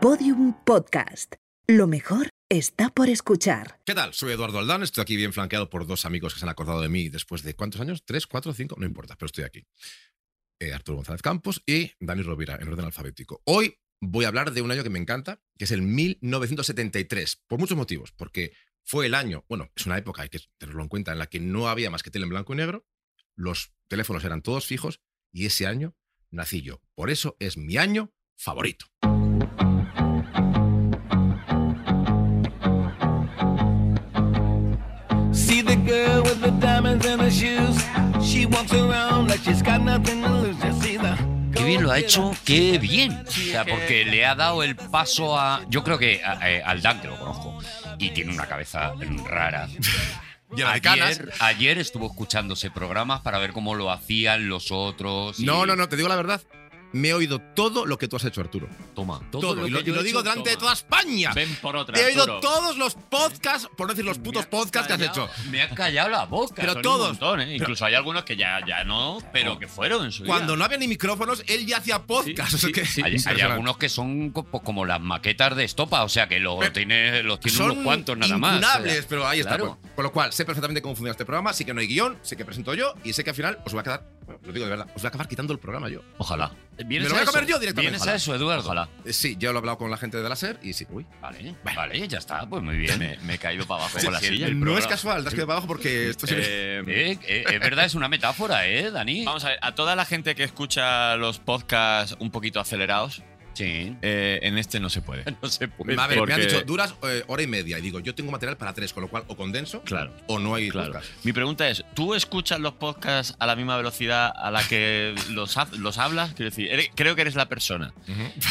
Podium Podcast. Lo mejor está por escuchar. ¿Qué tal? Soy Eduardo Aldán, estoy aquí bien flanqueado por dos amigos que se han acordado de mí después de cuántos años, tres, cuatro, cinco, no importa, pero estoy aquí. Eh, Arturo González Campos y Dani Rovira, en orden alfabético. Hoy voy a hablar de un año que me encanta, que es el 1973, por muchos motivos, porque fue el año, bueno, es una época, hay que tenerlo en cuenta, en la que no había más que tele en blanco y negro, los teléfonos eran todos fijos y ese año nací yo. Por eso es mi año favorito. See the girl with the diamonds in her shoes. She walks around like she's got nothing to lose. Just see the. Qué bien lo ha hecho, qué bien. O sea, porque le ha dado el paso a. Yo creo que a- eh, al Dan, que lo conozco, y tiene una cabeza rara. Y a la de canas. Ayer, ayer estuvo escuchándose programas para ver cómo lo hacían los otros. y- No, no, no, te digo la verdad. Me he oído todo lo que tú has hecho, Arturo. Toma, todo, Todo. lo y lo, que yo y he lo hecho, digo delante de toma. toda España. Ven por otra. Te he oído Arturo. todos los podcasts, por no decir los putos podcasts que has hecho. Me has callado la boca. Pero Son un todos. montón, ¿eh? Incluso hay algunos que ya, ya no, pero que fueron en su Cuando día. no había ni micrófonos, él ya hacía podcasts. o sea sí, que- sí. hay, hay Impresionante. algunos que son co- pues, como las maquetas de estopa, o sea que lo Pero tiene, los tiene Son unos cuantos nada más. incunables, O sea, pero ahí está. claro. pues. Con lo cual, sé perfectamente cómo funciona este programa, sé que no hay guión, sé que presento yo y sé que al final os va a quedar, bueno, lo digo de verdad, os va a acabar quitando el programa yo. Ojalá. Me lo voy a comer yo directamente. ¿Vienes a eso, Eduardo? Ojalá. Eh, Sí, yo lo he hablado con la gente de la SER y sí. Uy, Vale, vale, ya está, pues muy bien. Me, me he caído para abajo Sí, con la sí, silla. el Pues no es casual, te has quedado para abajo porque esto se- Eh, Eh, eh, es verdad, es una metáfora, ¿eh, Dani? Vamos a ver, a toda la gente que escucha los podcasts un poquito acelerados, Sí. eh, en este no se puede. No se puede. A ver, me han porque- dicho, duras eh, hora y media. Y digo, yo tengo material para tres, con lo cual o condenso Claro. o no hay Claro. podcast. Mi pregunta es, ¿tú escuchas los podcasts a la misma velocidad a la que los, ha- los hablas? Quiero decir, eres- creo que eres la persona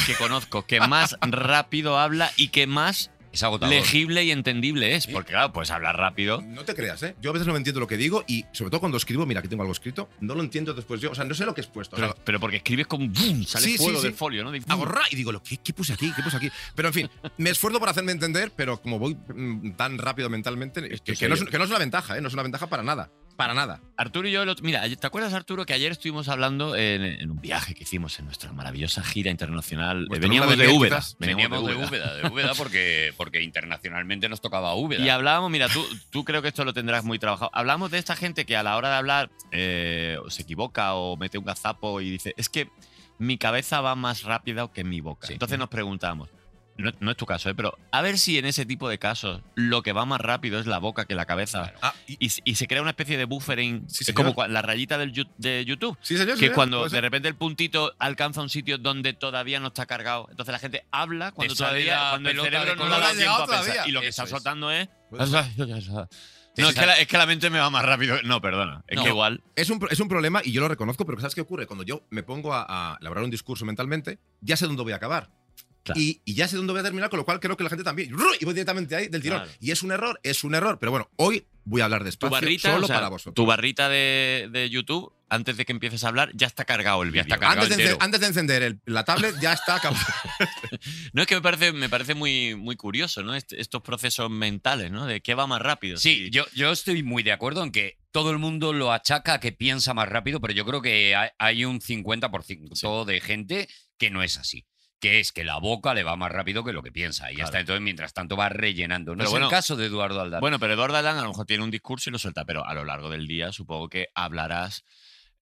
que conozco que más rápido habla y que más Es agotador. legible y entendible es. Porque claro, puedes hablar rápido. No te creas, ¿eh? Yo a veces no me entiendo lo que digo y sobre todo cuando escribo, mira, aquí tengo algo escrito, no lo entiendo después yo. O sea, no sé lo que he expuesto. O sea, Pero, pero porque escribes como ¡bum! Sale Sí, sí, fuego sí. del folio, ¿no? De- hago ra y digo, lo que- ¿qué, puse aquí? ¿Qué puse aquí? Pero en fin, me esfuerzo por hacerme entender, pero como voy mm, tan rápido mentalmente, que, Esto que no es, soy yo. que no es una ventaja, ¿eh? No es una ventaja para nada. Para nada. Arturo y yo, el otro- mira, ¿te acuerdas, Arturo, que ayer estuvimos hablando en, en un viaje que hicimos en nuestra maravillosa gira internacional? Vuestra Veníamos luna de de miel, Úbeda. quizás. Veníamos de Úbeda, de Úbeda porque, porque internacionalmente nos tocaba Úbeda. Y hablábamos, mira, tú, tú creo que esto lo tendrás muy trabajado. Hablamos de esta gente que a la hora de hablar eh, o se equivoca o mete un gazapo y dice, es que mi cabeza va más rápida que mi boca. Sí. Entonces nos preguntamos, no, no es tu caso, ¿eh? pero a ver si en ese tipo de casos lo que va más rápido es la boca que la cabeza. Claro. Ah, y- Y, se- y se crea una especie de buffering, Sí, es señor. como cua- la rayita del Yu- de YouTube. sí, señor. sí, Que señor. cuando Puede de ser. repente el puntito alcanza un sitio donde todavía no está cargado. Entonces la gente habla cuando sale todavía la cuando el pelota cerebro de no le color. No le ha dado ha tiempo a llegado pensar. todavía. Y lo que Eso está es. soltando es. Puede No, es sí. que, la, es que la mente me va más rápido. No, perdona. Es No. que igual. Es un, pro- es un problema y yo lo reconozco, pero ¿sabes qué ocurre? Cuando yo me pongo a, a elaborar un discurso mentalmente, ya sé dónde voy a acabar. Claro. Y, y ya sé dónde voy a terminar, con lo cual creo que la gente también. ¡ru! Y voy directamente ahí del tirón. Claro. Y es un error, es un error. Pero bueno, hoy voy a hablar Tu despacio barrita, solo o sea, para vosotros. tu barrita de, de YouTube, antes de que empieces a hablar, ya está cargado el Ya vídeo. está cargado Antes de, entero. encender- antes de encender el- la tablet, ya está acabado. No es que me parece, me parece muy, muy curioso, ¿no? Est- estos procesos mentales, ¿no? De qué va más rápido. Sí, Si- yo, yo estoy muy de acuerdo en que todo el mundo lo achaca a que piensa más rápido, pero yo creo que hay- hay un 50% de gente que no es así. Que es que la boca le va más rápido que lo que piensa. Y Claro. hasta entonces, mientras tanto, va rellenando. No Pero es bueno, el caso de Eduardo Aldán. Bueno, pero Eduardo Alán a lo mejor tiene un discurso y lo suelta, pero a lo largo del día supongo que hablarás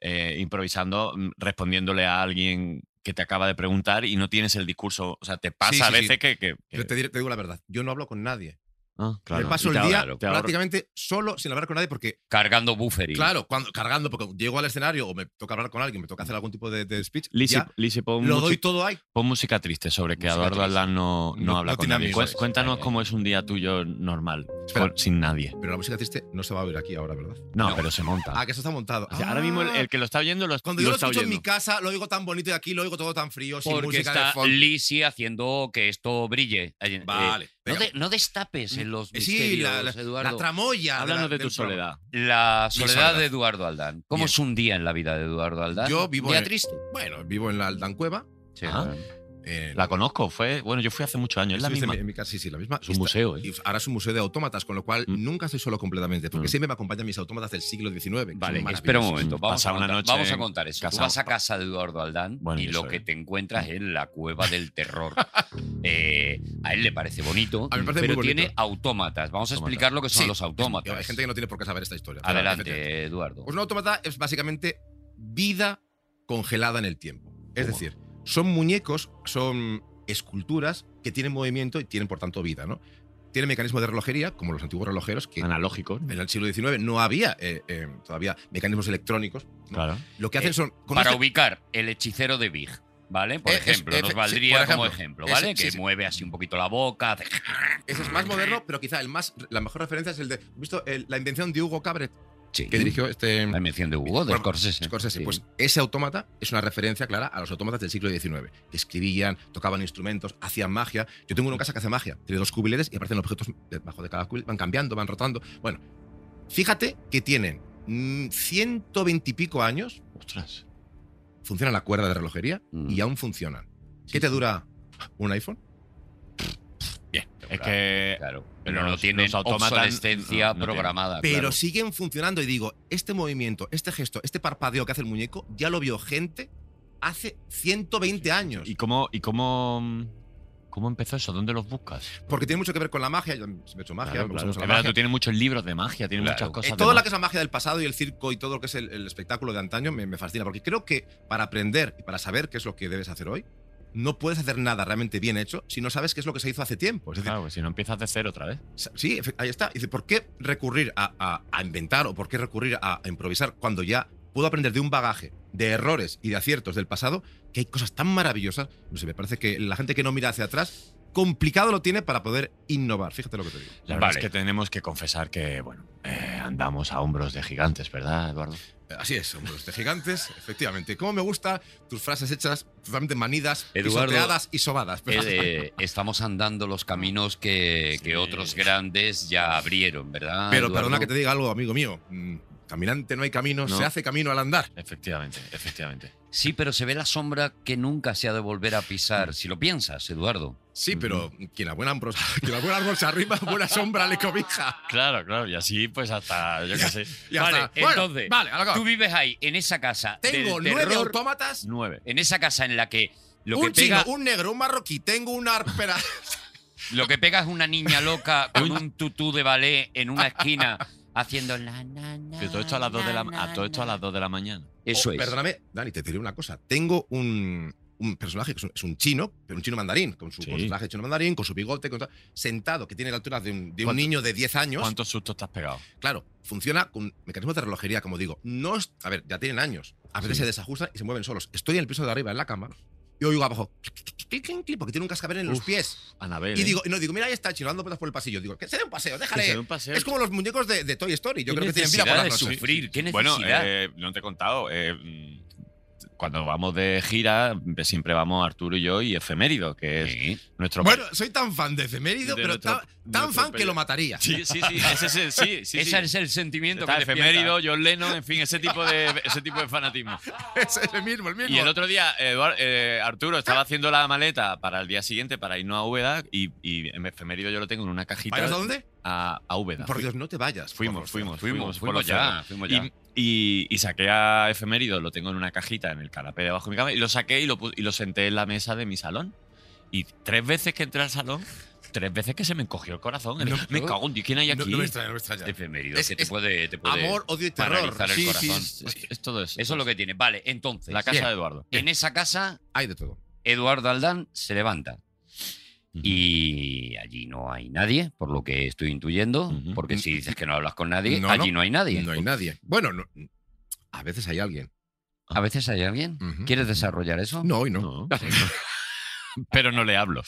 eh, improvisando, mm, respondiéndole a alguien que te acaba de preguntar y no tienes el discurso. O sea, te pasa sí, a sí. veces que. que- que- Yo te, diré- te digo la verdad, yo no hablo con nadie. Ah, claro. Me paso Y el te día ahorra- te ahorra- prácticamente solo sin hablar con nadie porque, cargando buffering. claro, cuando cargando, porque llego al escenario o me toca hablar con alguien, me toca hacer algún tipo de, de speech, Lisi, ya Lisi, pon, lo musi- doy todo ahí. pon música triste sobre que Música Eduardo triste. Aldán no, no No- habla no con tiene nadie. amigos. Cué- Cuéntanos Eh. cómo es un día tuyo normal, Espera. con- sin nadie. Pero la música triste no se va a oír aquí ahora, ¿verdad? No, No. pero se monta. Ah, que eso está montado. O sea, ahora mismo el, Ah, el que lo está oyendo lo, cuando yo lo está escucho en oyendo. mi casa, lo oigo tan bonito y aquí lo oigo todo tan frío, sin Porque música de está fondo. Lisi haciendo que esto brille. Eh, eh, Vale. no, venga. de- no destapes en los sí, misterios, la, la- Eduardo. la tramoya. de la- Háblanos de del tu soledad. La Mi soledad, soledad. de Eduardo Aldán. ¿Cómo Bien. es un día en la vida de Eduardo Aldán? Yo vivo día en- triste. programa. Bueno, vivo en la Aldancueva Sí, Ah. bueno. Eh, La conozco, fue. Bueno, yo fui hace muchos años, es la estuviste misma. En mi, en mi casa, sí, sí, la misma. Es un Está- museo, ¿eh? Y ahora es un museo de autómatas, con lo cual Mm. nunca estoy solo completamente, porque Mm. siempre me acompañan mis autómatas del siglo XIX. que son Vale, maravillosos. espera un momento. Mm, Vamos, Pasar a, una contar, noche vamos a en contar eso. casa- Tú vas a casa de Eduardo Aldán Bueno, y eso lo que es. te encuentras es la cueva del terror. Eh, a él le parece bonito, A mí me parece pero muy bonito. tiene autómatas. Vamos a Autómatas. explicar lo que son Sí, los autómatas. Hay gente que no tiene por qué saber esta historia. pero efectivamente. Adelante, Eduardo. Pues un autómata es básicamente vida congelada en el tiempo. Es ¿Cómo? decir, son muñecos, son esculturas que tienen movimiento y tienen, por tanto, vida, ¿no? Tienen mecanismo de relojería, como los antiguos relojeros, que Analógico. en el siglo XIX no había eh, eh, todavía mecanismos electrónicos. ¿no? Claro. Lo que hacen Eh, son. con Para este- ubicar el hechicero de Big, ¿vale? Por Eh, es- ejemplo, efe- nos sí, valdría por como ejemplo. ejemplo, Ese- ¿vale? sí, que sí. mueve así un poquito la boca. hace- Ese es más moderno, pero quizá el más, la mejor referencia es el de. ¿has ¿Visto? El- la invención de Hugo Cabret, Sí. que dirigió este. La mención de Hugo, de Bueno, Scorsese. Scorsese. Sí. Pues ese autómata es una referencia clara a los autómatas del siglo XIX, que escribían, tocaban instrumentos, hacían magia. Yo tengo uno en casa que hace magia, tiene dos cubiletes y aparecen objetos debajo de cada cubilete, van cambiando, van rotando. Bueno, fíjate que tienen mm, 120 y pico años, Ostras. funciona la cuerda de relojería Mm. y aún funcionan. ¿Qué te dura un iPhone? Es que. Claro. Pero Pero no los- tienen los autómatas obsolescencia no- no tienen. programada. Pero Ah, claro. siguen funcionando y digo, este movimiento, este gesto, este parpadeo que hace el muñeco, ya lo vio gente hace 120 años. ¿Y cómo, y cómo, cómo empezó eso? ¿Dónde los buscas? Porque tiene mucho que ver con la magia. Yo siempre he hecho magia, Claro, me gusta claro. mucho la Es verdad, magia. tú tienes muchos libros de magia, tienes Claro. muchas cosas. Eh, de todo lo magia. que es la magia del pasado y el circo y todo lo que es el, el espectáculo de antaño me, me fascina, porque creo que para aprender y para saber qué es lo que debes hacer hoy, no puedes hacer nada realmente bien hecho si no sabes qué es lo que se hizo hace tiempo. Es decir, Claro, que si no empiezas de cero otra vez. sa- sí, efe- ahí está. Dice, ¿por qué recurrir a, a- a inventar o por qué recurrir a, a improvisar cuando ya puedo aprender de un bagaje de errores y de aciertos del pasado que hay cosas tan maravillosas? No sé, me parece que la gente que no mira hacia atrás, complicado lo tiene para poder innovar. Fíjate lo que te digo. La verdad Vale. es que tenemos que confesar que, bueno, eh, andamos a hombros de gigantes, ¿verdad, Eduardo? Eh, Así es, hombros de gigantes, efectivamente. Cómo me gusta tus frases hechas totalmente manidas, Eduardo, pisoteadas y sobadas. Pero- Eh, eh, estamos andando los caminos que, que Sí. otros grandes ya abrieron, ¿verdad? pero Eduardo? perdona que te diga algo, amigo mío. Mm, Caminante no hay camino, No. se hace camino al andar. Efectivamente, efectivamente. Sí, pero se ve la sombra que nunca se ha de volver a Mm. pisar. Si lo piensas, Eduardo. Sí, pero quien a buen árbol, quien a buen árbol se arriba, buena sombra le cobija. Claro, claro, y así pues hasta, yo qué sé, Ya Vale, está. Bueno, entonces, vale, ahora acabo. Tú vives ahí, en esa casa. Ah. Tengo del nueve terror, autómatas, nueve. En esa casa en la que lo que, un chino, pega, un negro, un marroquí, tengo una arpera. lo que pega es una niña loca con un tutú de ballet en una esquina haciendo la na, na, Pero todo esto a las dos de la, na, a todo esto a na. las dos de la mañana. Eso Oh, es. Perdóname, Dani, te diré una cosa. Tengo un, un personaje que es un, es un chino, pero un chino mandarín, con su Sí. personaje chino mandarín, con su bigote, con tal, sentado, que tiene la altura de un, de un ¿Cuánto- niño de 10 años. ¿Cuántos sustos te has pegado? Claro, funciona con mecanismos de relojería, como digo. No es- a ver, ya tienen años. A veces Sí. se desajustan y se mueven solos. Estoy en el piso de arriba, en la cama, y oigo abajo, clic, clic, clic, porque tiene un cascabel en los Uf, pies. Anabel. Y ¿eh? digo, y no, digo, mira, ahí está el chino dando vueltas por el pasillo. Digo, que se dé un paseo, Que se dé déjale. un paseo. Es como los muñecos de, de Toy Story. Yo ¿Qué creo que tienen vida necesidad por las de noches. sufrir? sufrir. ¿Qué Bueno, necesidad? eh, no te he contado. eh, mm, cuando vamos de gira, eh, siempre vamos Arturo y yo y Efemérido, que es Sí. nuestro Bueno, soy tan fan de efemérido, De pero nuestro- tan, tan nuestro fan que pelo. lo mataría. Sí, sí, sí. Ese es el, sí, sí, Ese sí. es el sentimiento Está que despierta. efemérido, John Lennon, en fin, ese tipo de, ese tipo de fanatismo. Ese es el mismo, el mismo. Y el otro día, Eduard- eh, Arturo estaba haciendo la maleta para el día siguiente para irnos a Úbeda y, y en efemérido yo lo tengo en una cajita. ¿Vayas a dónde? A, a Úbeda. Por Dios, no te vayas. por Fuimos, favor. fuimos, Fuimos, fuimos, por fuimos los cerros. ya, fuimos ya. Y, y- y saqué a efemérido, lo tengo en una cajita en el canapé debajo de mi cama, y lo saqué y lo, pu- y lo senté en la mesa de mi salón. Y tres veces que entré al salón, tres veces que se me encogió el corazón. No, me no. cago en Dios, ¿quién hay No, aquí? no me extraña, no me extraña. Efemérido, Es- que te es puede, te puede- Amor, odio y terror. paralizar el Sí, sí, corazón. sí, es, sí. es todo eso. Eso es lo que tiene. Vale, entonces, La casa bien, de Eduardo. en esa casa, Hay de todo. Eduardo Aldán se levanta. Ujú. Y allí no hay nadie, por lo que estoy intuyendo, Ujú. porque si dices que no hablas con nadie, No, allí no. no, hay nadie. No hay nadie. Bueno, no- a veces hay alguien. A veces hay alguien. Ujú. ¿Quieres desarrollar eso? No, hoy no. No. Pero no le hablo.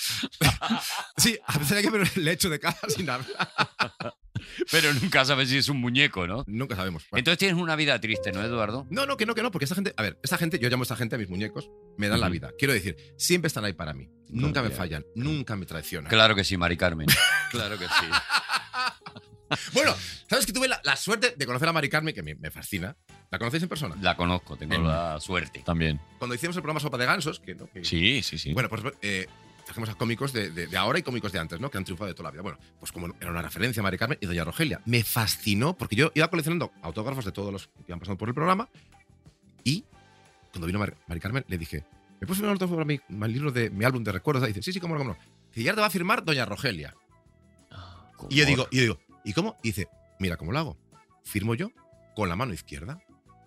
Sí, a veces hay que ver el hecho de casa sin hablar. Pero nunca sabes si es un muñeco, ¿no? Nunca sabemos. Bueno. Entonces tienes una vida triste, ¿no, Eduardo? no, no, que no, que no, porque esta gente, a ver, esta gente, yo llamo a esta gente a mis muñecos, me dan la Ujú. vida. Quiero decir, siempre están ahí para mí. No, Nunca me ya. fallan, nunca me traicionan. Claro que sí, Mari Carmen. claro que sí. Bueno, sabes que tuve la, la suerte de conocer a Mari Carmen, que me, me fascina. ¿La conocéis en persona? La conozco, tengo Em. la suerte. También. Cuando hicimos el programa Sopa de Gansos, que, ¿no? que- Sí, sí, sí. Bueno, pues eh, trajimos a cómicos de, de- de ahora y cómicos de antes, ¿no? Que han triunfado de toda la vida. Bueno, pues como era una referencia Mari Carmen y Doña Rogelia. Me fascinó porque yo iba coleccionando autógrafos de todos los que iban pasando por el programa y cuando vino Mar- Mari Carmen le dije, ¿me puedes firmar un autógrafo para mi, mi libro de mi álbum de recuerdos? Y dice, sí, sí, cómo no, cómo no. Que ya te va a firmar Doña Rogelia. Y yo digo, y yo digo, ¿y cómo? Y dice, mira cómo lo hago. Firmo yo con la mano izquierda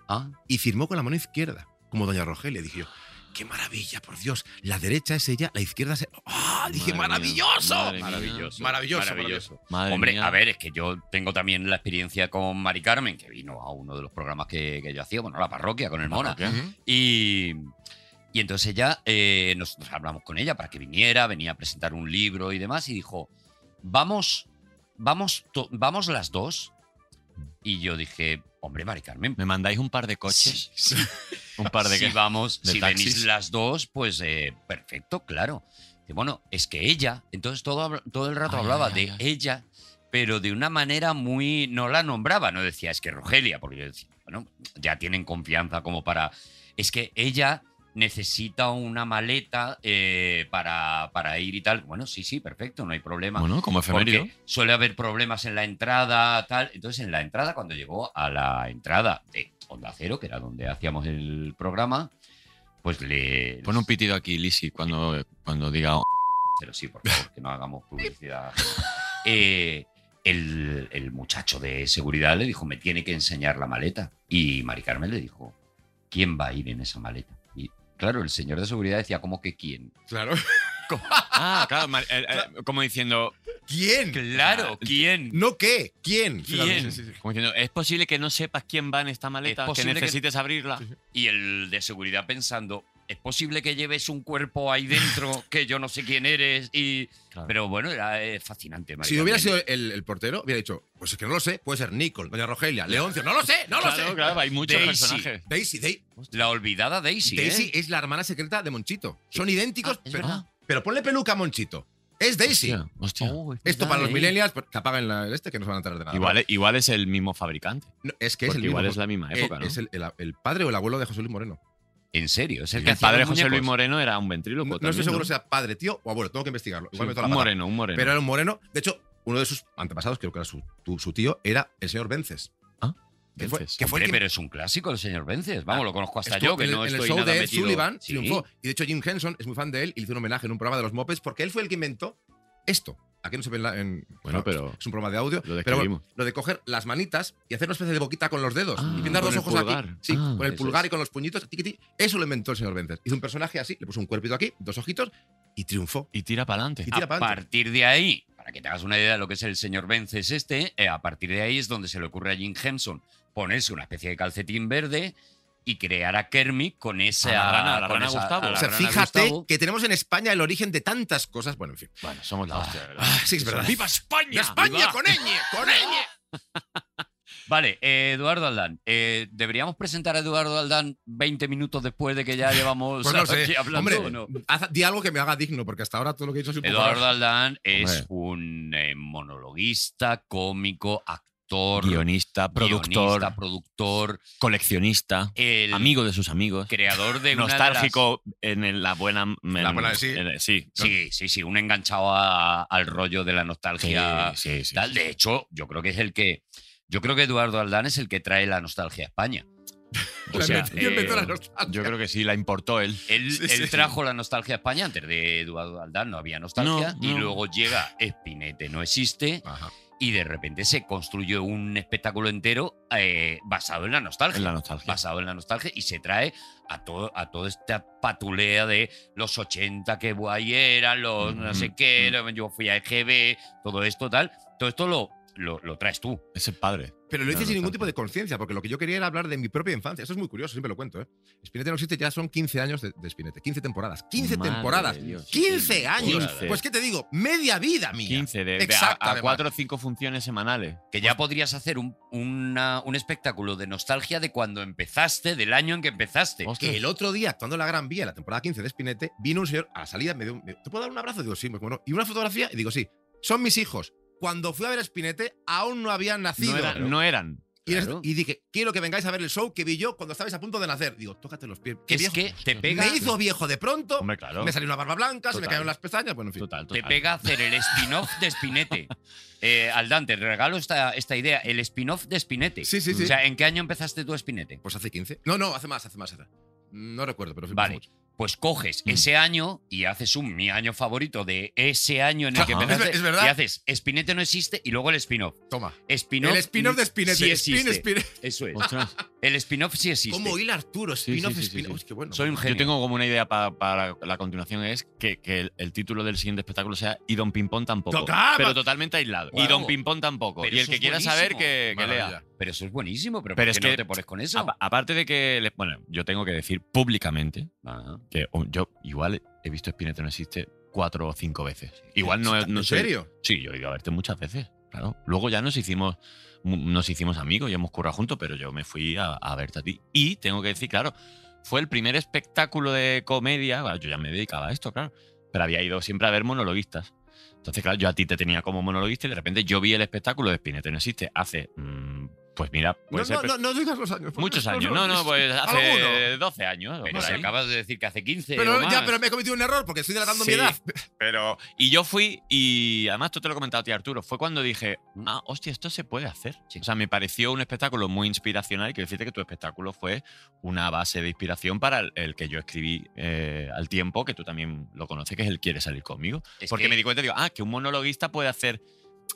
Ah, y firmó con la mano izquierda, como doña Rogelia. Dije yo, qué maravilla, por Dios. La derecha es ella, la izquierda es... ¡Ah! Dije, Madre mía, maravilloso. madre mía. maravilloso. Maravilloso, Madre Ah, Hombre, mía. a ver, es que yo tengo también la experiencia con Mari Carmen, que vino a uno de los programas que, que yo hacía, bueno, la parroquia con el Mona. Parroquia. Ujú. Y, y entonces ya eh, nosotros hablamos con ella para que viniera, venía a presentar un libro y demás, y dijo, vamos, vamos, to- vamos las dos. Y yo dije, hombre, Mari Carmen, ¿Me mandáis un par de coches? Un par de si que- vamos, de si taxis. venís las dos, pues eh, perfecto, claro. Y bueno, es que ella, entonces todo, habla- todo el rato Ay, hablaba ay, de ay, ay. ella, pero de una manera muy, no la nombraba, no decía, es que Rogelia, porque yo decía, bueno, ya tienen confianza como para, es que ella necesita una maleta eh, para, para ir y tal. Bueno, sí, sí, perfecto, no hay problema. Bueno, como efemérido. Porque suele haber problemas en la entrada, tal. Entonces, en la entrada, cuando llegó a la entrada de Onda Cero, que era donde hacíamos el programa, pues le. Pon un pitido aquí, Lisi, cuando, cuando diga. "Oh". Pero sí, por favor, que no hagamos publicidad. Eh, el, el muchacho de seguridad le dijo, me tiene que enseñar la maleta. Y Mari Carmen le dijo, ¿quién va a ir en esa maleta? Y claro, el señor de seguridad decía, ¿cómo que quién? Claro. Ah, claro, Mar- eh, eh, como diciendo. ¿Quién? Claro, ¿quién? No qué, ¿quién? ¿Quién? Sí, sí, sí. Como diciendo, es posible que no sepas quién va en esta maleta, que posible que- necesites abrirla. y el de seguridad pensando, es posible que lleves un cuerpo ahí dentro que yo no sé quién eres y Claro. pero bueno, era eh, fascinante, Mari Si hubiera sido Carmen. el, el portero, hubiera dicho, pues es que no lo sé, puede ser Nicole, doña Rogelia, Leoncio, no lo sé, no lo claro, sé. claro, hay muchos Daisy. personajes. Daisy, Dai- la olvidada Daisy, ¿eh? Daisy es la hermana secreta de Monchito. Son idénticos, Ah, es pero, verdad. pero ponle peluca a Monchito. Es Daisy. Oh, Hostia, hostia. Oh, Esto ¿eh? para los millennials, pues, que apagan la- el este, que no se van a enterar de nada. Igual, igual es el mismo fabricante. No, es que Porque es el mismo. igual es la misma Eh, época, ¿no? Es el, el- el padre o el abuelo de José Luis Moreno. En serio, es el El que hacía padre los José Luis muñecos. Moreno era un No, ventríloco. no estoy también, seguro si sea padre, tío o abuelo. Tengo que investigarlo. Igual Sí, me meto la un pata. moreno, un moreno. Pero era un moreno. De hecho, uno de sus antepasados, creo que era su, tu- su tío, era el señor Vences. Ah, Que fue, Vences. que fue Hombre, quien pero es un clásico el señor Vences. Vamos, lo conozco hasta estuvo yo, que en el- no en el, estoy show nada de Ed metido. Sullivan Sí. triunfó. Y de hecho, Jim Henson es muy fan de él y le hizo un homenaje en un programa de los Mopeds porque él fue el que inventó esto. Aquí no se ve en la- en. claro, Bueno, pero Es un programa de audio. lo pero bueno, describimos. lo de coger las manitas y hacer una especie de boquita con los dedos. Ah, y pintar dos con el ojos aquí. pulgar. Sí, Ah, con el eso pulgar es. y con los puñitos. tiquití. Eso lo inventó el señor Vences. Hizo un personaje así, le puso un cuerpito aquí, dos ojitos y triunfó. Y tira para adelante. Y A tira para adelante. partir de ahí, para que te hagas una idea de lo que es el señor Vences este, eh, a partir de ahí es donde se le ocurre a Jim Henson ponerse una especie de calcetín verde y crear a Kermit con esa A la rana, a la con rana esa- Gustavo. a la O sea, rana fíjate Gustavo. que tenemos en España el origen de tantas cosas. Bueno, en fin. Ah, Bueno, somos la hostia, de verdad. Sí, Ah, es verdad. ¡Viva España! ¡De España con ñ! ¡Con ñ! Vale, eh, Eduardo Aldán. eh, ¿Deberíamos presentar a Eduardo Aldán 20 minutos después de que ya llevamos Pues no aquí sé. hablando? Hombre, o no? haz- di algo que me haga digno, porque hasta ahora todo lo que he dicho es un poco Eduardo raro. Aldán es un eh, monologuista, cómico, actor, Guionista, productor, guionista, productor, coleccionista, el amigo de sus amigos. creador de una de las- Nostálgico en el- la buena. La en- buena, sí. en- sí. Sí, sí, sí, un enganchado a- al rollo de la nostalgia. sí, sí, tal. sí. De hecho, yo creo que es el que. Yo creo que Eduardo Aldán es el que trae la nostalgia a España. La O sea, invención de eh, toda la nostalgia. Yo creo que sí, la importó él. Él, Sí, él sí. trajo la nostalgia a España antes de Eduardo Aldán, no había nostalgia. No, Y no. luego llega Espinete, no existe. Ajá. Y de repente se construyó un espectáculo entero eh, basado en la nostalgia. En la nostalgia. basado en la nostalgia y se trae a todo a toda esta patulea de los 80 que guay eran, los no sé Mm, Ujú, qué, yo fui a EGB, todo esto tal, todo esto lo, lo, lo traes tú. Es el padre. Pero lo hice Claro, sin ningún tanto. tipo de conciencia, porque lo que yo quería era hablar de mi propia infancia. Eso es muy curioso, siempre lo cuento. ¿eh? Spinete no existe, ya son 15 años de, de Spinete. 15 temporadas. 15 Madre temporadas. de Dios. 15 años. 15. Pues, ¿qué te digo? Media vida mía. 15, de, de a- Exacto, a, además. cuatro o cinco funciones semanales. Que ya podrías hacer un, una- un espectáculo de nostalgia de cuando empezaste, del año en que empezaste. Ostras. Que el otro día, actuando en la Gran Vía, en la temporada 15 de pues, Spinete, vino un señor a la salida, me dio un- me- ¿te puedo dar un abrazo? Digo, sí, muy bueno. Y una fotografía, y digo, sí, son mis hijos. cuando fui a ver a Spinete, aún no había nacido. No, era- no eran. y, eres- claro. y dije, quiero que vengáis a ver el show que vi yo cuando estabais a punto de nacer. Digo, tócate los pies. Qué Es viejo. que te pega, Me hizo viejo de pronto, Hombre, claro. me salió una barba blanca, se me Total. cayeron las pestañas, bueno, en fin. Total, te total. pega hacer el spin-off de Spinete. Eh, al Dante, regalo esta, esta idea, el spin-off de Spinete. Sí, sí, sí. O sea, ¿en qué año empezaste tú a Spinete? Pues hace 15. No, no, hace más, hace más, hace más. No recuerdo, pero fue Vale. mucho. Pues coges Mm. ese año y haces un mi año favorito de ese año en el que Ajá. empezaste. Es ver- es verdad. Y haces Spinete no existe y luego el spin-off. Toma. Spin-off. el spin-off de Spinete. Sí Spin, existe. Spinete. Eso es. Ostras, El spin-off sí existe. ¿Cómo hila Arturo? Sí, sí, Spin-off, sí, sí, spin-off. sí. Es que bueno. Soy un genio. yo tengo como una idea pa- para la continuación es que, que el, el título del siguiente espectáculo sea Y Don Pimpón tampoco. Toca- Pero totalmente aislado. Y Claro. Don Pimpón tampoco. Pero y el eso que es quiera buenísimo. saber que, que lea. Maravilla. Pero eso es buenísimo, pero, Pero ¿por es qué no que- te Ah, pones con eso? Apa- Aparte de que, le- bueno, yo tengo que decir públicamente Ah. que o- yo igual he visto Spinetta no existe cuatro o cinco veces. Igual no, no ¿En sé- serio? Sí, yo he ido a verte muchas veces, claro. Luego ya nos hicimos, mu- nos hicimos amigos, ya hemos currado juntos, pero yo me fui a, a verte a ti. Y tengo que decir, claro, fue el primer espectáculo de comedia, bueno, yo ya me dedicaba a esto, claro, pero había ido siempre a ver monologuistas. Entonces, claro, yo a ti te tenía como monologuista y de repente yo vi el espectáculo de Spinetta no existe hace, mm, pues mira, puede No, ser, no, pero- no, no digas los años. por muchos favor. años. No, no, pues hace Alguno. 12 años. o Pero por si ahí. acabas de decir que hace 15. o Pero, más. ya, pero me he cometido un error porque estoy delatando Sí. mi edad. Pero, y yo fui, y además tú te lo he comentado a ti, Arturo, fue cuando dije, ah, hostia, esto se puede hacer. Sí. O sea, me pareció un espectáculo muy inspiracional y quiero decirte que tu espectáculo fue una base de inspiración para el, el que yo escribí eh, al tiempo, que tú también lo conoces, que es el Quiere salir conmigo. Es Porque que- me di cuenta, digo, ah, que un monologuista puede hacer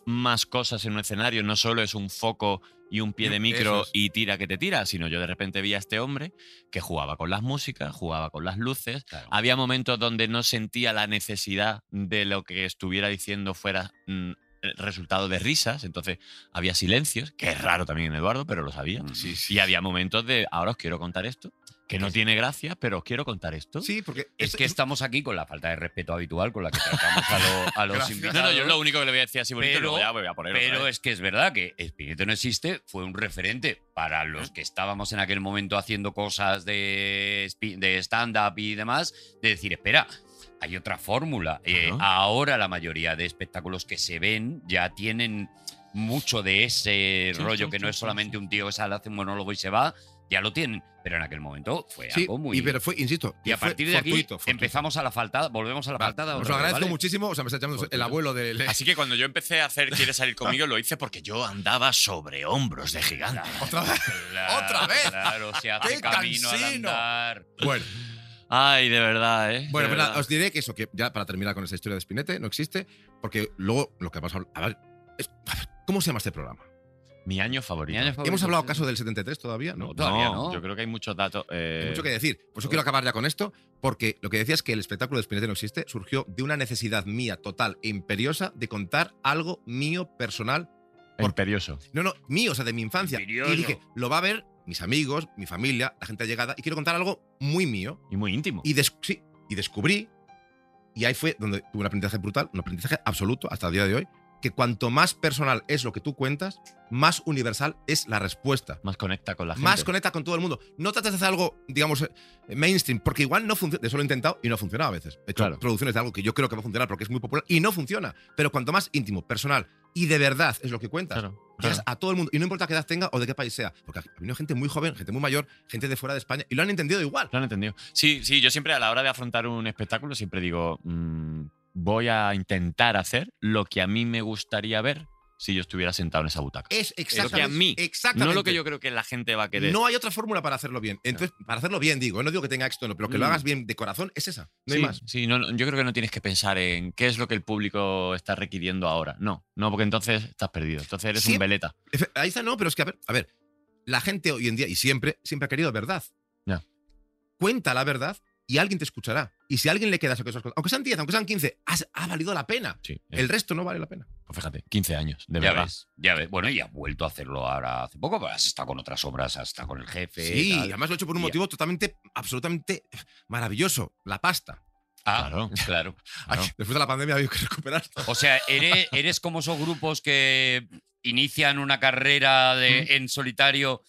más cosas en un escenario, no solo es un foco y un pie de Eso micro es. y tira que te tira, sino yo de repente vi a este hombre que jugaba con las músicas, jugaba con las luces, Claro. había momentos donde no sentía la necesidad de lo que estuviera diciendo fuera mm, el resultado de risas, entonces había silencios, que es raro también en Eduardo, pero lo sabía. Mm. Y había momentos de, ahora os quiero contar esto, que no tiene gracia, pero os quiero contar esto. Sí, porque. Es esto- que estamos aquí con la falta de respeto habitual con la que tratamos a, lo- a los Gracias. No, invitados. no, yo lo único que le voy a decir así bonito, Pero- luego ya voy a poner otra Pero eh, vez. es que es verdad que Espíritu no existe fue un referente para ¿Eh? los que estábamos en aquel momento haciendo cosas de, spi- de stand-up y demás, de decir, espera, hay otra fórmula. Eh, Claro. ahora la mayoría de espectáculos que se ven ya tienen mucho de ese Sí, rollo sí, que no sí, es sí, solamente sí. un tío que sale, hace un monólogo y se va, ya lo tienen. Pero en aquel momento fue Sí, algo muy... y, pero fue, insisto. y a fue partir de aquí fortuito, fortuito. empezamos a la faltada, volvemos a la Vale, faltada. Os otra lo vez, agradezco ¿vale? muchísimo. O sea, me está llamando el Fortuito. abuelo del. Así que cuando yo empecé a hacer Quiere salir conmigo, lo hice porque yo andaba sobre hombros de gigante. Otra vez. Claro, ¡Otra vez! Claro, se hace ¡Qué camino al cansino! andar. Bueno, Ay, de verdad, ¿eh? bueno De pues nada, verdad. os diré que eso, que ya para terminar con esta historia de Spinete, no existe, porque luego lo que vamos a hablar. A ver, es- a ver, ¿cómo se llama este programa? Mi año favorito. ¿Hemos hablado acaso del 73 todavía? No, No, todavía no. Yo creo que hay muchos datos. eh, Hay mucho que decir. Por eso quiero acabar ya con esto, porque lo que decía es que el espectáculo de Spinetta no existe surgió de una necesidad mía total e imperiosa de contar algo mío personal. imperioso. No, no, mío, o sea, de mi infancia. Imperioso. Y dije, lo va a ver mis amigos, mi familia, la gente allegada, y quiero contar algo muy mío. Y muy íntimo. Y, des- sí, y descubrí, y ahí fue donde tuve un aprendizaje brutal, un aprendizaje absoluto hasta el día de hoy, que cuanto más personal es lo que tú cuentas, más universal es la respuesta más conecta con la gente. más conecta con todo el mundo. No tratas de hacer algo, digamos, eh, mainstream, porque igual no funciona. Eso lo he intentado y no ha funcionado a veces. He hecho Claro. producciones de algo que yo creo que va a funcionar porque es muy popular y no funciona. Pero cuanto más íntimo, personal y de verdad es lo que cuentas. Claro, llegas claro. a todo el mundo, y no importa qué edad tenga o de qué país sea, porque ha venido gente muy joven, gente muy mayor, gente de fuera de España, y lo han entendido igual. Lo han entendido. Sí, sí, yo siempre a la hora de afrontar un espectáculo siempre digo, mm, voy a intentar hacer lo que a mí me gustaría ver si yo estuviera sentado en esa butaca. Es exactamente. a mí, exactamente. No lo que yo creo que la gente va a querer. No hay otra fórmula para hacerlo bien. Entonces, para hacerlo bien, digo, eh, no digo que tenga éxito, no, pero que lo Mm. hagas bien de corazón es esa. No sí, hay más. sí, no, no, yo creo que no tienes que pensar en qué es lo que el público está requiriendo ahora. No, no, porque entonces estás perdido. Entonces eres Sí. un veleta. Efe- Ahí está, no, pero es que, a ver, a ver, la gente hoy en día y siempre, siempre ha querido verdad. Ya. Cuenta la verdad y alguien te escuchará. Y si a alguien le queda eso que esas cosas, aunque sean 10, aunque sean 15, has- ha valido la pena. Sí, eh, El resto no vale la pena. pues fíjate, 15 años, de ya verdad. ves, ya ves. Bueno, y has vuelto a hacerlo ahora hace poco, pero has estado con otras obras, has estado con el jefe. Sí, tal. además lo he hecho por un Ya. motivo totalmente, absolutamente maravilloso, la pasta. Ah, Claro. claro. Claro. Ay, después de la pandemia había que recuperar. O sea, eres, eres como esos grupos que inician una carrera de- en solitario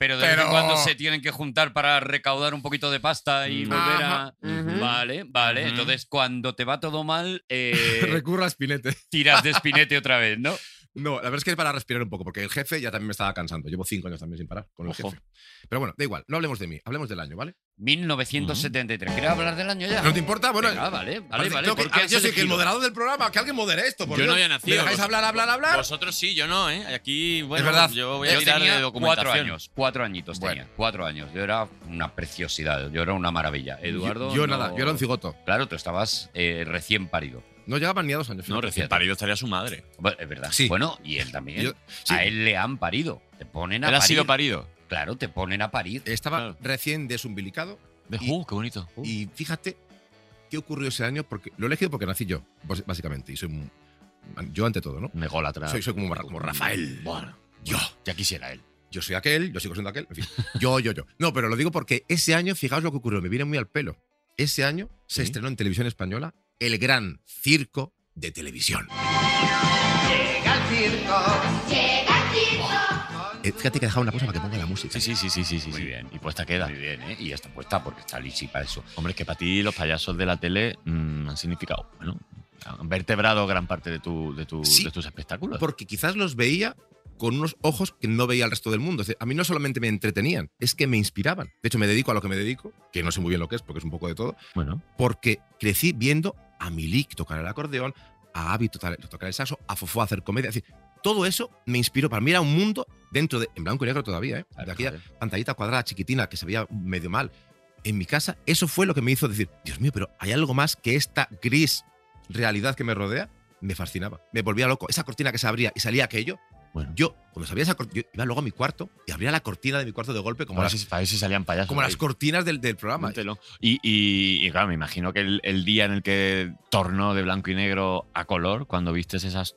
pero de vez en Pero- cuando se tienen que juntar para recaudar un poquito de pasta y Mm. volver Ajá. a. Ujú. Vale, vale. Ujú. Entonces, cuando te va todo mal, eh, Recurra a Spinete. tiras de espinete otra vez, ¿no? No, la verdad es que es para respirar un poco, porque el jefe ya también me estaba cansando. Llevo cinco años también sin parar con el Ojo. jefe. Pero bueno, da igual, no hablemos de mí, hablemos del año, ¿vale? 1973. ¿Quieres hablar del año ya? ¿No te importa? Bueno, Venga, vale, vale, parece- vale. tengo que- ¿por qué ah, has yo soy que el elegido? moderador del programa, que alguien modere esto. por Yo no Dios. había nacido, ¿Me dejáis vosotros- hablar, hablar, hablar? Vosotros sí, yo no, ¿eh? Aquí, bueno, Es verdad. yo voy a Yo tirar tenía de cuatro documentación. años, cuatro añitos tenía, cuatro años. Yo era una preciosidad, yo era una maravilla. Eduardo. Yo, yo no- nada, yo era un cigoto. Claro, tú estabas eh, recién parido. No llegaban ni a dos años. No, fíjate. recién parido estaría su madre. Bueno, Es verdad. Sí. Bueno, y él también. Yo- sí, ¿eh? A él le han parido. Te ponen Él a ha parir. sido parido. Claro, te ponen a parir. Estaba Claro. recién desumbilicado De, Y- uh, qué bonito. Uh. y fíjate qué ocurrió ese año, porque lo he elegido porque nací yo, bas- básicamente, y soy un- yo ante todo, ¿no? Mególatra. Soy, soy como, Ra- como Rafael. Mm. Bueno, Yo. ya quisiera él. yo soy aquel, yo sigo siendo aquel, en fin, yo, yo, yo. No, pero lo digo porque ese año, fijaos lo que ocurrió, me viene muy al pelo. Ese año se Sí. estrenó en televisión española el gran circo de televisión. Eh, fíjate que he dejado una cosa para que ponga la música. Sí, sí, sí, sí, sí. sí Muy sí. bien. Y puesta queda. Muy bien, ¿eh? Y está puesta porque está lisi para eso. Hombre, es que para ti los payasos de la tele mm, han significado, bueno, han vertebrado gran parte de, tu, de, tu- Sí. de tus espectáculos. Porque quizás los veía con unos ojos que no veía al resto del mundo. Es decir, a mí no solamente me entretenían, es que me inspiraban. De hecho, me dedico a lo que me dedico, que no sé muy bien lo que es, porque es un poco de todo, Bueno, porque crecí viendo a Milik tocar el acordeón, a Abby tocar, tocar el saxo, a Fofó hacer comedia. Es decir, todo eso me inspiró. Para mí era un mundo dentro de. En blanco y negro todavía, ¿eh? De aquella joder. pantallita cuadrada chiquitina que se veía medio mal en mi casa. Eso fue lo que me hizo decir: Dios mío, pero hay algo más que esta gris realidad que me rodea. Me fascinaba. Me volvía loco. Esa cortina que se abría y salía aquello. bueno. Yo, cuando sabía esa cortina, iba luego a mi cuarto y abría la cortina de mi cuarto de golpe, como, Ahora las, sí- para eso sí salían payasos. como las ah, ahí. cortinas del, del programa. Un telón. Y, y- y claro, me imagino que el, el día en el que tornó de blanco y negro a color, cuando vistes esas,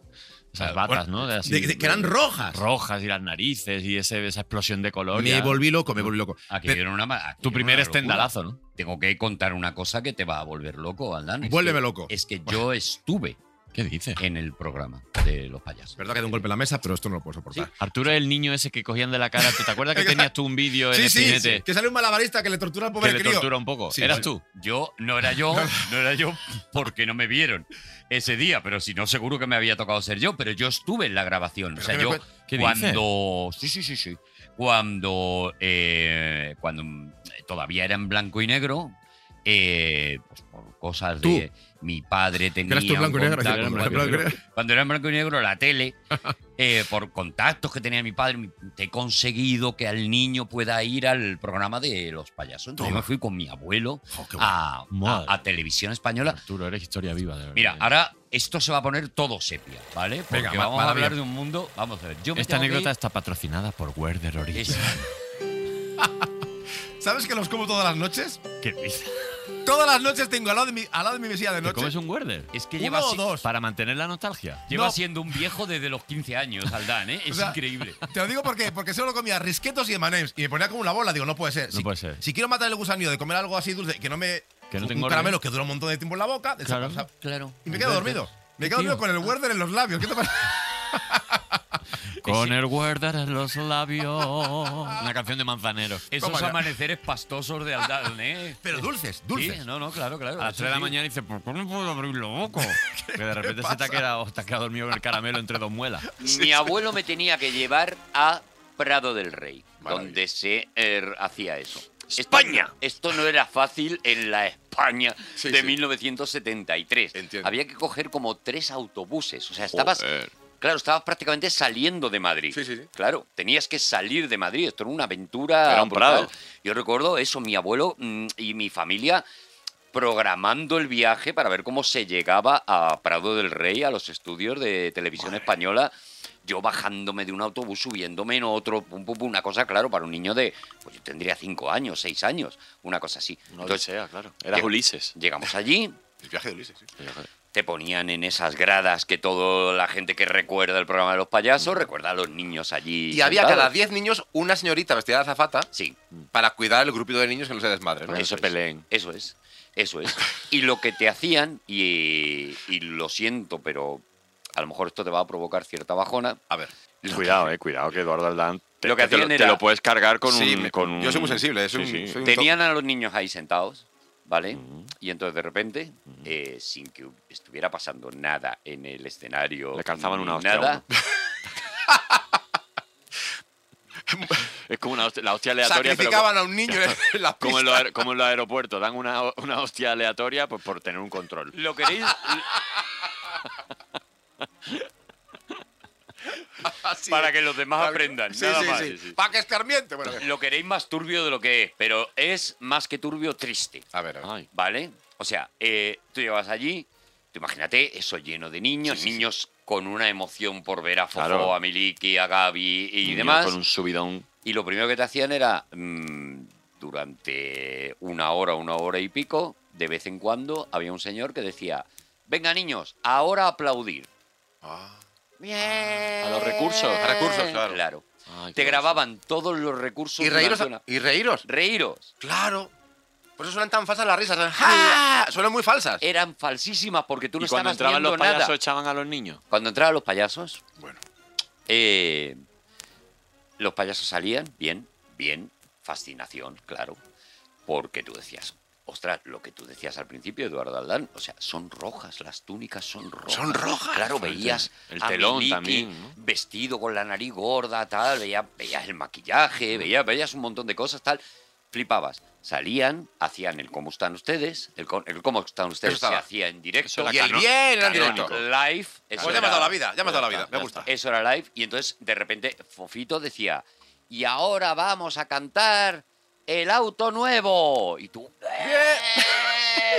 esas Claro, batas, ¿no? De así- pues, De- de- que eran rojas. rojas y las narices y ese, esa explosión de color. Me ya. volví loco, me volví loco. Aquí Pero- era una ma- aquello Tu era primer una locura. estendalazo, ¿no? Tengo que contar una cosa que te va a volver loco, Aldán. Es Vuélveme que- loco. Es que yo estuve ¿Qué dices? en el programa de los payasos. Verdad que de un golpe en la mesa, pero esto no lo puedo soportar. Arturo es el niño ese que cogían de la cara. ¿Te te acuerdas que tenías tú un vídeo en el Espinete Que sale un malabarista que le tortura al que pobre le crío. tortura un poco? Sí, ¿Eras sí. tú? Yo no era yo, no era yo porque no me vieron ese día, pero si no, seguro que me había tocado ser yo, pero yo estuve en la grabación. O Pero sea, que me yo cuen- ¿Qué cuando. Sí, sí, sí, sí. Cuando. eh, cuando todavía era en blanco y negro. eh, pues por cosas de mi padre tenía eras tú en un blanco y negro, contacto- era en cuando, blanco y negro. cuando era en blanco y negro la tele eh, por contactos que tenía mi padre mi- te he conseguido que al niño pueda ir al programa de los payasos entonces Toma. me fui con mi abuelo Jo, qué Ah. bueno. Ah, a, Madre. a- a televisión española. Arturo, eres historia viva. de verdad. Mira, ahora esto se va a poner todo sepia, ¿vale? Porque Venga, ma- vamos a maravilla. hablar de un mundo. Vamos a ver. Yo me Esta tengo que anécdota está patrocinada por Where the ir- Origin. es- ¿Sabes que los como todas las noches? ¿Qué dices? Todas las noches tengo al lado de mi, al lado de mi mesilla de ¿Te noche. comes un Werder? es que Uno lleva, o si- dos. Para mantener la nostalgia. lleva No. siendo un viejo desde los 15 años, Aldán, ¿eh? Es O sea, increíble. Te lo digo porque, porque solo comía risquetos y emanems. Y me ponía como una bola. Digo, no puede ser. No si, puede ser. si quiero matar el gusanillo de comer algo así dulce, que no me. Que no te un engorde. ¿eh? caramelo que dura un montón de tiempo en la boca. de esa Claro. cosa. Claro. Y me quedo dormido. Me quedo dormido con el Werder en los labios. ¿Qué te pasa? Con el Werder en los labios. Una canción de Manzanero. Esos Toma ya. amaneceres pastosos de Aldán, ¿eh? Pero dulces, dulces. Sí, no, no, claro, claro. A las eso 3 de la sí. mañana dices, ¿por qué no puedo abrir los ojos? Que de repente se te pasa? ha quedado, te ha quedado dormido con el caramelo entre dos muelas. Mi abuelo me tenía que llevar a Prado del Rey, donde se eh, hacía eso. Esto- España. Esto, no era fácil en la España Sí, de sí. 1973. Entiendo. Había que coger como tres autobuses. O sea, estabas, Joder. claro, estabas prácticamente saliendo de Madrid. Sí, sí, sí. Claro, tenías que salir de Madrid. Esto era una aventura. Era un brutal. prado. Yo recuerdo eso, mi abuelo mm, y mi familia programando el viaje para ver cómo se llegaba a Prado del Rey, a los estudios de televisión española. Yo bajándome de un autobús, subiéndome en otro, pum, pum, pum, una cosa, claro, para un niño de, pues yo tendría cinco años, seis años, una cosa así. No lo Entonces, sea, claro. Eras Llega- Ulises. llegamos allí, El viaje de Ulises, sí. te ponían en esas gradas que toda la gente que recuerda el programa de los payasos recuerda a los niños allí. Y había cada sentados. 10 niños una señorita vestida de azafata Sí, para cuidar el grupito de niños que no se desmadren. ¿no? Eso es. Eso es, eso es. Y lo que te hacían, y, y lo siento, pero a lo mejor esto te va a provocar cierta bajona. A ver. Lo que- Cuidado, eh, cuidado que Eduardo Aldán Te, Lo que te, hacían te era- lo puedes cargar con, Sí, un, me- con un- yo soy muy sensible, es Sí, un- sí. soy un to- Tenían a los niños ahí sentados, ¿vale? Mm. Y entonces de repente, eh, sin que hu- estuviera pasando nada en el escenario, Le calzaban ni una hostia a nada, Es como una hostia, la hostia aleatoria, pero Sacrificaban a un niño en la como en, pista. los, aer- como en los aeropuertos, dan una, una hostia aleatoria pues, por tener un control. lo queréis. Así para es. que los demás aprendan, Sí, nada sí, más. sí. Para que escarmiente. Bueno, Lo queréis más turbio de lo que es, pero es más que turbio triste. a ver, a ver. Ay. ¿Vale? O sea, eh, tú llevas allí, tú imagínate eso lleno de niños, niños con una emoción por ver a Fofo, Claro. a Miliki, a Gaby y Niño demás. Con un subidón. Y lo primero que te hacían era, mm, durante una hora, una hora y pico, de vez en cuando había un señor que decía, venga niños, ahora aplaudir. Ah. A los recursos. A recursos, claro. Ay, Te qué grababan todos los recursos. Y reíros. durante una- Y reíros. Reíros. Claro. Por eso suenan tan falsas las risas. suenan, Ah. ¡ja! Suenan muy falsas. Eran falsísimas porque tú no ¿Y cuando estabas entraban los viendo payasos nada. echaban a los niños? Cuando entraban los payasos, Bueno. eh, los payasos salían bien, bien, fascinación, claro, porque tú decías, ostras, lo que tú decías al principio, Eduardo Aldán, o sea, son rojas, las túnicas son rojas. Son rojas. Claro, veías El a telón Miliki también, ¿no? vestido con la nariz gorda, tal, veías, veías el maquillaje, veías, veías un montón de cosas, tal, flipabas. Salían, hacían el cómo están ustedes, el, con- el cómo están ustedes Eso se estaba. hacía en directo. Eso era Y el cano- bien en el canónico. directo. Live. eso Pues ya me era- has dado la vida, ya me has dado la vida. está, Me ya gusta. eso era live. Y entonces, de repente, Fofito decía, y ahora vamos a cantar el auto nuevo. Y tú,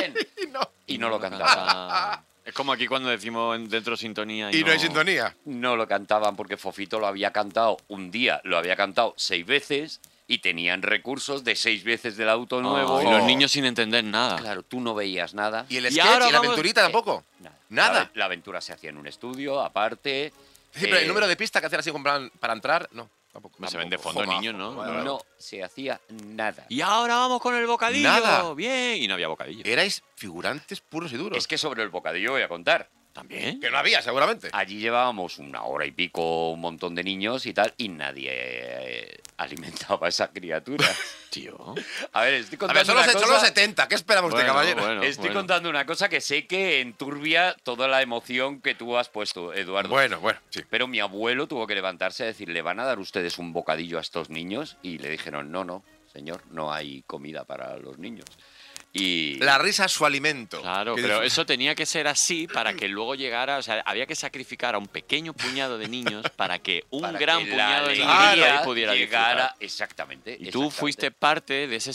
"Bien". Y no, Y no lo cantaban. cantaban. Es como aquí cuando decimos en- dentro sintonía. Y, y no hay sintonía. No lo cantaban porque Fofito lo había cantado un día, lo había cantado seis veces y tenían recursos de seis veces del auto nuevo. Ah, y los niños sin entender nada. Claro, tú no veías nada. Y eh, el Y sketch y, ahora la vamos- aventurita tampoco. Nada. Nada. La, la aventura se hacía en un estudio, aparte. Sí, pero Eh, el número de pistas que hacían así en plan para entrar, no. Tampoco. Pues se ven vende de fondo niños, ¿no? No se hacía nada. Y ahora vamos con el bocadillo. Nada. Bien. Y no había bocadillo. Eh. Erais figurantes puros y duros. Es que sobre el bocadillo voy a contar. También. Que no había, seguramente. Allí llevábamos una hora y pico, un montón de niños y tal, y nadie eh, alimentaba a esa criatura. Tío. A ver, estoy A contando ver, son los, una son cosa. los 70. ¿Qué esperaba usted, Bueno, este caballero? bueno. Estoy contando una cosa que sé que enturbia toda la emoción que tú has puesto, Eduardo. Bueno, bueno, sí. Pero mi abuelo tuvo que levantarse a decir, ¿le van a dar ustedes un bocadillo a estos niños? Y le dijeron, no, no, señor, no hay comida para los niños. Y La risa es su alimento. Claro, Que pero dice- eso tenía que ser así para que luego llegara, o sea, había que sacrificar a un pequeño puñado de niños para que un para gran que la puñado de niños alegría ahí pudiera llegara, llegar. exactamente. Y tú exactamente. fuiste parte de ese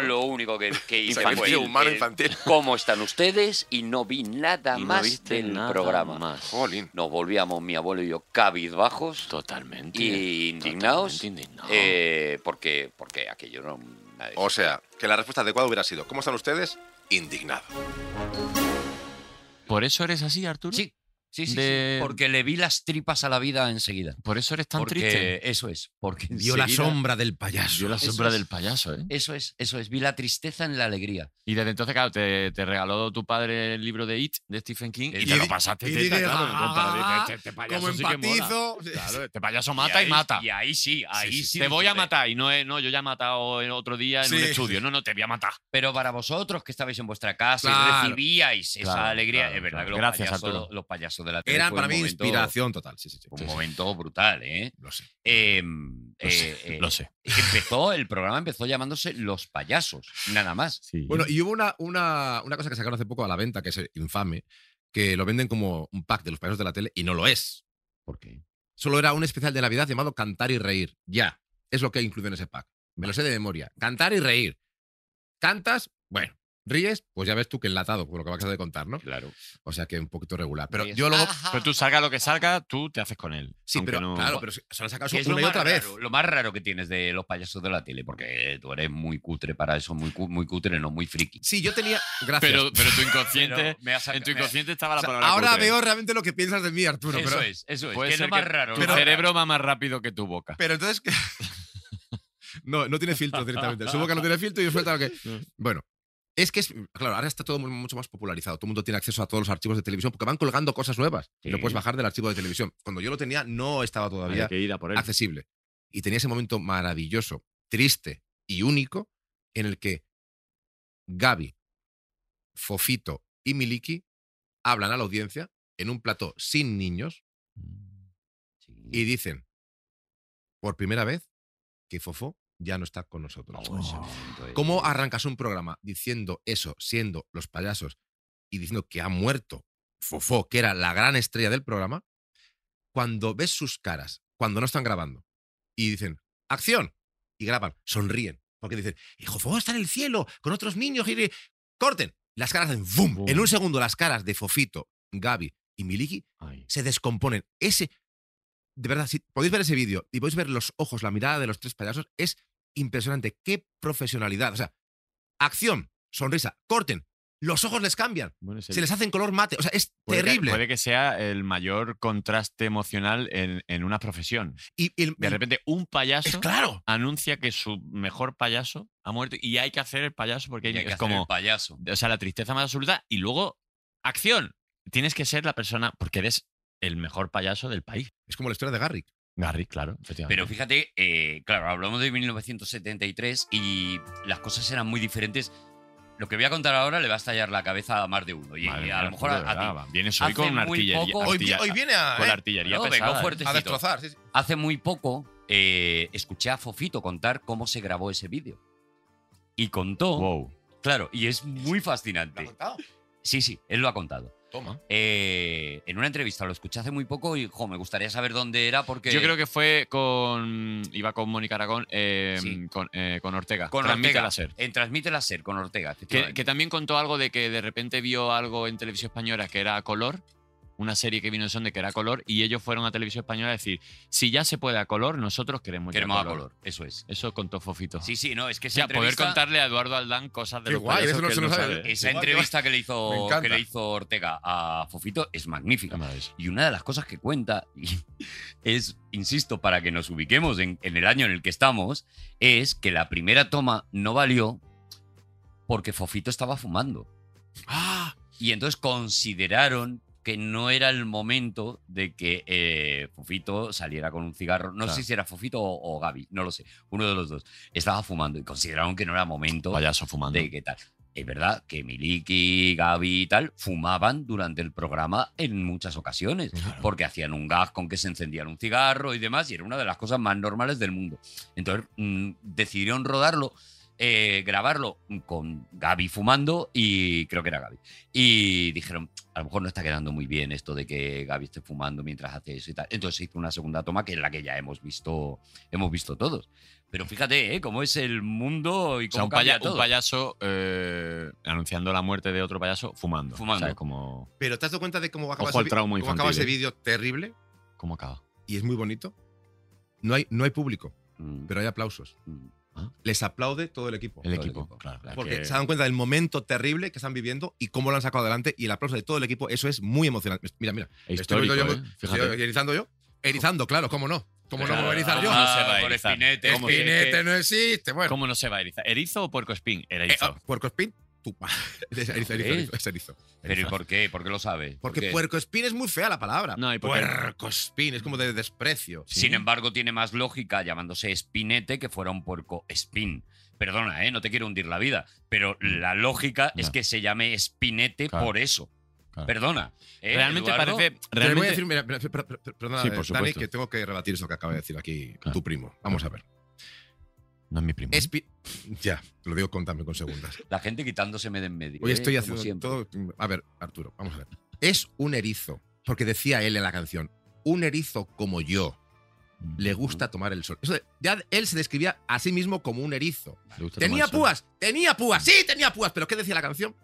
Yo lo único que, que hice Sacrificio fue el- humano el infantil. cómo están ustedes y no vi nada y no más viste del nada programa. más. Jolín. Nos volvíamos mi abuelo y yo cabizbajos Totalmente. y indignados Totalmente indignados. eh, porque, porque aquello no... nadie- O sea, que la respuesta adecuada hubiera sido: ¿Cómo están ustedes? Indignado. ¿Por eso eres así, Arturo? Sí, sí, sí, sí, De- Porque le vi las tripas a la vida enseguida. ¿Por eso eres tan porque triste? eso es. Porque Vio la enseguida- sombra del payaso. Yo la eso sombra es. del payaso, ¿eh? Eso es, eso es. Vi la tristeza en la alegría. Y desde entonces, claro, te, te regaló tu padre el libro de It, de Stephen King, y, Y te lo di- pasaste y teta, dije, claro, "Ah, compadre, ah, dices, este, este payaso como sí que mola". empatizo. Claro, este payaso mata y, ahí- mata. Y ahí sí, ahí sí. Sí, te voy a disfruté. matar. Y no, es, no, yo ya he matado en otro día en un Sí. estudio. No, no, te voy a matar. Pero para vosotros que estabais en vuestra casa Claro. y recibíais Claro, esa alegría, claro, es verdad claro. que los, Gracias, Arturo. payasos, los payasos de la tele Eran fue para un mí momento- inspiración total. Sí, sí, sí. Un momento brutal, ¿eh? Lo sé. Eh, Lo eh, sé. eh, lo sé. Empezó, el programa empezó llamándose Los Payasos, nada más. Bueno, y hubo una, una, una cosa que sacaron hace poco a la venta, que es infame, que lo venden como un pack de los payasos de la tele y no lo es. ¿Por qué? Solo era un especial de Navidad llamado Cantar y Reír. Ya, es lo que incluye en ese pack. Me lo sé de memoria. Cantar y reír. Cantas, bueno. Ríes, pues ya ves tú que enlatado, por lo que acabas de contar, ¿no? Claro. O sea que un poquito regular. Pero Ríes. yo luego. pero tú salga lo que salga, tú te haces con él. Sí, Aunque pero no- claro, pero se se lo han sacado Que es una y más otra raro, vez. lo más raro que tienes de los payasos de la tele, porque tú eres muy cutre para eso, muy, cu- muy cutre, no muy friki. Sí, yo tenía. Gracias. Pero, pero tu inconsciente. Pero me ha saca- eh, en tu me ha- inconsciente estaba O la sea, palabra. ¿eh? ahora cutre. veo realmente lo que piensas de mí, Arturo. eso pero, es, eso es. Puede que es ser lo más que raro. Tu lo más cerebro va más rápido que tu boca. pero entonces. ¿qué? no, no tiene filtro directamente. Su boca no tiene filtro y suelta lo que. Bueno. Es que, es, claro, ahora está todo mu- mucho más popularizado. Todo el mundo tiene acceso a todos los archivos de televisión porque van colgando cosas nuevas. Y lo Sí. puedes bajar del archivo de televisión. Cuando yo lo tenía, no estaba todavía que ir a por accesible. Y tenía ese momento maravilloso, triste y único en el que Gaby, Fofito y Miliki hablan a la audiencia en un plató sin niños y dicen, por primera vez, que Fofo ya no está con nosotros. eh, ¿Cómo arrancas un programa diciendo eso, siendo los payasos y diciendo que ha muerto Fofó, que era la gran estrella del programa, cuando ves sus caras, cuando no están grabando y dicen, ¡acción! Y graban, sonríen, porque dicen, hijo, Fofó está en el cielo con otros niños, y corten. Las caras hacen ¡bum! Bum. En un segundo, las caras de Fofito, Gaby y Miliki Ay. se descomponen. Ese, de verdad, si podéis ver ese vídeo y podéis ver los ojos, la mirada de los tres payasos, es impresionante. Qué profesionalidad. O sea, acción, sonrisa, corten. Los ojos les cambian, Bueno, es se el- les hacen color mate. O sea, es puede que- terrible. puede que sea el mayor contraste emocional en, en una profesión. y, y el- De repente, un es payaso claro. anuncia que su mejor payaso ha muerto y hay que hacer el payaso porque Y hay que es hacer como. el payaso. O sea, la tristeza más absoluta y luego, acción. Tienes que ser la persona, porque eres el mejor payaso del país. Es como la historia de Garrick. Garry, claro, efectivamente. Pero fíjate, eh, claro, hablamos de 1973 y las cosas eran muy diferentes. Lo que voy a contar ahora le va a estallar la cabeza a más de uno. Y, Madre y a mía, lo mejor de a, a ti. verdad, va. Vienes hoy Hace con una muy artillería. poco- Hoy, vi- artilla- hoy viene a, con la eh, artillería No, vengo pesada, ¿eh? fuerte. a destrozar. sí, sí. Hace muy poco eh, escuché a Fofito contar cómo se grabó ese vídeo. Y contó, Wow. claro, y es muy ¿Lo ha fascinante. contado? Sí, sí, él lo ha contado. Toma. Eh, en una entrevista lo escuché hace muy poco y jo, me gustaría saber dónde era porque Yo creo que fue con. Iba con Mónica Aragón, eh, Sí. con, eh, con Ortega. con Transmite Ortega, la SER. en Transmite la SER con Ortega. Que, efectivamente. que también contó algo de que de repente vio algo en televisión española que era a color, una serie que vino en son de que era a color, y ellos fueron a televisión española a decir: si ya se puede a color, nosotros queremos, Queremos ya a color, eso es. Eso contó Fofito. Sí, sí, no, es que O esa sea, poder entrevista- contarle a Eduardo Aldán cosas de Qué los guay, payasos eso no que se él lo sabe. sabe. Esa Guau, qué entrevista que le, Me hizo, encanta. que le hizo Ortega a Fofito es magnífica. Y una de las cosas que cuenta y es, insisto, para que nos ubiquemos en, en el año en el que estamos, es que la primera toma no valió porque Fofito estaba fumando. ¡Ah! Y entonces consideraron que no era el momento de que eh, Fofito saliera con un cigarro. No Claro. sé si era Fofito o, o Gaby, no lo sé. Uno de los dos. Estaba fumando y consideraron que no era momento Payaso fumando. de qué tal. Es verdad que Miliki, Gaby y tal fumaban durante el programa en muchas ocasiones, porque hacían un gas con que se encendían un cigarro y demás, y era una de las cosas más normales del mundo. Entonces mm, decidieron rodarlo, eh, grabarlo con Gaby fumando y creo que era Gaby. Y dijeron, a lo mejor no está quedando muy bien esto de que Gaby esté fumando mientras hace eso y tal. Entonces se hizo una segunda toma que es la que ya hemos visto, hemos visto todos. Pero fíjate, ¿eh? cómo es el mundo y O sea, cómo un, cambia paya- un todo. payaso eh, anunciando la muerte de otro payaso fumando. Fumando. O sea, como, Pero ¿te has dado cuenta de cómo acaba, Ojo al ese, vi- trauma cómo acaba infantil, ese eh. vídeo terrible? ¿Cómo acaba? Y es muy bonito. No hay, no hay público, Mm, pero hay aplausos. mm. Les aplaude todo el equipo. El Todo el equipo, equipo, claro. claro. Porque que- se dan cuenta del momento terrible que están viviendo y cómo lo han sacado adelante y el aplauso de todo el equipo. Eso es muy emocionante. Mira, mira. e Estoy histórico, yo- ¿eh? estoy Fíjate. erizando yo. Erizando, claro, cómo no. ¿Cómo no Claro, voy a erizar yo? ¿cómo no se va a Por erizar? Espinete, ¿Cómo es se- que- Pinete no existe. Bueno, ¿Cómo no se va a erizar? ¿Erizo o puerco spin? eh, ah, Erizo. Puerco Espín, tupa. Es erizo, erizo, ¿Eh? erizo, es erizo. ¿Pero y por qué? ¿Por qué lo sabe? Porque puerco espín es muy fea la palabra. No, ¿y por qué? puerco espín es como de desprecio. Sin embargo, tiene más lógica llamándose Spinete que fuera un puerco Spin. Perdona, ¿eh? no te quiero hundir la vida, pero Mm. la lógica es No. que se llame Spinete Claro. por eso. Claro. Perdona. ¿eh, realmente Eduardo? parece. Pero le voy a Realmente, decir, mira, mira, per- per- per- perdona, Sí, eh, por Dani, supuesto. que tengo que rebatir eso que acaba de decir aquí Claro. tu primo. Vamos a ver. no es mi primo. Espi- ya, lo digo con, también con segundas. La gente quitándoseme de en medio. Hoy ¿eh? estoy Como haciendo siempre. todo. mm, A ver, Arturo, vamos a ver. Es un erizo, porque decía él en la canción, un erizo como yo le gusta tomar el sol. Eso de- ya él se describía a sí mismo como un erizo. Le gusta Tenía tomarse- púas, tenía púas, sí, tenía púas, pero ¿qué decía la canción?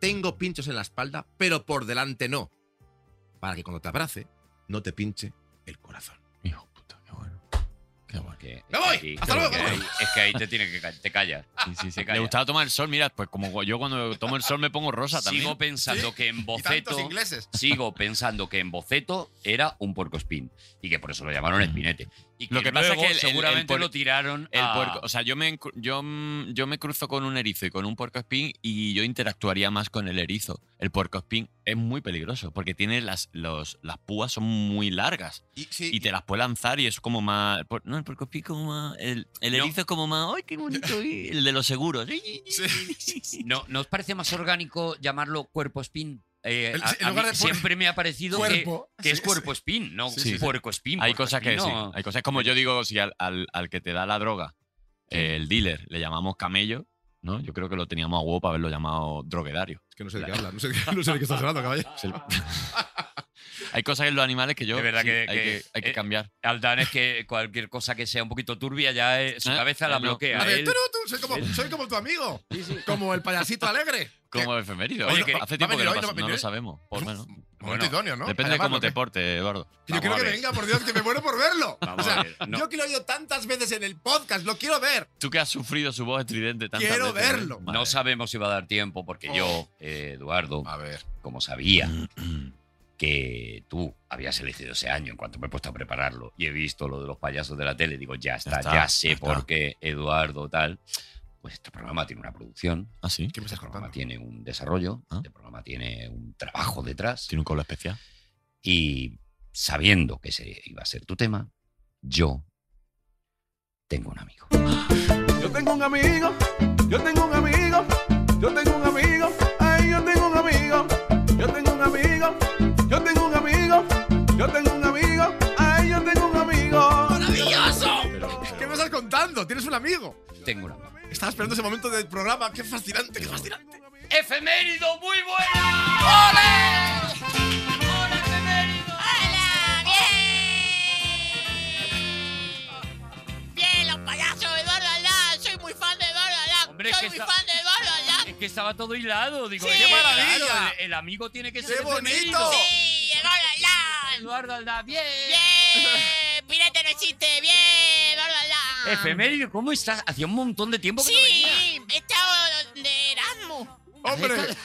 Tengo pinchos en la espalda, pero por delante no. Para que cuando te abrace, no te pinche el corazón. Hijo puta, qué bueno. Qué bueno. Que- es ¡Me que voy! aquí- ¡Hasta luego! que ahí- es que ahí te tiene que ca- te callas. Sí, sí, sí. Te Le calla. gustaba tomar el sol, mira, pues como yo cuando tomo el sol me pongo rosa también. Sigo pensando que en Y tantos boceto. ingleses. Sigo pensando que en boceto era un puerco spin y que por eso lo llamaron espinete. Y Lo que pasa es luego que el- el- el seguramente puer- lo tiraron El a- puerco- o sea, yo me, encru- yo, mm, yo me cruzo con un erizo y con un puerco espín y yo interactuaría más con el erizo. El puerco espín es muy peligroso porque tiene las, los, las púas son muy largas Y, sí, y te las puede lanzar y es como más. por- no, el porcopí como más. El, el No. erizo es como más. ¡Ay, qué bonito! y El de los seguros. y- y- ¿No, ¿No os parece más orgánico llamarlo cuerpo spin? Eh, El- a- sí, en a lugar mí de por- siempre me ha parecido que, Cuerpo. que es Sí, cuerpo spin, no Sí, sí, sí. puerco spin. Hay puerco cosas que spin, sí. no. Hay cosas como yo digo, si al, al- al que te da la droga, eh, el dealer, le llamamos camello, ¿no? Yo creo que lo teníamos a huevo para haberlo llamado droguedario. Es que no sé de qué habla, no sé, de qué- no sé de qué estás hablando, caballo. Es el- hay cosas en los animales que yo. De verdad sí, que- hay que- que, hay que eh, cambiar. Aldán es que cualquier cosa que sea un poquito turbia ya eh, su Ah, cabeza la eh, no. bloquea. A ver, Él- tú no, tú, soy como, soy como tu amigo. Como el payasito alegre. Como efemérido. Oye, ¿no? que- ¿va a Hace tiempo que venir no, hoy? ¿No pasa- va a no venir lo hoy? sabemos. Por menos. Momento idóneo, ¿no? Depende de Para cómo te llamarlo, porte, Eduardo. ¿qué? Yo quiero que venga, por Dios, que me muero por verlo. Vamos o sea, a ver, no. yo que lo he oído tantas veces en el podcast, lo quiero ver. Tú que has sufrido su voz estridente tantas Quiero veces, ¿eh? verlo. Madre. No sabemos si va a dar tiempo, porque yo, eh, Eduardo, A ver. como sabía que tú habías elegido ese año en cuanto me he puesto a prepararlo y he visto lo de los payasos de la tele, digo, ya está, ya, está, sé ya por está. qué Eduardo tal. Pues este programa tiene una producción, ¿Ah, sí? ¿Qué me este estás programa contando? tiene un desarrollo, Ah. este programa tiene un trabajo detrás Tiene un color especial. y sabiendo que ese iba a ser tu tema, yo tengo un amigo. Yo tengo un amigo, yo tengo un amigo, yo tengo un amigo, ay, yo tengo un amigo, yo tengo un amigo, yo tengo un amigo, yo tengo un amigo, ay, yo tengo un amigo. ¿Qué me estás contando? Tienes un amigo. Tengo un amigo. Estaba esperando ese momento del programa. Qué fascinante, qué fascinante. ¡Efemérido muy buena! ¡Hola! ¡Bien! ¡Bien, los payasos! ¡Eduardo Aldán! ¡Soy muy fan de Eduardo Aldán! Hombre, es ¡Soy que muy está- fan de Eduardo Aldán! Es que estaba todo hilado, digo, Sí. eh, ¡Qué maravilla! claro, el, el amigo tiene que ¡Qué ser efemérido. bonito! ¡Sí, Eduardo Aldán! Eduardo Aldá, bien. ¡Bien! ¡Pirete no existe! ¡Bien, Eduardo Aldán! Efemérido, ¿cómo estás? Hacía un montón de tiempo que no venía. ¡Sí! ¡He estado de Erasmus! Hombre,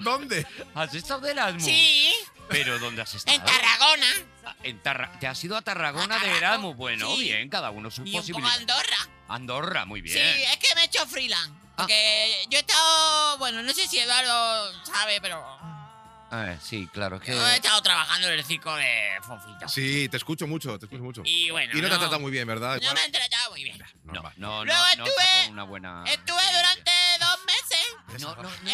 ¿dónde? ¿Has estado de Erasmus? ¡Sí! ¿Pero dónde has estado? ¡En Ah. Tarragona! Ah, En Tarra- ¿Te has ido a Tarragona A de Tarragona, Erasmus? Bueno, Ah, sí. bien, cada uno sus ¡Y un poco posibilidades. Andorra! Andorra, muy bien. Sí, es que me he hecho freelance. Ah. Porque yo he estado, bueno, no sé si Eduardo sabe, pero Ah, sí, claro, es que... yo he estado trabajando en el circo de Fofito. Eh. Sí, te escucho mucho, te escucho mucho. Y Y bueno, no te ha tratado muy bien, ¿verdad? no me han tratado muy bien. No, no, no, Luego no estuve- sacó una buena... Estuve durante dos meses No, no, no es eh, con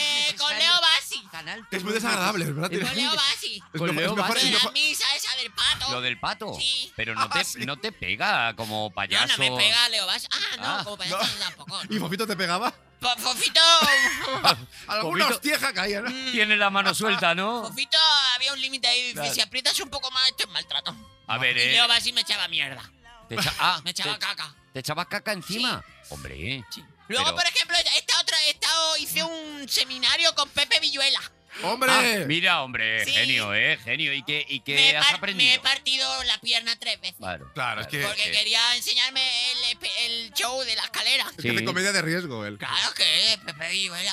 necesario. Leo Bassi. Canal, tú Es muy no- desagradable, ¿verdad? Con Leo Bassi. Es Con mejor- Leo es mejor- Bassi. De es la mejor- misa esa del pato. Lo del pato. Sí. Pero no Ah, te, sí. no te pega como No, payaso. no me pega Leo Bassi. Ah, no, Ah, como payaso tampoco. ¿Y Fofito te pegaba? Po- Fofito, Alguna Fofito- Mm. hostieja caía, ¿no? Tiene la mano suelta, ¿no? Fofito, había un límite ahí. Claro. Si aprietas un poco más, esto es maltrato. A ver, Y eh, Leo Bassi me echaba mierda. te, echa- ah, Me echaba te- caca. te echabas caca encima. Hombre, eh. Luego, Pero- por ejemplo, esta otra, he estado- hice un seminario con Pepe Villuela. ¡Hombre! Ah, mira, hombre, Eh. Sí. genio, eh, genio. ¿Y qué, y qué me, he has par- me he aprendido? partido la pierna tres veces. Claro. Claro, es que, Porque eh. quería enseñarme el, espe- el show de la escalera. es que hace Sí. comedia de riesgo él. Claro que Pepe Villuela.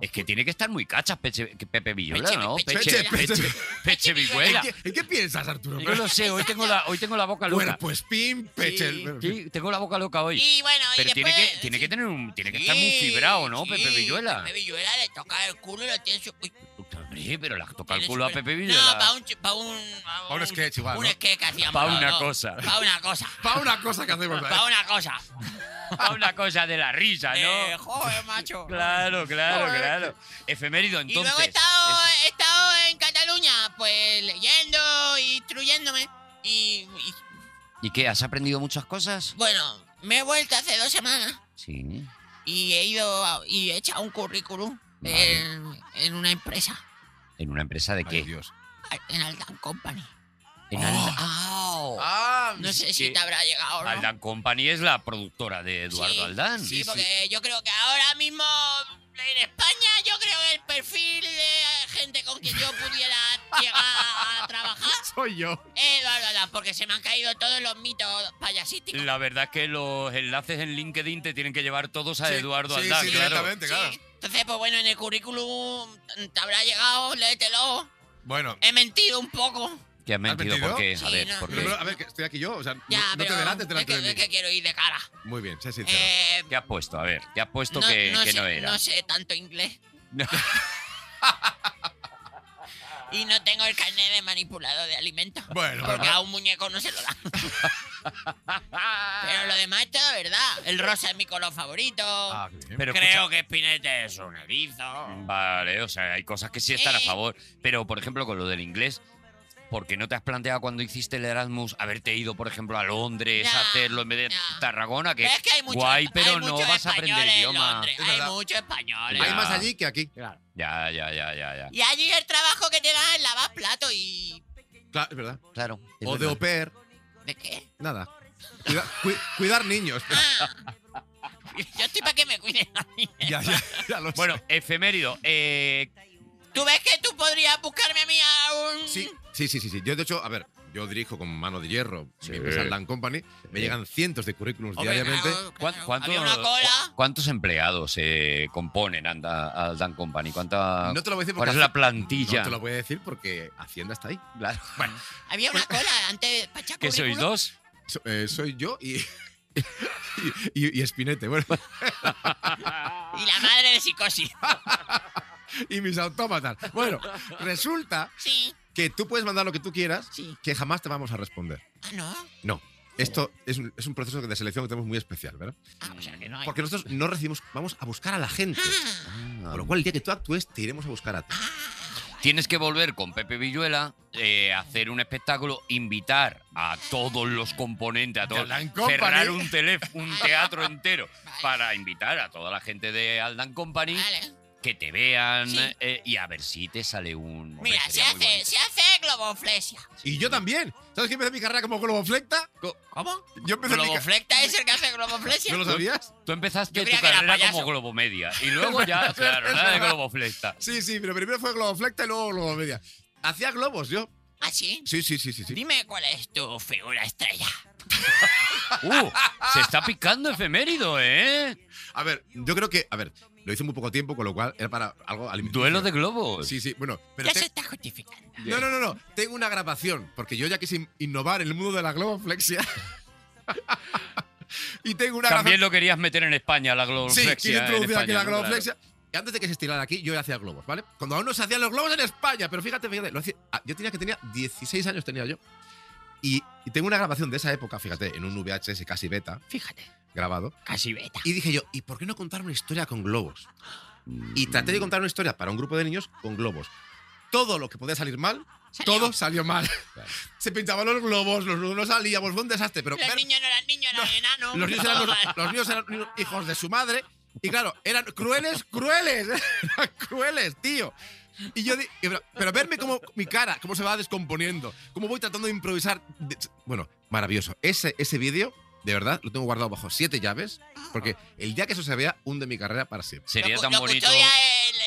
Es que tiene que estar muy cachas Peche, que Pepe Villuela, Peche- ¿no? Peche- Peche, Peche- Peche, Peche Villuela. ¿En qué, en qué piensas, Arturo? No lo sé, hoy tengo la, hoy tengo la boca loca. Cuerpo, spin, pechel. Sí, tengo la boca loca hoy. Y bueno, y Pero tiene después. que, tiene que tener un, tiene que pues, Sí, estar muy fibrado, ¿no? sí, Pepe Villuela. Pepe Villuela le toca el culo y lo tiene. su- uy, Hombre, pero la toca tiene el culo a súper- Pepe Villuela. No, para un. ch- Pa un pa Pa' un sketch igual, Un ¿no? sketch que hacíamos. Pa' los una dos. cosa. Pa' una cosa. Para una cosa que hacemos. ¿eh? Pa' una cosa. Pa' una cosa de la risa, Eh, Ah, ¿no? joder, macho. Claro, claro, Joder. claro. Efemérido, Y entonces. luego he estado, he estado en Cataluña, pues leyendo, instruyéndome. Y, y, ¿Y qué? ¿Has aprendido muchas cosas? bueno, me he vuelto hace dos semanas Sí. y he ido a- y he echado un currículum Vale. en, en una empresa, ¿En una empresa de Ay, qué? Dios. en Aldan Company. En Aldan. Ah, No sé que- si te habrá llegado. ¿no? Aldan Company es la productora de Eduardo Sí, Aldán. Sí, porque yo creo que ahora mismo en España yo creo que el perfil de gente con quien yo pudiera llegar a trabajar soy yo. es Eduardo Aldán, porque se me han caído todos los mitos payasísticos. La verdad es que los enlaces en LinkedIn te tienen que llevar todos a Sí, Eduardo sí, Aldán, sí, claro. directamente, claro. Sí. Entonces, pues bueno, en el currículum te habrá llegado, léetelo. Bueno, He mentido un poco. Que has mentido, mentido? ¿por qué? A Sí, ver, no. ¿por pero, qué? pero, a ver, que estoy aquí yo. O sea, no- Ya, no, pero te delates delante es que, de es mí. que quiero ir de cara. Muy bien, sé sincero. Eh, ¿Qué has puesto? A ver, ¿qué has puesto que, que sé, no era? sé tanto inglés. Y no tengo el carnet de manipulado de alimentos. Bueno, Porque pero- a un muñeco no se lo dan. Pero lo demás es todo verdad. El rosa es mi color favorito. Ah, qué bien. Pero Creo que Spinette es un erizo. Vale, o sea, hay cosas que sí están a Eh. favor. Pero, por ejemplo, con lo del inglés, ¿por qué no te has planteado cuando hiciste el Erasmus haberte ido, por ejemplo, a Londres a No, hacerlo en vez de no. Tarragona? Que Pero es que hay muchos guay, hay pero no muchos vas a aprender españoles en idioma. Londres. Es Hay verdad. muchos españoles. Hay Ya. más allí que aquí. Ya, ya, ya, ya, ya. Y allí el trabajo que te dan es lavar platos y. Claro, es verdad. Claro. es O de au pair, verdad. ¿De qué? nada. Cuida- cui- cuidar niños. Ah. Yo estoy para que me cuiden a mí. ya, ya, ya lo sé. Bueno, efemérido. eh, ¿Tú ves que tú podrías buscarme a mí a un. Sí, sí, sí, sí, sí. Yo, de hecho, a ver, yo dirijo con mano de hierro mi empresa Land Company. Me llegan cientos de currículums Hombre, diariamente. claro, ¿cuán- claro. cuánto- ah, Había una cola. ¿Cuántos empleados se componen anda, al Dan Company? ¿Cuánta, No te lo voy a decir ah, ¿Cuál porque. es la no plantilla? te lo voy a decir porque Hacienda está ahí. Claro. Había una cola antes. para echar ¿Qué sois currículum. dos? So- eh, soy yo y. Y, y, y Spinete, bueno, Y la madre de psicosis. y mis autómatas. Bueno, resulta Sí, que tú puedes mandar lo que tú quieras, sí. que jamás te vamos a responder. Ah, no. Esto es un, es un proceso de selección que tenemos muy especial, ¿verdad? Ah, o sea que no hay. Porque nosotros no recibimos, vamos a buscar a la gente. Ah, Con lo cual, el día que tú actúes, te iremos a buscar a ti. Tienes que volver con Pepe Villuela, eh, hacer un espectáculo, invitar a todos los componentes, a todos, Aldan Company. cerrar un, telef- un teatro entero Vale. para invitar a toda la gente de Aldan Company vale. que te vean Sí. eh, y a ver si te sale un. hombre, Mira, se sería muy hace, bonito. se hace globoflesia. Y yo también. ¿Sabes que empecé mi carrera como globoflecta? Co- ¿Cómo? Yo empecé mi carrera. ¿Globoflecta es el que hace globoflesia? ¿No lo sabías? Tú empezaste tu Yo creía que era carrera como payaso. globomedia y luego ya, claro, nada de globoflecta. Sí, sí, pero primero fue globoflecta y luego globomedia. Hacía globos yo. ¿Ah, sí? Sí, sí, sí, sí. sí. Dime cuál es tu figura estrella. Uh, se está picando efemérido, ¿eh? A ver, yo creo que. A ver, lo hice muy poco tiempo, con lo cual era para algo alimenticio. Duelo de globos. Sí, sí, bueno. Pero Ya te- se está justificando. No, no, no, no. Tengo una grabación, porque yo ya quise in- innovar en el mundo de la globoflexia. y tengo una También grabación. lo querías meter en España, la Sí, globoflexia. quise en introducir aquí España, la ¿no? Claro. globoflexia. Y Antes de que se estilara aquí, yo ya hacía globos, ¿vale? Cuando aún no se hacían los globos en España, pero fíjate, fíjate, lo hacía- ah, yo tenía que tenía 16 años tenía yo. Y, y tengo una grabación de esa época, fíjate, en un VHS casi beta, Fíjate, grabado. casi beta. Y dije yo, ¿y por qué no contar una historia con globos? Mm. Y traté de contar una historia para un grupo de niños con globos. Todo lo que podía salir mal, Salió. todo salió mal. Se pintaban los globos, los globos no salíamos, fue un desastre. Pero Los claro, niños no eran niños, eran enanos. los niños, eran, los niños eran hijos de su madre. Y claro, eran crueles, crueles, eran crueles, tío. Y yo, di- y pero, pero verme cómo mi cara, cómo se va descomponiendo, cómo voy tratando de improvisar. de- Bueno, maravilloso. Ese, ese vídeo, de verdad, lo tengo guardado bajo siete llaves, porque el día que eso se vea, hunde mi carrera para siempre. Sería Lo- tan lo bonito. custodia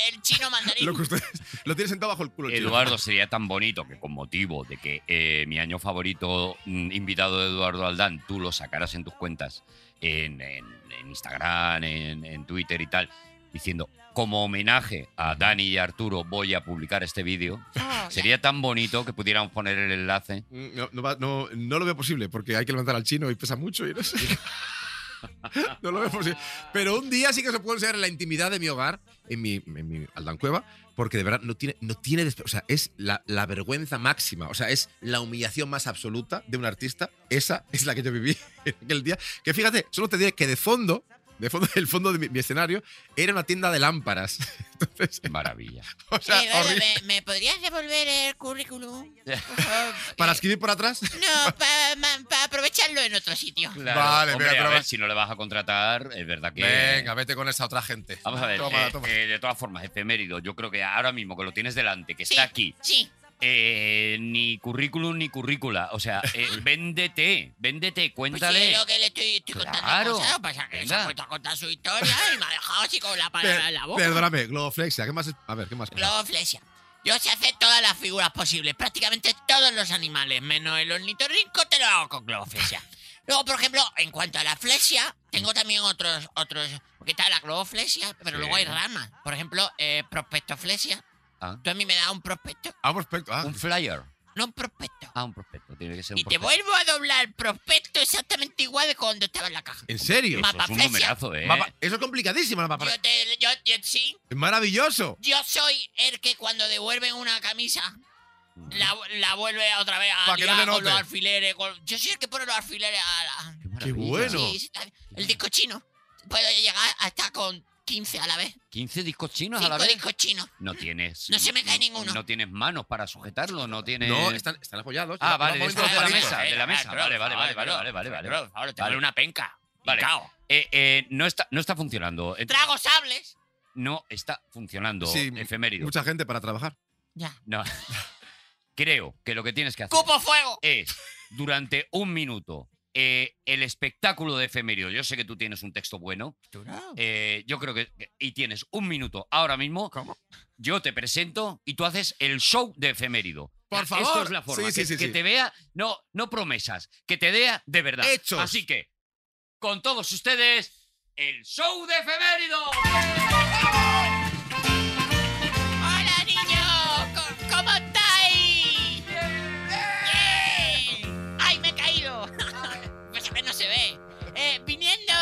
el, el chino mandarín. Lo que ustedes lo tienen sentado bajo el culo. chico. Eduardo, sería tan bonito que con motivo de que eh, mi año favorito mm, invitado de Eduardo Aldán, tú lo sacaras en tus cuentas, en, en- en Instagram, en, en Twitter y tal, diciendo, como homenaje a Dani y Arturo voy a publicar este vídeo, Oh, sería tan bonito que pudiéramos poner el enlace. No, no, va- no- no lo veo posible porque hay que levantar al chino y pesa mucho y no sé. No lo veo posible. Pero un día sí que se puede enseñar en la intimidad de mi hogar, en mi, en mi Aldancueva, porque de verdad no tiene, no tiene despe- O sea, es la, la vergüenza máxima. O sea, es la humillación más absoluta de un artista. Esa es la que yo viví en aquel día. Que fíjate, solo te diré que de fondo, de fondo, el fondo de mi, mi escenario, era una tienda de lámparas. Entonces, Maravilla. o sea, Eh, Eduardo, Ah, horrible. ¿me, me podrías devolver el currículum? Por favor. Para Eh, escribir por atrás. No, para aprovecharlo en otro sitio. Claro, Vale, hombre, venga, a pero ver, va- si no le vas a contratar, es verdad que... Venga, vete con esa otra gente. Vamos a ver, Toma, eh, toma. eh, de todas formas, efemérido, yo creo que ahora mismo que lo tienes delante, que Sí. está aquí, Sí. eh, ni currículum ni currícula, o sea, eh, véndete, véndete, Pues cuéntale. sí, es lo que le estoy, estoy contando Claro. cosas, pues, lo que pasa es que se Venga. ha puesto a contar su historia y me ha dejado así con la palabra en la boca. Perdóname, globoflexia. ¿Qué más? es? A ver, ¿qué más? cosas? Globoflexia. Yo sé hacer todas las figuras posibles, prácticamente todos los animales, menos el ornitorrinco te lo hago con globoflexia. Luego, por ejemplo, en cuanto a la flesia, tengo también otros, otros, porque está la globoflexia, pero Sí. luego hay ramas. Por ejemplo, eh, prospectoflexia. Ah. Tú a mí me das un prospecto, Ah, prospecto. Ah, Un flyer. no un prospecto. Ah, un prospecto, tiene que ser un Y te prospecto. vuelvo a doblar el prospecto exactamente igual de cuando estaba en la caja. ¿En serio? Eso Ma- es un Mapaflesia. numerazo, ¿eh? Mapa- Eso es complicadísimo, la mapa. Yo te, yo- yo- sí, Es maravilloso. Yo soy el que cuando devuelven una camisa La, la vuelve otra vez a Pa' que no liar le con los note. alfileres. con- Yo soy el que pone los alfileres a la... ¡Qué bueno! Sí, sí, está bien. el disco chino. Puedo llegar hasta con 15 a la vez. 15 discos chinos a la 5 vez. discos chinos. No tienes. No se me cae no- ninguno. No tienes manos para sujetarlo, no Eh. tienes. No, están, están apoyados. Ah, Van vale, moviendo dentro los de la palitos. mesa. de la Ah, mesa. Vale, vale, vale, vale, vale, vale, vale. Ahora te Vale. vale una penca. Vale. Hincao. Eh, eh, no, está, no está funcionando. Eh, Trago sables. No está funcionando, Sí, eh. efemérido. Mucha gente para trabajar. Ya. No. Creo que lo que tienes que hacer Cupo fuego. es, durante un minuto, eh, el espectáculo de efemérido. Yo sé que tú tienes un texto bueno. Eh, yo creo que. Y tienes un minuto ahora mismo. Yo te presento y tú haces el show de efemérido. Por Esto favor. es la forma. Sí, sí, que, sí, que sí. te vea, no, no promesas, que te vea de verdad. Hechos. Así que, con todos ustedes, el show de efemérido. ¡Hola, niños! Co- ¿Cómo estáis? ¡Bien! ¡Ay, me he caído! pues que no se ve. Eh, viniendo.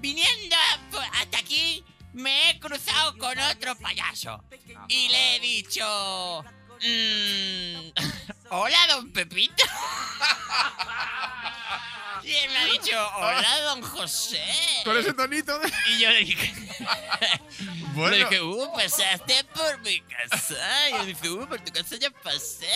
Viniendo por- hasta aquí, me he cruzado con otro payaso. Y le he dicho. mm, Hola, don Pepito. Y él me ha dicho, hola, don José. Con ese tonito de... Y yo le dije. Bueno. Le dije, uh, pasaste por mi casa. Y él dice, uh, por tu casa ya pasé.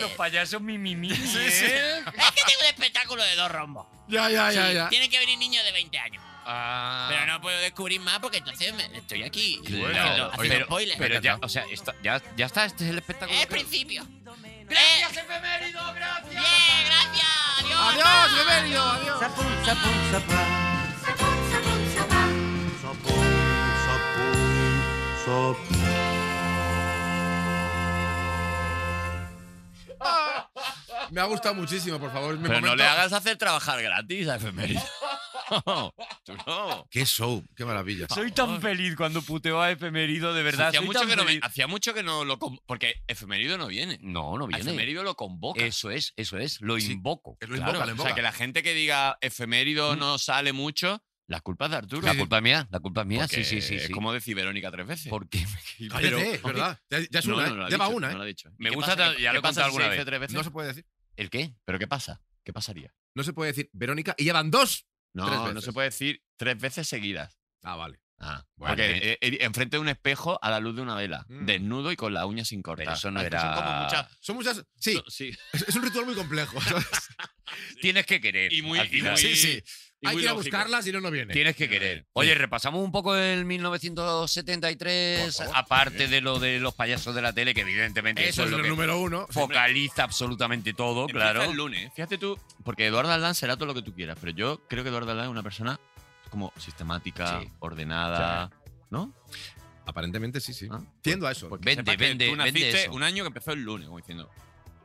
Los payasos mimimi. ¿eh? Es que tengo un espectáculo de dos rombos. Ya, ya, ya, Sí, ya. Tienen que venir niños de 20 años. Ah. Pero no puedo descubrir más porque entonces me- estoy aquí. Claro, Bueno, haciendo, oye, pero, spoiler. pero ya, o sea, está- ya, ya está, este es el espectáculo. es principio. ¡Gracias, efemérido! Bien, ¡Gracias! gracias. Adiós. Adiós, Remedio, adiós. Sapun, sapun, sapa. Sapun, sapun, sapa. Me ha gustado muchísimo, por favor. es mi Pero no momento. le hagas hacer trabajar gratis a efemérides. Tú no. Qué show, qué maravilla. Soy tan feliz cuando puteo a efemérido, de verdad. hacía, soy mucho tan que no, feliz. ven- hacía mucho que no lo... con- Porque efemérido no viene. No, no A viene. Efemérido lo convoca. Eso es, eso es. Lo Sí, invoco. Lo Claro, invoca, lo O sea, invoca. que la gente que diga efemérido no sale mucho, la culpa es de Arturo. Mm. La culpa es mía, la culpa es mía. Sí, Porque sí, sí. Es sí. como decir Verónica tres veces. ¿Por qué? Cállate, Pero- es verdad. Ya, ya es No, una, no, no lo ¿eh? ha Lleva dicho, una, no ¿eh? lo ha dicho. Me ¿Y qué gusta pasa? tan- ¿Qué- ya lo he qué pasa contado si alguna se vez. dice tres veces? No se puede decir. ¿El qué? ¿Pero qué pasa? ¿Qué pasaría? No se puede decir Verónica y llevan dos. Tres No, no veces. se puede decir tres veces seguidas. Ah, vale. Ah, Bueno, porque tiene- eh, eh, enfrente de un espejo a la luz de una vela, Mm. desnudo y con la uña sin cortar. Pero eso no Es que son era- como muchas- Son muchas. Sí, son- sí. es, es un ritual muy complejo. ¿sabes? Tienes que querer. Y muy- Eh, al y final. muy- sí, sí. Y Hay que muy ir a lógico. buscarlas y no, no viene. Tienes que querer. Oye, repasamos un poco el 1973, Por favor. aparte de lo de los payasos de la tele, que evidentemente Eso es lo el que número uno. focaliza absolutamente todo, Empieza claro. el lunes. Fíjate tú, porque Eduardo Aldán será todo lo que tú quieras, pero yo creo que Eduardo Aldán es una persona como sistemática, Sí. ordenada, ¿no? Aparentemente sí, sí. Ah, Tiendo a eso. Porque Vende, sepa que vende, tú vende naciste eso. un año que empezó el lunes, como diciendo.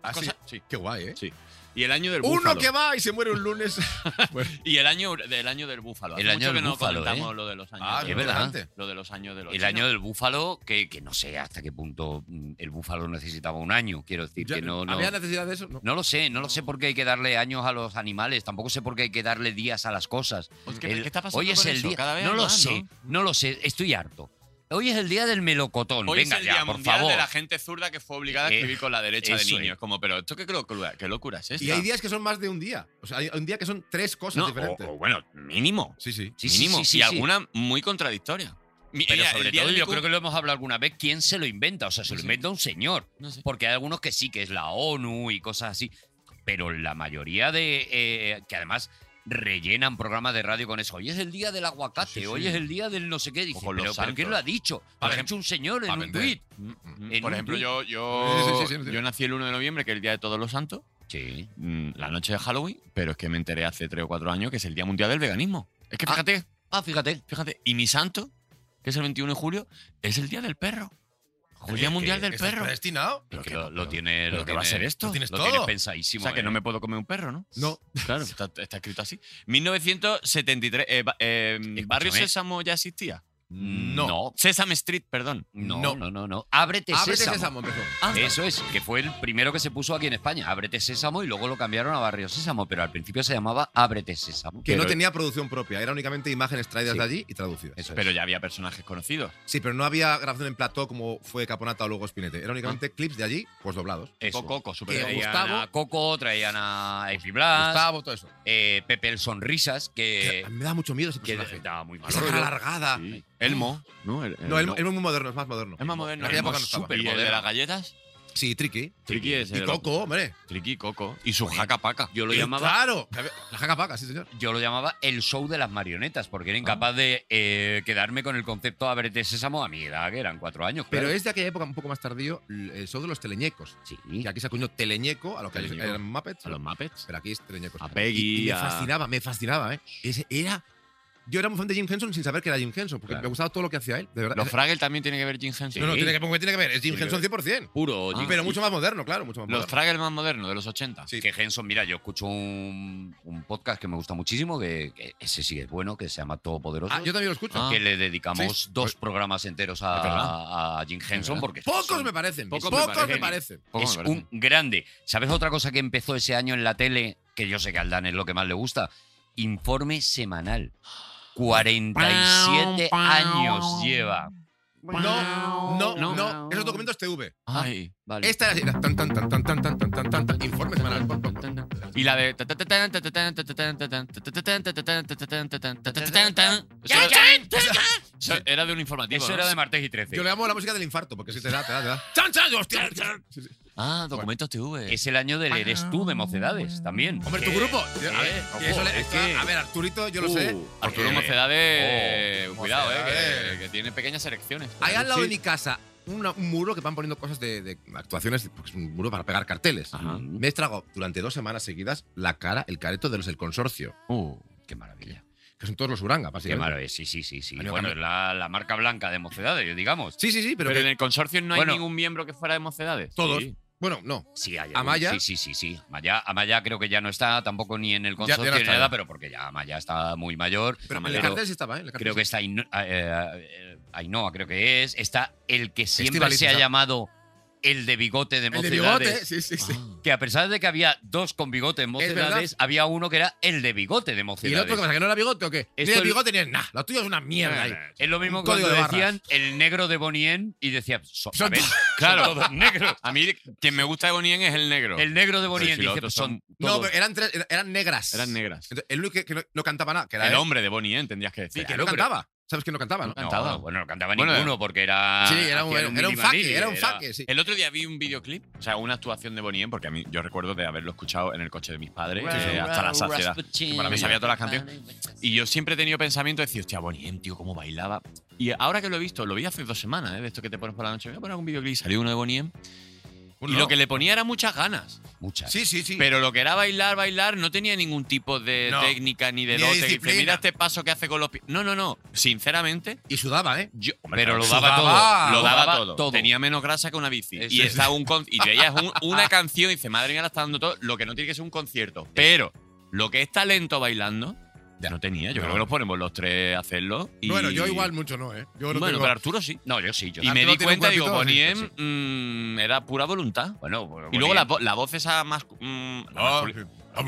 Ah, sí. cosas- sí. Qué guay, ¿eh? Sí. Y el año del Uno búfalo. que va y se muere un lunes. Bueno, Y el año del año del búfalo. El Hace año mucho del que no búfalo, comentamos ¿eh? lo de los años. Ah, de es los- verdad. Lo de los años de los El chinos. año del búfalo, que, que no sé hasta qué punto mm, el búfalo necesitaba un año, quiero decir, ya- que no, no, ¿Había necesidad de eso? No. no lo sé, no lo sé por qué hay que darle años a los animales, tampoco sé por qué hay que darle días a las cosas. Pues, ¿qué- El- qué está pasando hoy es con el eso? día, Cada vez no lo más, sé, ¿no? lo sé, estoy harto. Hoy es el día del melocotón, Hoy venga es el ya, día por mundial favor. de la gente zurda que fue obligada a Eh, escribir con la derecha de eso niños. es. Como, pero esto qué locura, qué locura es esta. Y hay días que son más de un día. O sea, hay un día que son tres cosas No, diferentes. o- o bueno, mínimo. Sí, sí. Sí, sí, mínimo. sí, sí, y sí. alguna muy contradictoria. Mi- Pero mira, sobre el día todo, del yo Miku- creo que lo hemos hablado alguna vez, ¿quién se lo inventa? O sea, se lo Sí. inventa un señor. No sé. Porque hay algunos que sí, que es la ONU y cosas así. Pero la mayoría de. eh, que además rellenan programas de radio con eso. Hoy es el día del aguacate, Sí, sí, sí. hoy es el día del no sé qué. Dice, O con pero, los pero ¿quién santos. lo ha dicho? Lo ha Para dicho un señor en para un vender. tuit. Mm, en Por un ejemplo, tuit. yo, yo, Sí, sí, sí, sí. yo nací el 1 de noviembre, que es el día de todos los santos, Sí. mm, la noche de Halloween, pero es que me enteré hace 3 o 4 años que es el Día Mundial del Veganismo. Es que Ah. fíjate, Ah, fíjate. fíjate, y mi santo, que es el 21 de julio, es el Día del Perro. el Joder, Día que- Mundial del ¿Estás Perro. predestinado? Pero Pero que qué- lo, lo tiene. ¿Pero lo qué va a tiene- ser esto? ¿Lo tienes Lo todo? tiene pensadísimo. O sea, que eh. no me puedo comer un perro, ¿no? No. Claro, está, está escrito así. 1973. eh, ba- eh, ¿Barrio Escúchame. Sésamo ya existía? No. Ah, Sesame Street, perdón. No, No. no, no, no. Ábrete, Ábrete Sésamo. Sésamo, empezó. Eso es, que fue el primero que se puso aquí en España, Ábrete Sésamo, y luego lo cambiaron a Barrio Sésamo, pero al principio se llamaba Ábrete Sésamo. Que no Pero- tenía producción propia, era únicamente imágenes traídas Sí. de allí y traducidas. Eso es. Pero ya había personajes conocidos. Sí, pero no había grabación en plató como fue Caponata o luego Spinete. Era únicamente clips de allí, pues doblados. Eso. Coco, Coco, Super Que Coco. Traían Gustavo- a Coco, traían a Epi Blas, Gustavo, todo eso. eh, Pepe el Sonrisas, que, a mí me da mucho miedo ese que personaje. estaba muy mal. Esa cara alargada. Sí. Elmo. No, Em, el- Ah, No, el- él él es muy moderno, es más moderno. Es más moderno. En aquella Elmo época es no estaba. súper Y el moderno. de las galletas? Sí, Tricky. Triqui es Y Coco, hombre. Triqui, Coco. Y su jaca paca. Yo lo Y llamaba Claro. que había- La jaca paca, sí, señor. yo lo llamaba el show de las marionetas, Ah. porque era incapaz de eh, quedarme con el concepto Ábrete Sésamo a mi edad, que eran cuatro años. Pero claro. es de aquella época un poco más tardío el show de los teleñecos. Sí. Y aquí se acuñó teleñeco, a lo que Teleñeco. eran Muppets. A los Muppets. Pero aquí es teleñecos. A Peggy, Y, y me a- fascinaba, me fascinaba, ¿eh? Ese era. Yo era muy fan de Jim Henson sin saber que era Jim Henson, porque Claro. me gustaba todo lo que hacía él, de verdad. Los Fraggle también tiene que ver Jim No, Henson. no, tiene que, porque tiene que ver. Es Jim Tiene que Henson 100%. puro. Ah, pero mucho más moderno, claro, mucho más Los moderno. Fraggle más modernos, de los 80. Sí. Ah, Que Henson, mira, yo escucho un, un podcast que me gusta muchísimo, que, que ese sí es bueno, que se llama Todopoderoso. Ah, yo también lo escucho. Ah. que le dedicamos Sí. dos programas enteros Es a, verdad. a Jim Es Henson verdad. porque Pocos son- me parecen. pocos Pocos, me me parecen. parecen. Poco es me parece. un grande. ¿Sabes otra cosa que empezó ese año en la tele? Que yo sé que al Dan es lo que más le gusta. Informe semanal. 47 años lleva. No, no, No. no, Esos documentos TV. Ay. Vale. Esta era la tan tan tan tan tan tan tan tan tan tan informe semanal. Pum, pum, pum. Y la de. Eso era- Eso era de un informativo. Eso ¿no? era de martes y 13. Yo le llamo la música del infarto porque si te da, te da, te da. ¡Chan, chan! ¡Hostia! Sí, sí. Ah, documentos TV. Es el año del Eres tú de Mocedades también. Hombre, Que- tu grupo. A ver, Ojo, que eso le- es esto- que- a ver, Arturito, yo lo sé. Arturo Eh, Mocedades. eh, oh, cuidado, eh. Mocedades. Que, que tiene pequeñas elecciones. Ahí al lado de Sí. mi casa, una- un muro que van poniendo cosas de, de actuaciones, porque es un muro para pegar carteles. Ajá. Me estrago durante dos semanas seguidas la cara, el careto de los del consorcio, Uh, Qué maravilla. que son todos los Uranga, Qué básicamente. maravilla. Sí, sí, sí. sí. Año Bueno, cambio. es la, la marca blanca de Mocedades, digamos. Sí, sí, sí, pero, Pero en que- el consorcio no hay Bueno. ningún miembro que fuera de Mocedades. Todos. Sí. bueno, no. Sí, hay ¿Amaya? algún- Sí, sí, sí, sí. Amaya, Amaya creo que ya no está tampoco ni en el Ya- ya no consorcio ni está, nada, ya. pero porque ya Amaya está muy mayor. Pero en el Pero cartel sí estaba, ¿eh? En el cartel creo que sí. está Aino- eh, eh, Ainhoa, creo que es. Está el que siempre Estíbaliz, se ha está. llamado el de bigote de El de Mocedades. bigote, sí, Ah, sí, sí. Que a pesar de que había dos con bigote en Mocedades, verdad. había uno que era el de bigote de ¿Y el otro qué Mocedades. pasa? ¿Que no era bigote o qué? Ni Esto el es- bigote ni el nada. Lo tuyo es una mierda ahí. Es lo mismo Un que cuando código de decían el negro de Bonien y decían, so- a Son ver, to- claro, todos negros. A mí, quien me gusta de Bonien es el negro. El negro de Bonien si los dice, otros son No, todos pero eran, tres, eran- eran negras. Eran negras. Entonces, el único que, que no, no cantaba nada, que era El él. hombre de Bonien, tendrías que Sí, decir. que no cantaba. ¿Sabes que no cantaba? no? No cantaba. No, bueno, no cantaba Bueno, ninguno porque era. Sí, era un, hacían era un, mini faque, vanilli, era un faque, sí. El otro día vi un videoclip, o sea, una actuación de Bonien, porque a mí yo recuerdo de haberlo escuchado en el coche de mis padres eh, hasta la saciedad. Me sabía todas las canciones. Y yo siempre he tenido pensamiento de decir, hostia, Boniem, tío, cómo bailaba. Y ahora que lo he visto, lo vi hace dos semanas, ¿eh? de esto que te pones por la noche, voy a poner un videoclip, salió uno de Boniem. Y Uno. lo que le ponía era muchas ganas. Muchas. Sí, sí, sí. Pero lo que era bailar, bailar, no tenía ningún tipo de No. técnica ni Ni de de dote. que dice, disciplina. mira este paso que hace con los pies. No, no, no. Sinceramente, y sudaba, ¿eh? yo. hombre, Pero lo claro, daba sudaba, todo. Lo daba, todo. Tenía menos grasa que una bici. Eso y es. estaba un con- y veías un- una canción y dice, madre mía, la está dando todo. Lo que no tiene que ser un concierto. Pero lo que es talento bailando, ya no tenía. Yo No. creo que nos ponemos los tres a hacerlo. y- Bueno, yo igual mucho no, ¿eh? Yo no Bueno, tengo- pero Arturo sí. No, yo sí, yo Y sí. me Arturo di tiene un cuenta y digo, cuerpito, sí, Boniem sí. mm, era pura voluntad. Bueno, bueno, Y luego Bonien. la, vo- la voz esa más. mm, la Ah, masculina. sí.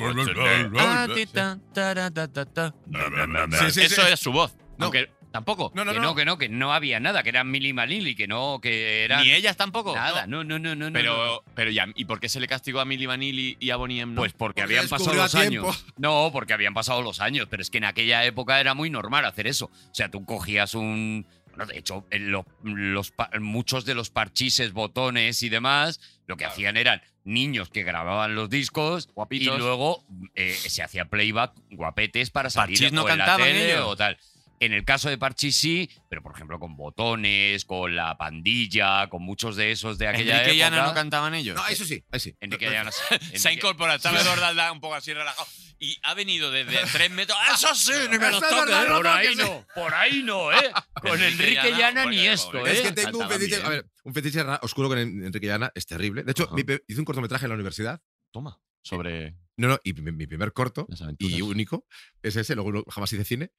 Ah, sí. Ah, Sí, sí, sí. Eso era su voz. No. Aunque tampoco. No, no, que no. no, que no, que no había nada, que eran Mili Manili, que no, que eran. Ni ellas tampoco. Nada, no, no, no, no. no, no. Pero, pero ya, ¿y por qué se le castigó a Milly Vanilli y a Boniem? no? Pues Porque porque habían pasado descubrió a los tiempo. años. No, porque habían pasado los años, pero es que en aquella época era muy normal hacer eso. O sea, tú cogías un. Bueno, de hecho, en lo- los, pa- muchos de los parchises, botones y demás, lo que hacían eran niños que grababan los discos Guapitos. y luego eh, se hacía playback guapetes para salir Parchís no o en la cantaban tele ellos. o tal. En el caso de Parchís sí, pero por ejemplo con botones, con la pandilla, con muchos de esos de aquella Enrique y época. Ana no cantaban ellos. No, eso sí, ahí sí. Enrique y Ana- Se ha Enrique- incorporado, estaba Eduardo Aldán un poco así relajado. Y ha venido desde tres metros. ¡Ah, ¡Eso sí! ¡Ni me lo Eso es toques! Ah, verdad, Por no, ahí que sí. no, por ahí no, ¿eh? Con Enrique Llana ni Bueno, esto, bueno, Es ¿eh? que tengo un Cantaban fetiche, bien. a ver, un fetiche ra- oscuro con En- Enrique Llana, es terrible. De hecho, Ajá. mi pe- hice un cortometraje en la universidad. Toma. Sobre No, no, y mi, mi primer corto las aventuras. y único es ese, luego no- jamás hice cine.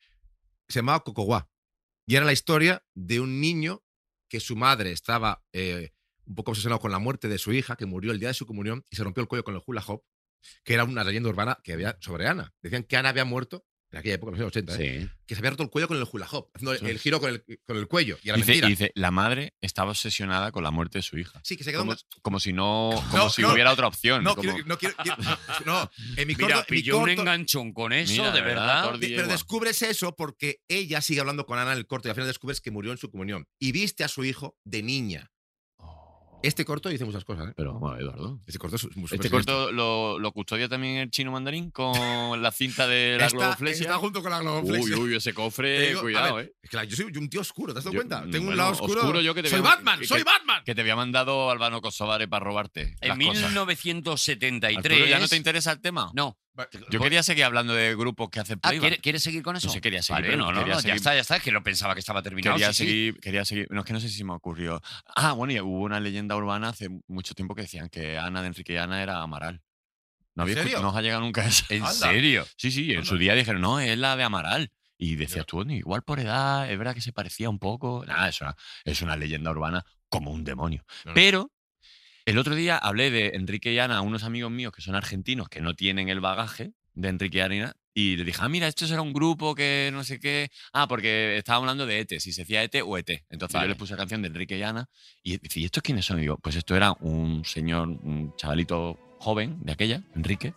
Se llamaba Cocoguá. Y era la historia de un niño que su madre estaba eh, un poco obsesionado con la muerte de su hija, que murió el día de su comunión y se rompió el cuello con el hula hop, que era una leyenda urbana que había sobre Ana. Decían que Ana había muerto en aquella época, en los años 80, ¿eh? Sí. que se había roto el cuello con el hula hop, haciendo Eso el es. giro con el, con el cuello. Y era Dice, mentira. y dice, la madre estaba obsesionada con la muerte de su hija. sí, que se quedó. Como, una- como si no, como No, si no. hubiera otra opción. No, como- quiero- no quiero. quiero- no, en mi Mira, corto- en mi pilló un corto- enganchón con eso, Mira, de ¿verdad, verdad. Tordi? Di- Pero Diego. descubres eso porque ella sigue hablando con Ana en el corto y al final descubres que murió en su comunión. Y viste a su hijo de niña. Este corto dice muchas cosas, ¿eh? Pero vamos a ver, Eduardo. Este corto es muy Oh. Este súper corto lo, lo custodia también el chino mandarín con la cinta de la Está- globoflexia. Está junto con la Uy, globoflexia. uy, ese cofre, Te digo, a cuidado, ver, eh. Es que la- yo soy un tío oscuro, ¿te has dado Yo- mm, cuenta? Tengo bueno, un lado oscuro. oscuro yo que te soy veo- Batman, que- soy que- Batman. Que te había mandado Albano Kosovare para robarte. En las cosas. Arturo, 1973. ¿Ya no te interesa el tema? No. Yo quería seguir hablando de grupos que hacen Ah, playback. ¿quiere- ¿quieres seguir con eso? No sé, quería seguir, Vale, pero no, no, quería no, ya seguir- está, ya está. Es que lo pensaba que estaba terminado. Quería sí, sí. seguir, quería seguir. No, es que no sé si se me ocurrió. Ah, bueno, y hubo una leyenda urbana hace mucho tiempo que decían que Ana de Enrique y Ana era Amaral. No, ¿En había escu- serio? no os ha llegado nunca esa. ¿En Anda. serio? Sí, sí, en Anda. su día dijeron, no, es la de Amaral. Y decías tú, "Bueno, igual por edad, es verdad que se parecía un poco. Nada, es una, es una leyenda urbana como un demonio. No, no. Pero el otro día hablé de Enrique y Ana a unos amigos míos que son argentinos, que no tienen el bagaje de Enrique y Ana, y le dije, ah, mira, esto era un grupo que no sé qué. Ah, porque estaba hablando de ET, si se decía ET o ET. Entonces Vale. yo les puse la canción de Enrique y Ana, y dice, ¿y estos quiénes son? Y digo, pues esto era un señor, un chavalito joven de aquella, Enrique,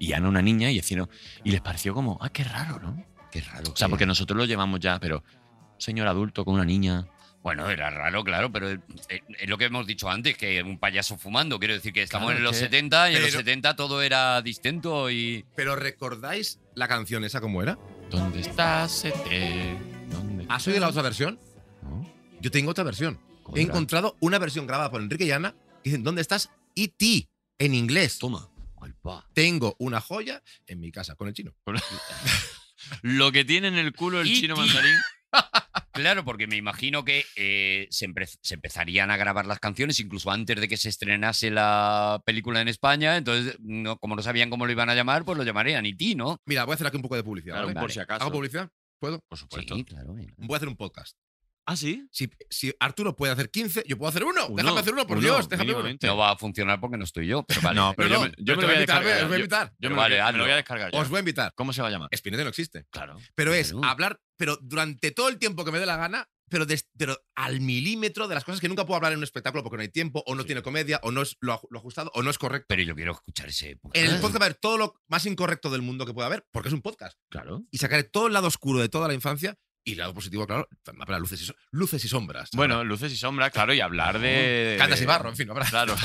y Ana una niña, y decían, y les pareció como, ah, qué raro, ¿no? Qué raro. O sea, porque nosotros lo llevamos ya, pero un señor adulto con una niña. Bueno, era raro, claro, pero es- es es lo que hemos dicho antes, que un payaso fumando. Quiero decir que estamos Claro, en los es que- 70 y en los Pero- 70 todo era distinto y... Pero ¿recordáis la canción esa cómo era? ¿Dónde estás, ET? ¿Dónde ¿Has oído Ah, la otra versión? No. Yo tengo otra versión. ¿Cómo He era? encontrado una versión grabada por Enrique y Ana que dicen, ¿dónde estás? E.T. en inglés. Toma. Ay, pa. Tengo una joya en mi casa con el chino. Lo que tiene en el culo el Y- chino y- mandarín. Claro, porque me imagino que eh, se, empe- se empezarían a grabar las canciones incluso antes de que se estrenase la película en España. Entonces, no, como no sabían cómo lo iban a llamar, pues lo llamarían ti, ¿no? Mira, voy a hacer aquí un poco de publicidad. Claro, ¿vale? por si acaso. ¿Hago publicidad? ¿Puedo? Por supuesto. Sí, claro. eh. Voy a hacer un podcast. ¿Ah, sí? Si, si Arturo puede hacer 15, yo puedo hacer uno. Uno, déjame hacer uno, por uno, Dios, déjame uno. mínimamente. No va a funcionar porque no estoy yo, pero vale. No, pero yo no, me- yo me te lo voy a invitar, Os descargar, voy a yo- invitar. Yo me, Vale, lo, me lo voy hazlo. a descargar ya. Os voy a invitar. ¿Cómo se va a llamar? Espinete no existe. Claro. Pero es Claro. hablar, pero durante todo el tiempo que me dé la gana, pero, des- pero al milímetro de las cosas que nunca puedo hablar en un espectáculo porque no hay tiempo, o no tiene comedia, o no es lo, aj- lo ajustado, o no es correcto. Pero yo quiero escuchar ese. En el podcast. podcast va a haber todo lo más incorrecto del mundo que pueda haber, porque es un podcast. Claro. Y sacaré todo el lado oscuro de toda la infancia y el lado positivo, claro, habrá luces y, so- luces y sombras. Bueno, luces y sombras, claro, y hablar de. cantas y de- barro, en fin, habrá. Claro.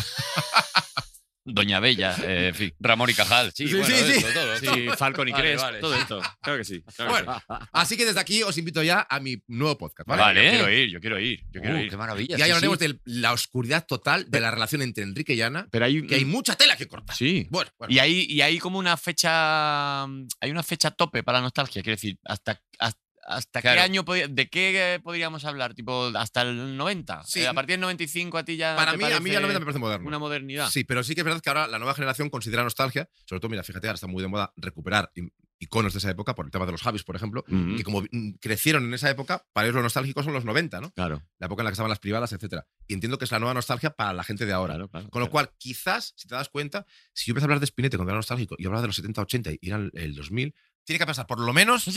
Doña Bella, eh, en fin. Ramón y Cajal, sí. Sí, bueno, sí, sí. eso, todo, Sí, Falcon y Vale, Crest, vale. todo esto. Claro que sí. claro que sí. Bueno, así que desde aquí os invito ya a mi nuevo podcast, ¿vale? Vale. Yo quiero ir, yo quiero ir, yo quiero Uh, ir. qué maravilla. Y ahí sí, hablaremos sí. de la oscuridad total de la relación entre Enrique y Ana, Pero hay. que hay mucha tela que cortar. Sí. Bueno, bueno. Mm. Y hay, y hay como una fecha. Hay una fecha tope para la nostalgia. Quiero decir, ¿hasta, hasta, hasta qué Claro. año podía- de qué eh, podríamos hablar? ¿Tipo hasta el 90? Sí. Eh, a partir del 95 a ti ya. para te mí, a mí ya no me parece parece moderno. Una modernidad. Sí, pero sí que es verdad que ahora la nueva generación considera nostalgia, sobre todo, mira, fíjate, ahora está muy de moda recuperar i- iconos de esa época, por el tema de los Javis, por ejemplo, Ujú. que como mm, crecieron en esa época, para ellos los nostálgicos son los 90, ¿no? Claro, La época en la que estaban las privadas, etcétera. Y entiendo que es la nueva nostalgia para la gente de ahora. claro, claro. Con lo cual, quizás, si te das cuenta, si yo empiezo a hablar de Spinetta cuando era nostálgico y hablaba de los 70, 80 y era el, el 2000, tiene que pasar por lo menos Por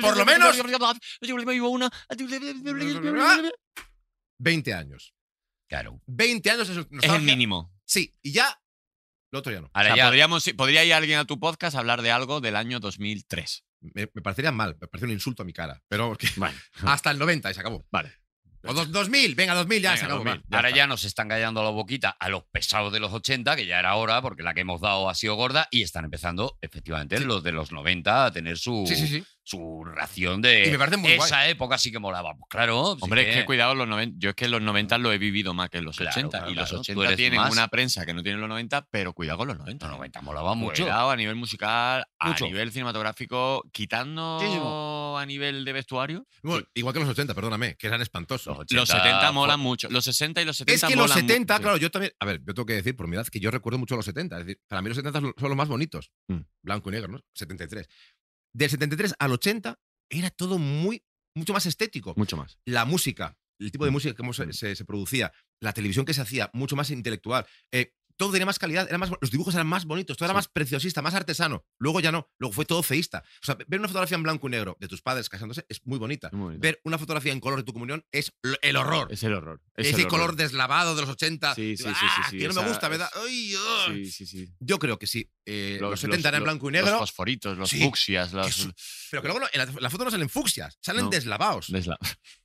Por lo menos- una. 20 años. Claro. 20 años es Es nostalgia. el mínimo. Sí, y ya lo otro ya no. O Ahora sea, ya, podríamos, podría ir alguien a tu podcast a hablar de algo del año 2003. Me, me parecería mal, me parece un insulto a mi cara, pero que- Vale. hasta el 90 y se acabó. Vale. O dos- 2000, venga, 2000 ya Venga, se acabó. 2000. va. Ya ahora está. ya nos están callando la boquita a los pesados de los 80, que ya era hora, porque la que hemos dado ha sido gorda, y están empezando, efectivamente, los de los 90 a tener su, Sí, sí, sí. su ración de. uh, Y me parece eh, muy Esa época sí que molaba. Pues claro. sí Hombre, es que cuidado, los 90, yo es que los 90 lo he vivido más que los Claro, 80. claro, y los claro. 80 Tú eres tienen más. una prensa que no tienen los 90, pero cuidado con los 90. Los 90 molaba Pues mucho. Cuidado a nivel musical, a Mucho. nivel cinematográfico, quitando Muchísimo. a nivel de vestuario. Bueno, igual que los 80, perdóname, que eran espantosos. Los Los 70 molan fue- mucho. Los 60 y los 70 Es que los molan mu- 70, sí. claro, yo también. A ver, yo tengo que decir por mi edad que yo recuerdo mucho los 70. Es decir, para mí los 70 son los más bonitos. Mm. Blanco y negro, ¿no? 73. Del 73 al 80 era todo muy, mucho más estético. Mucho más. La música, el Mm. tipo de música que se, se- se producía, la televisión que se hacía, mucho más intelectual. Eh, todo tenía más calidad, era más, los dibujos eran más bonitos, todo era más preciosista, más artesano. Luego ya no, luego fue todo feísta. O sea, ver una fotografía en blanco y negro de tus padres casándose es muy bonita. Muy bonito. Ver una fotografía en color de tu comunión es lo- el horror. Es el horror. es Ese el horror. color deslavado de los 80. Sí, sí, sí, sí, Ah, sí, que no me esa gusta, me es- da. ¡Ay, ah! Sí, sí, sí. Yo creo que sí. eh, los, 70 eran en lo- blanco y Los negro, fosforitos, los Sí. fucsias, los. su- pero que luego no- en la, la foto no salen fucsias, salen No. deslavados. desla-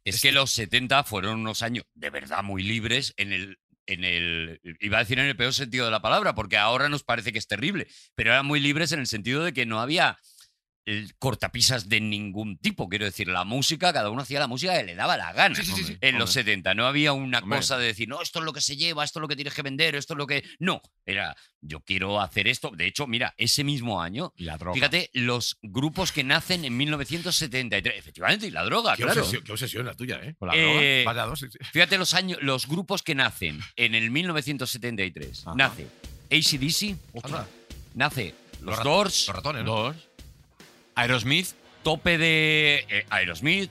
Es que los 70 fueron unos años de verdad muy libres en el. En el, iba a decir en el peor sentido de la palabra, porque ahora nos parece que es terrible, pero eran muy libres en el sentido de que no había eh, cortapisas de ningún tipo. Quiero decir, la música, cada uno hacía la música que le daba la gana. Sí, sí, sí, sí. En los Hombre. 70 no había una Hombre. cosa de decir, no, esto es lo que se lleva, esto es lo que tienes que vender, esto es lo que. No, era, yo quiero hacer esto. De hecho, mira, ese mismo año Y la droga. Fíjate, los grupos que nacen en 1973. Efectivamente, y la droga, Ah, Qué, claro. obsesión, qué obsesión la tuya, ¿eh? Con la droga. Eh, Vas a dos, sí, sí. fíjate los años, los grupos que nacen en el 1973. Ajá. Nace ACDC, Anda, nace los, rat- Doors, Los ratones, ¿no? Dos. Aerosmith. tope de eh, Aerosmith,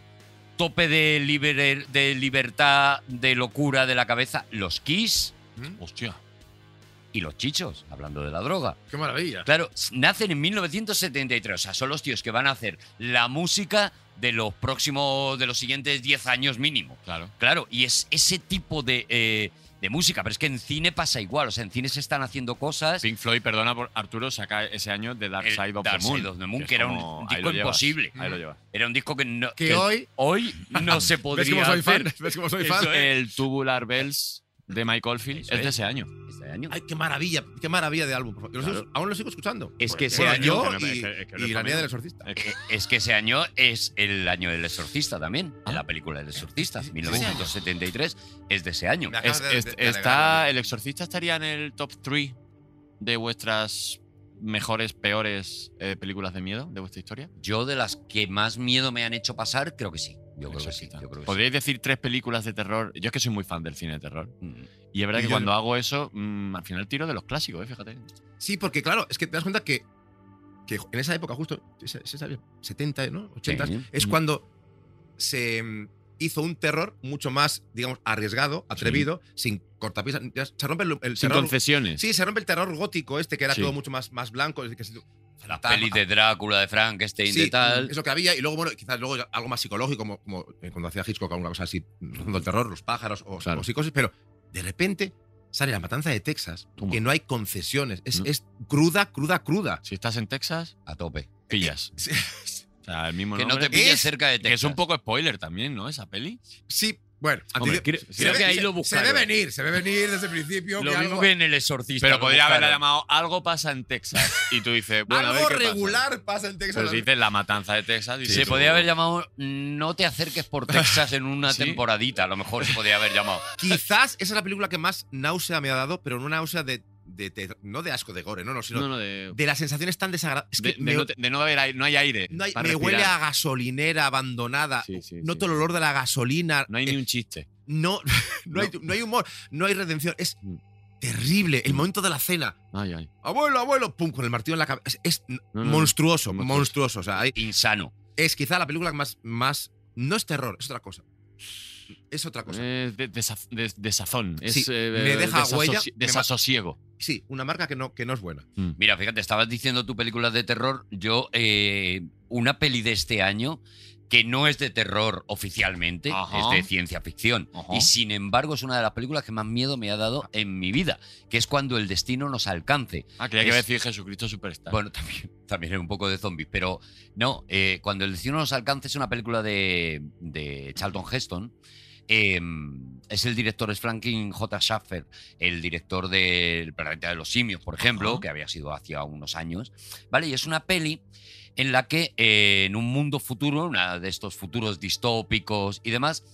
tope de, liber- de libertad, de locura de la cabeza, los Kiss Mm, Hostia. y los Chichos, hablando de la droga. Qué maravilla. Claro, s- nacen en 1973. O sea, son los tíos que van a hacer la música de los próximos, de los siguientes 10 años mínimo. Claro. Claro, y es ese tipo de, eh, de música. Pero es que en cine pasa igual. O sea, en cine se están haciendo cosas. Pink Floyd, perdona por Arturo, saca ese año de Dark El Side of Dark the Moon. Side of the Moon, es que era un como- disco ahí lo llevas, imposible. Ahí lo llevas. Era un disco que, no- Que que hoy- hoy no se ¿Ves cómo podría soy fan? hacer. ¿Ves cómo soy Eso fan? es. El Tubular Bells de Mike Oldfield Eso es de es. ese año. Este año. Ay, qué maravilla, qué maravilla de álbum. por favor. Yo lo sigo- aún lo sigo escuchando. Es que ese Bueno, año, yo es que- y, es que- es que- y la niña del exorcista. Es que- eh, es que ese año es el año del exorcista también, de la película del exorcista, Ah. sí, sí, 1973 es de ese año. Me es- acabas de- es- de- de está, alegrar. el Exorcista estaría en el top 3 de vuestras mejores, peores eh, películas de miedo de vuestra historia. Yo de las que más miedo me han hecho pasar, creo que sí. Yo creo que sí. Exorcista. yo creo que sí. Podríais decir tres películas de terror. Yo es que soy muy fan del cine de terror. Mm. Y es verdad Y que yo- cuando hago eso, mm, al final tiro de los clásicos, eh, fíjate. Sí, porque claro, es que te das cuenta que, que en esa época, justo, esa- esa- 70, ¿no? 80, Sí. es cuando se mm, hizo un terror mucho más, digamos, arriesgado, atrevido, sin cortapisas. Ya Se rompe el, el Sin terror. concesiones. Sí, se rompe el terror gótico este, que era Sí. todo mucho más, más blanco. es decir, que se- Las fantasma. pelis de Drácula, de Frankenstein, de Sí, tal. eso que había, y luego, bueno, quizás luego ya algo más psicológico, como, como, eh, cuando hacía Hitchcock alguna cosa así, rozando el terror, los pájaros o, Claro. o psicosis, pero de repente sale la matanza de Texas, Toma. Mm. que no hay concesiones, es, No. es cruda, cruda, cruda. Si estás en Texas, A tope. pillas. Eh, Sí, O sea, el mismo Que no nombre. te pilles Es- cerca de Que Texas. es un poco spoiler también, ¿no? Esa peli. sí, bueno, Hombre, antidio- creo- se creo ve- que ahí se- lo buscaron. Se ve venir, se ve venir desde el principio. Lo que mismo algo, que en El Exorcista. Pero lo podría haberla buscaron. llamado Algo pasa en Texas. Y tú dices, bueno, a ver algo qué pasa. regular pasa en Texas. Pero si dices La matanza de Texas, dices, se tú, podía haber llamado No te acerques por Texas en una Sí. temporadita. A lo mejor se podía haber llamado. Quizás esa es la película que más náusea me ha dado, pero no náusea de, de- de- no de asco de gore, no, no, sino No, no, de, de las sensaciones tan desagradables. Es que de- de me- no, te- de no haber aire, no hay aire. No hay- para me respirar. huele a gasolinera abandonada. Sí, sí, Noto sí. el olor de la gasolina. No hay Eh, ni un chiste. no, no hay, No. no hay humor, no hay redención. Es Mm. terrible. El momento de la cena. Ay, ay. Abuelo, abuelo, pum, con el martillo en la cabeza. Es, es No, no, monstruoso, no. monstruoso. O sea, hay- Insano. es quizá la película más, más. No es terror, es otra cosa. Es otra cosa. Es Eh, de, desa- de- desazón. Es, Sí, eh, me deja desasoci- huella, me ma- Desasosiego. Mm. Sí, una marca que no, que no es buena. Mira, fíjate, estabas diciendo tu película de terror. Yo, eh, una peli de este año que no es de terror oficialmente, Ajá. es de ciencia ficción. Ajá. Y sin embargo, es una de las películas que más miedo me ha dado en mi vida, que es cuando el destino nos alcance. Ah, creía que Es- iba a decir Jesucristo Superstar. Bueno, también, también es un poco de zombies, pero no, eh, cuando el destino nos alcance es una película de, de Charlton Heston. eh, es el director, es Franklin J. Schaffer, el director del Planeta de los Simios, por ejemplo, Ajá. que había sido hacía unos años. ¿Vale? Y es una peli en la que eh, en un mundo futuro, una de estos futuros distópicos y demás,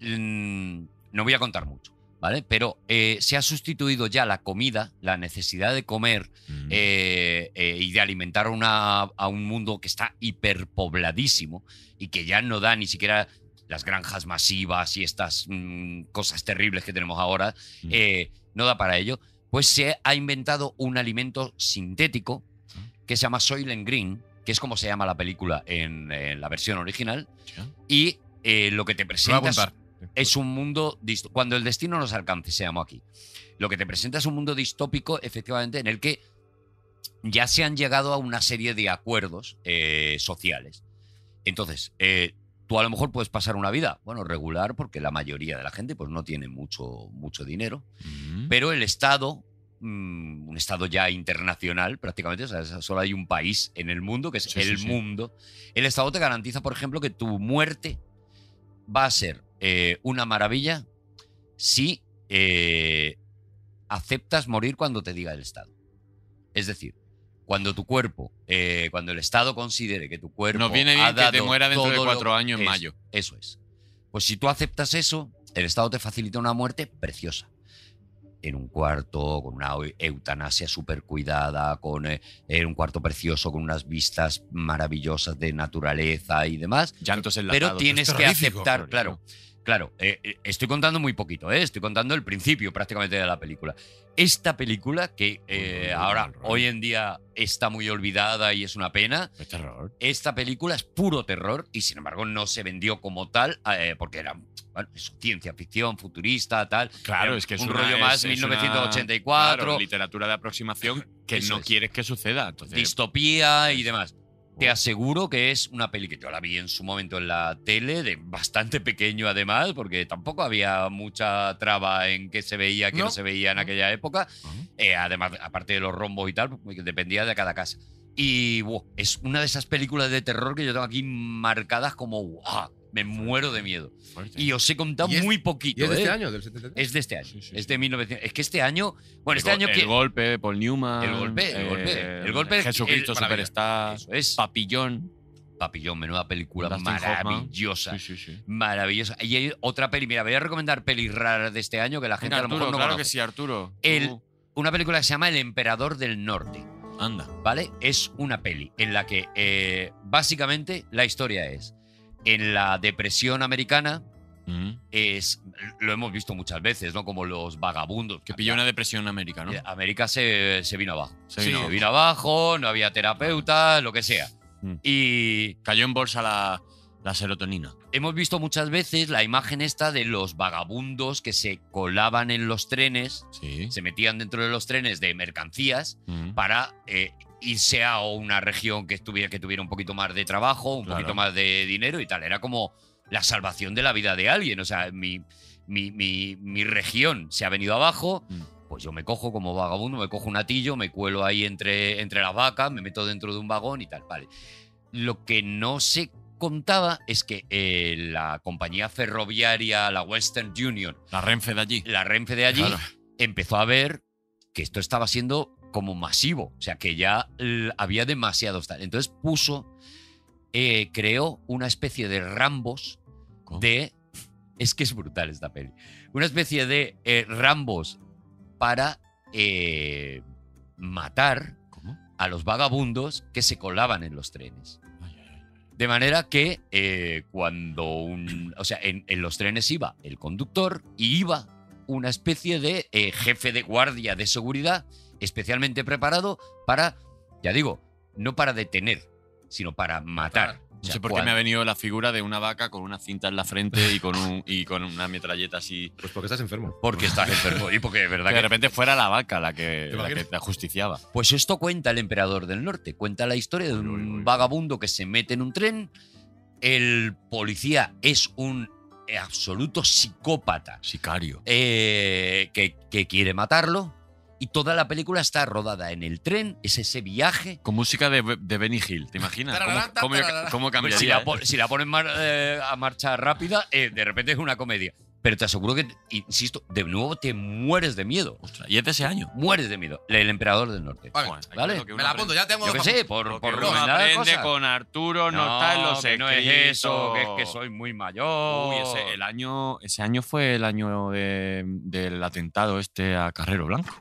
mm, no voy a contar mucho, ¿vale? Pero eh, se ha sustituido ya la comida, la necesidad de comer Mm. eh, eh, y de alimentar a una- a un mundo que está hiperpobladísimo y que ya no da ni siquiera las granjas masivas y estas mm, cosas terribles que tenemos ahora, Mm. eh, no da para ello, pues se ha inventado un alimento sintético que se llama Soylent Green, que es como se llama la película en, en la versión original, Ya. y eh, lo que te Lo voy a presenta es- apuntar. es un mundo dist- cuando el destino nos alcance, se llamó aquí. Lo que te presenta es un mundo distópico, efectivamente, en el que ya se han llegado a una serie de acuerdos eh, sociales. Entonces, eh, tú a lo mejor puedes pasar una vida, bueno, regular, porque la mayoría de la gente pues, no tiene mucho, mucho dinero, Mm. pero el Estado, mm, un Estado ya internacional prácticamente, o sea, es- solo hay un país en el mundo, que es Sí, sí, el sí. mundo, el Estado te garantiza, por ejemplo, que tu muerte va a ser eh, una maravilla si eh, aceptas morir cuando te diga el Estado. Es decir, cuando tu cuerpo, eh, cuando el Estado considere que tu cuerpo Nos viene ha bien que te dado muera dentro de todo lo- cuatro años en es- mayo. Eso es. Pues si tú aceptas eso, el Estado te facilita una muerte preciosa. En un cuarto, con una eu- eutanasia súper cuidada, con eh, en un cuarto precioso, con unas vistas maravillosas de naturaleza y demás. Llantos enlatados. Pero tienes es que terrorífico, aceptar, claro. claro. Claro, eh, eh, estoy contando muy poquito, eh, estoy contando el principio prácticamente de la película. Esta película, que eh, Uy, uy, uy, ahora, uy, uy. hoy en día, está muy olvidada y es una pena, Es terror. esta película es puro terror y sin embargo no se vendió como tal eh, porque era bueno, eso, ciencia ficción, futurista, tal. Claro, Era es que es un una- rollo es- más es una- 1984, claro, literatura de aproximación que Eso no es. quieres que suceda. Entonces, distopía y demás. Te aseguro que es una peli que yo la vi en su momento en la tele, de bastante pequeño además, porque tampoco había mucha traba en qué se veía, qué no, No. se veía en aquella época. Eh, además, aparte de los rombos y tal, pues, que dependía de cada casa. Y buah, es una de esas películas de terror que yo tengo aquí marcadas como ¡guau! Me muero de miedo. pues, fuerte. Y os he contado ¿Y es- muy poquito. ¿Y es de este ¿eh? año, del 73? Es de este año. Sí, sí, es sí. de 1900. Es que este año. Bueno, El este go- año el que. golpe de Paul Newman. eh, El golpe, el golpe, el golpe, Jesucristo el- Superstar. Eso es. Papillón. Papillón, menuda película Dustin Hoffman. maravillosa. sí, sí. Maravillosa. Y hay otra peli. Mira, voy a recomendar pelis raras de este año que la gente Venga, a lo mejor Arturo, no claro que conoce. sí, Arturo. El- Tú, Una película que se llama El Emperador del Norte. Anda. ¿vale? Es una peli en la que eh, básicamente la historia es en la depresión americana Mm. es lo hemos visto muchas veces, ¿no? Como los vagabundos Que pilló una depresión en América, ¿no? Eh, América se, se vino abajo. Se vino abajo. abajo, no había terapeuta, lo que sea. Mm. Y Cayó en bolsa la, la serotonina. hemos visto muchas veces la imagen esta de los vagabundos que se colaban en los trenes, Sí. se metían dentro de los trenes de mercancías Mm. para eh, irse a una región que, estuviera, que tuviera un poquito más de trabajo, un Claro. poquito más de dinero y tal. Era como la salvación de la vida de alguien. O sea, mi, mi, mi- mi región se ha venido abajo. Mm. Pues yo me cojo como vagabundo, me cojo un atillo, me cuelo ahí entre, entre las vacas, me meto dentro de un vagón y tal. Vale. Lo que no se contaba es que eh, la compañía ferroviaria, la Western Union, La Renfe de allí. la Renfe de allí Claro. empezó a ver que esto estaba siendo como masivo, o sea que ya l- había demasiados tal. Entonces puso, eh, creó una especie de rambos ¿Cómo? de... Es que es brutal esta peli. Una especie de eh, rambos para eh, matar ¿Cómo? a los vagabundos que se colaban en los trenes. Ay, ay, ay. De manera que eh, cuando un. O sea, en, en los trenes iba el conductor y iba una especie de eh, jefe de guardia de seguridad especialmente preparado para, ya digo, no para detener, sino para matar. O No sea, sé por qué cuan- me ha venido la figura de una vaca con una cinta en la frente y con, un, y con una metralleta así. Pues porque estás enfermo. Porque estás enfermo y porque de verdad Que que de repente fuera la vaca la que ¿Te la, que imaginas? te ajusticiaba. Pues esto cuenta el emperador del norte. Cuenta la historia de Uy, uy, uy. un vagabundo que se mete en un tren. El policía es un eh, absoluto psicópata Sicario. eh, que, que quiere matarlo. Y toda la película está rodada en el tren. Es ese viaje. Con música de, de Benny Hill, ¿te imaginas? ¿Cómo, Tararán, cómo, tararán. cómo Hombre, cambiaría, Pues si, la, eh? pon- si la ponen mar- eh, a marcha rápida, eh, de repente es una comedia. Pero te aseguro que, insisto, de nuevo te mueres de miedo. Ostras, y es de ese año. Mueres de miedo. El emperador del norte. Vale, Joder, vale. lo que me uno la apunto, aprende. ya tengo. Yo qué sé, por, Lo por que uno recomendar aprende cosas. con Arturo, no, está en los que no es eso, que es que escritos. soy muy mayor. ¿Eh? Uy, ese, el año, ese año fue el año de- del atentado este a Carrero Blanco.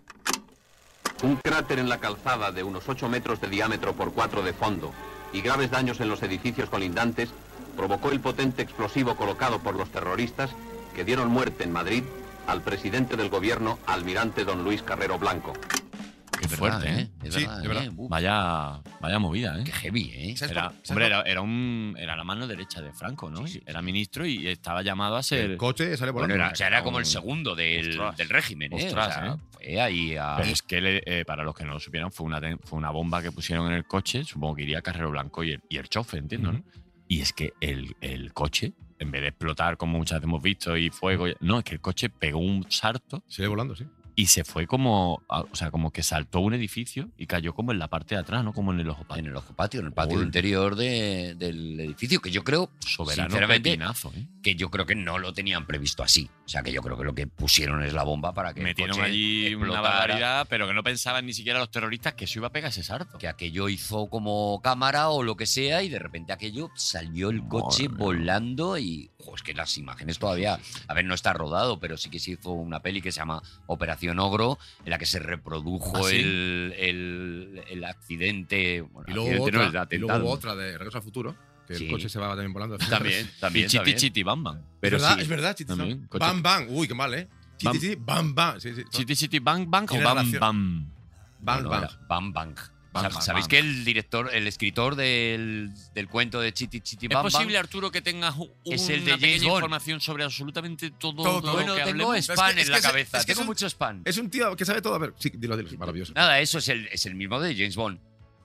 Un cráter en la calzada de unos 8 metros de diámetro por 4 de fondo y graves daños en los edificios colindantes provocó el potente explosivo colocado por los terroristas que dieron muerte en Madrid al presidente del gobierno, almirante don Luis Carrero Blanco. Qué fuerte, ¿eh? Es Sí, verdad, es verdad. ¿eh? Uf. Vaya, Vaya movida, ¿eh? Qué heavy, ¿eh? ¿Sabes Era, cuál- sabes hombre, cuál- era, era un, era la mano derecha de Franco, ¿no? Era ministro y estaba llamado a ser. El coche sale Bueno, volando. era, o sea, era como el Ostras. segundo del, Ostras. del régimen, ¿eh? Ostras, o sea, ¿eh? fue ahí a... Pero es que, le- eh, para los que no lo supieran, fue una, ten- fue una bomba que pusieron en el coche. Supongo que iría Carrero Blanco y el, y el chofer, entiendo, ¿no? Y es que el, el coche, en vez de explotar, como muchas veces hemos visto, y fuego. y- No, es que el coche pegó un salto Sigue volando, sí. y se fue como. a- O sea, como que saltó un edificio y cayó como en la parte de atrás, ¿no? Como en el ojo en el ojo patio, en el patio Uy. interior de- del edificio, que yo creo, Soberano sinceramente, pepinazo, ¿eh? que yo creo que no lo tenían previsto así. O sea, que yo creo que lo que pusieron es la bomba para que el Metieron coche allí una explotara. barbaridad, pero que no pensaban ni siquiera los terroristas que eso iba a pegar ese sarto. que aquello hizo como cámara o lo que sea y de repente aquello salió el coche Madre mía. volando y jo, es que las imágenes todavía, a ver, no está rodado, pero sí que se hizo una peli que se llama Operación Ogro, en la que se reprodujo ¿Ah, sí? el, el- el accidente, bueno, Y luego, hubo accidente no, otra, el y luego hubo atentado. otra de Regreso al Futuro, que Sí. el coche se va también volando. También, también, Y chiti, también. chiti, bam, bam. Pero Pero es verdad, sí. es verdad, Chitis. También, coche- Bam, bam. Uy, qué mal, ¿eh? Bam. Chitis, sí, bam, bam. Sí, sí. Chiti, chiti, bang, bang o Tiene bam, relación. bam. Bam, No, no, bam. era Bang Bang. Bang, Sab- bang, ¿Sabéis bang. que el director, el escritor del, del cuento de Chiti Chiti ¿Es Bang posible, Bang? Arturo, que tengas un- Es el de una James pequeña Bond. información sobre absolutamente todo, Todo, todo Bueno, lo que tengo hablemos? spam Es que- es en la que es- cabeza, es que es tengo un- mucho spam. Es un tío que sabe todo. A ver, sí, dilo, dilo. es Maravilloso. Nada, eso es el, es el mismo de James Bond.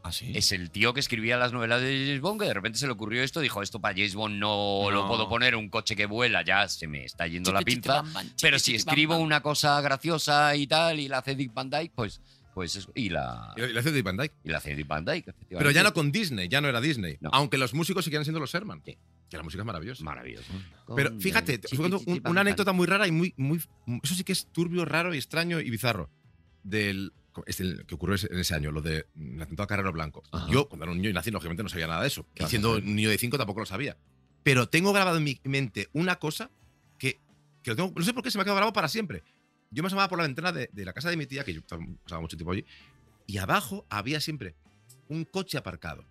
¿Ah, sí? Es el tío que escribía las novelas de James Bond, que de repente se le ocurrió esto, dijo, esto para James Bond no, lo No. puedo poner, un coche que vuela, ya se me está yendo la Chiti, chiti, pinza. bam, bam, chiti, Pero si chiti, bam, escribo bam. una cosa graciosa y tal, y la hace Dick Van Dyke, pues, pues eso, y la, Y lo- y lo hace Dick Van Dyke. y la hace Dick Van Dyke, efectivamente. Pero ya no con Disney, ya no era Disney. No. Aunque los músicos seguían siendo los Sherman. Que la música es maravillosa. Maravilloso. Pero fíjate, te- fue un- una anécdota muy rara y muy, muy. Eso sí que es turbio, raro y extraño y bizarro. Del. es el que ocurrió ese- en ese año, lo de mm, el atentado a Carrero Blanco. Ajá. Yo, cuando era un niño y nací, lógicamente no sabía nada de eso. Claro. Y siendo un niño de 5 tampoco lo sabía. Pero tengo grabado en mi mente una cosa que. que lo tengo- no sé por qué se me ha quedado grabado para siempre. Yo me asomaba por la ventana de, de la casa de mi tía, que yo tam- pasaba mucho tiempo allí, y abajo había siempre un coche aparcado.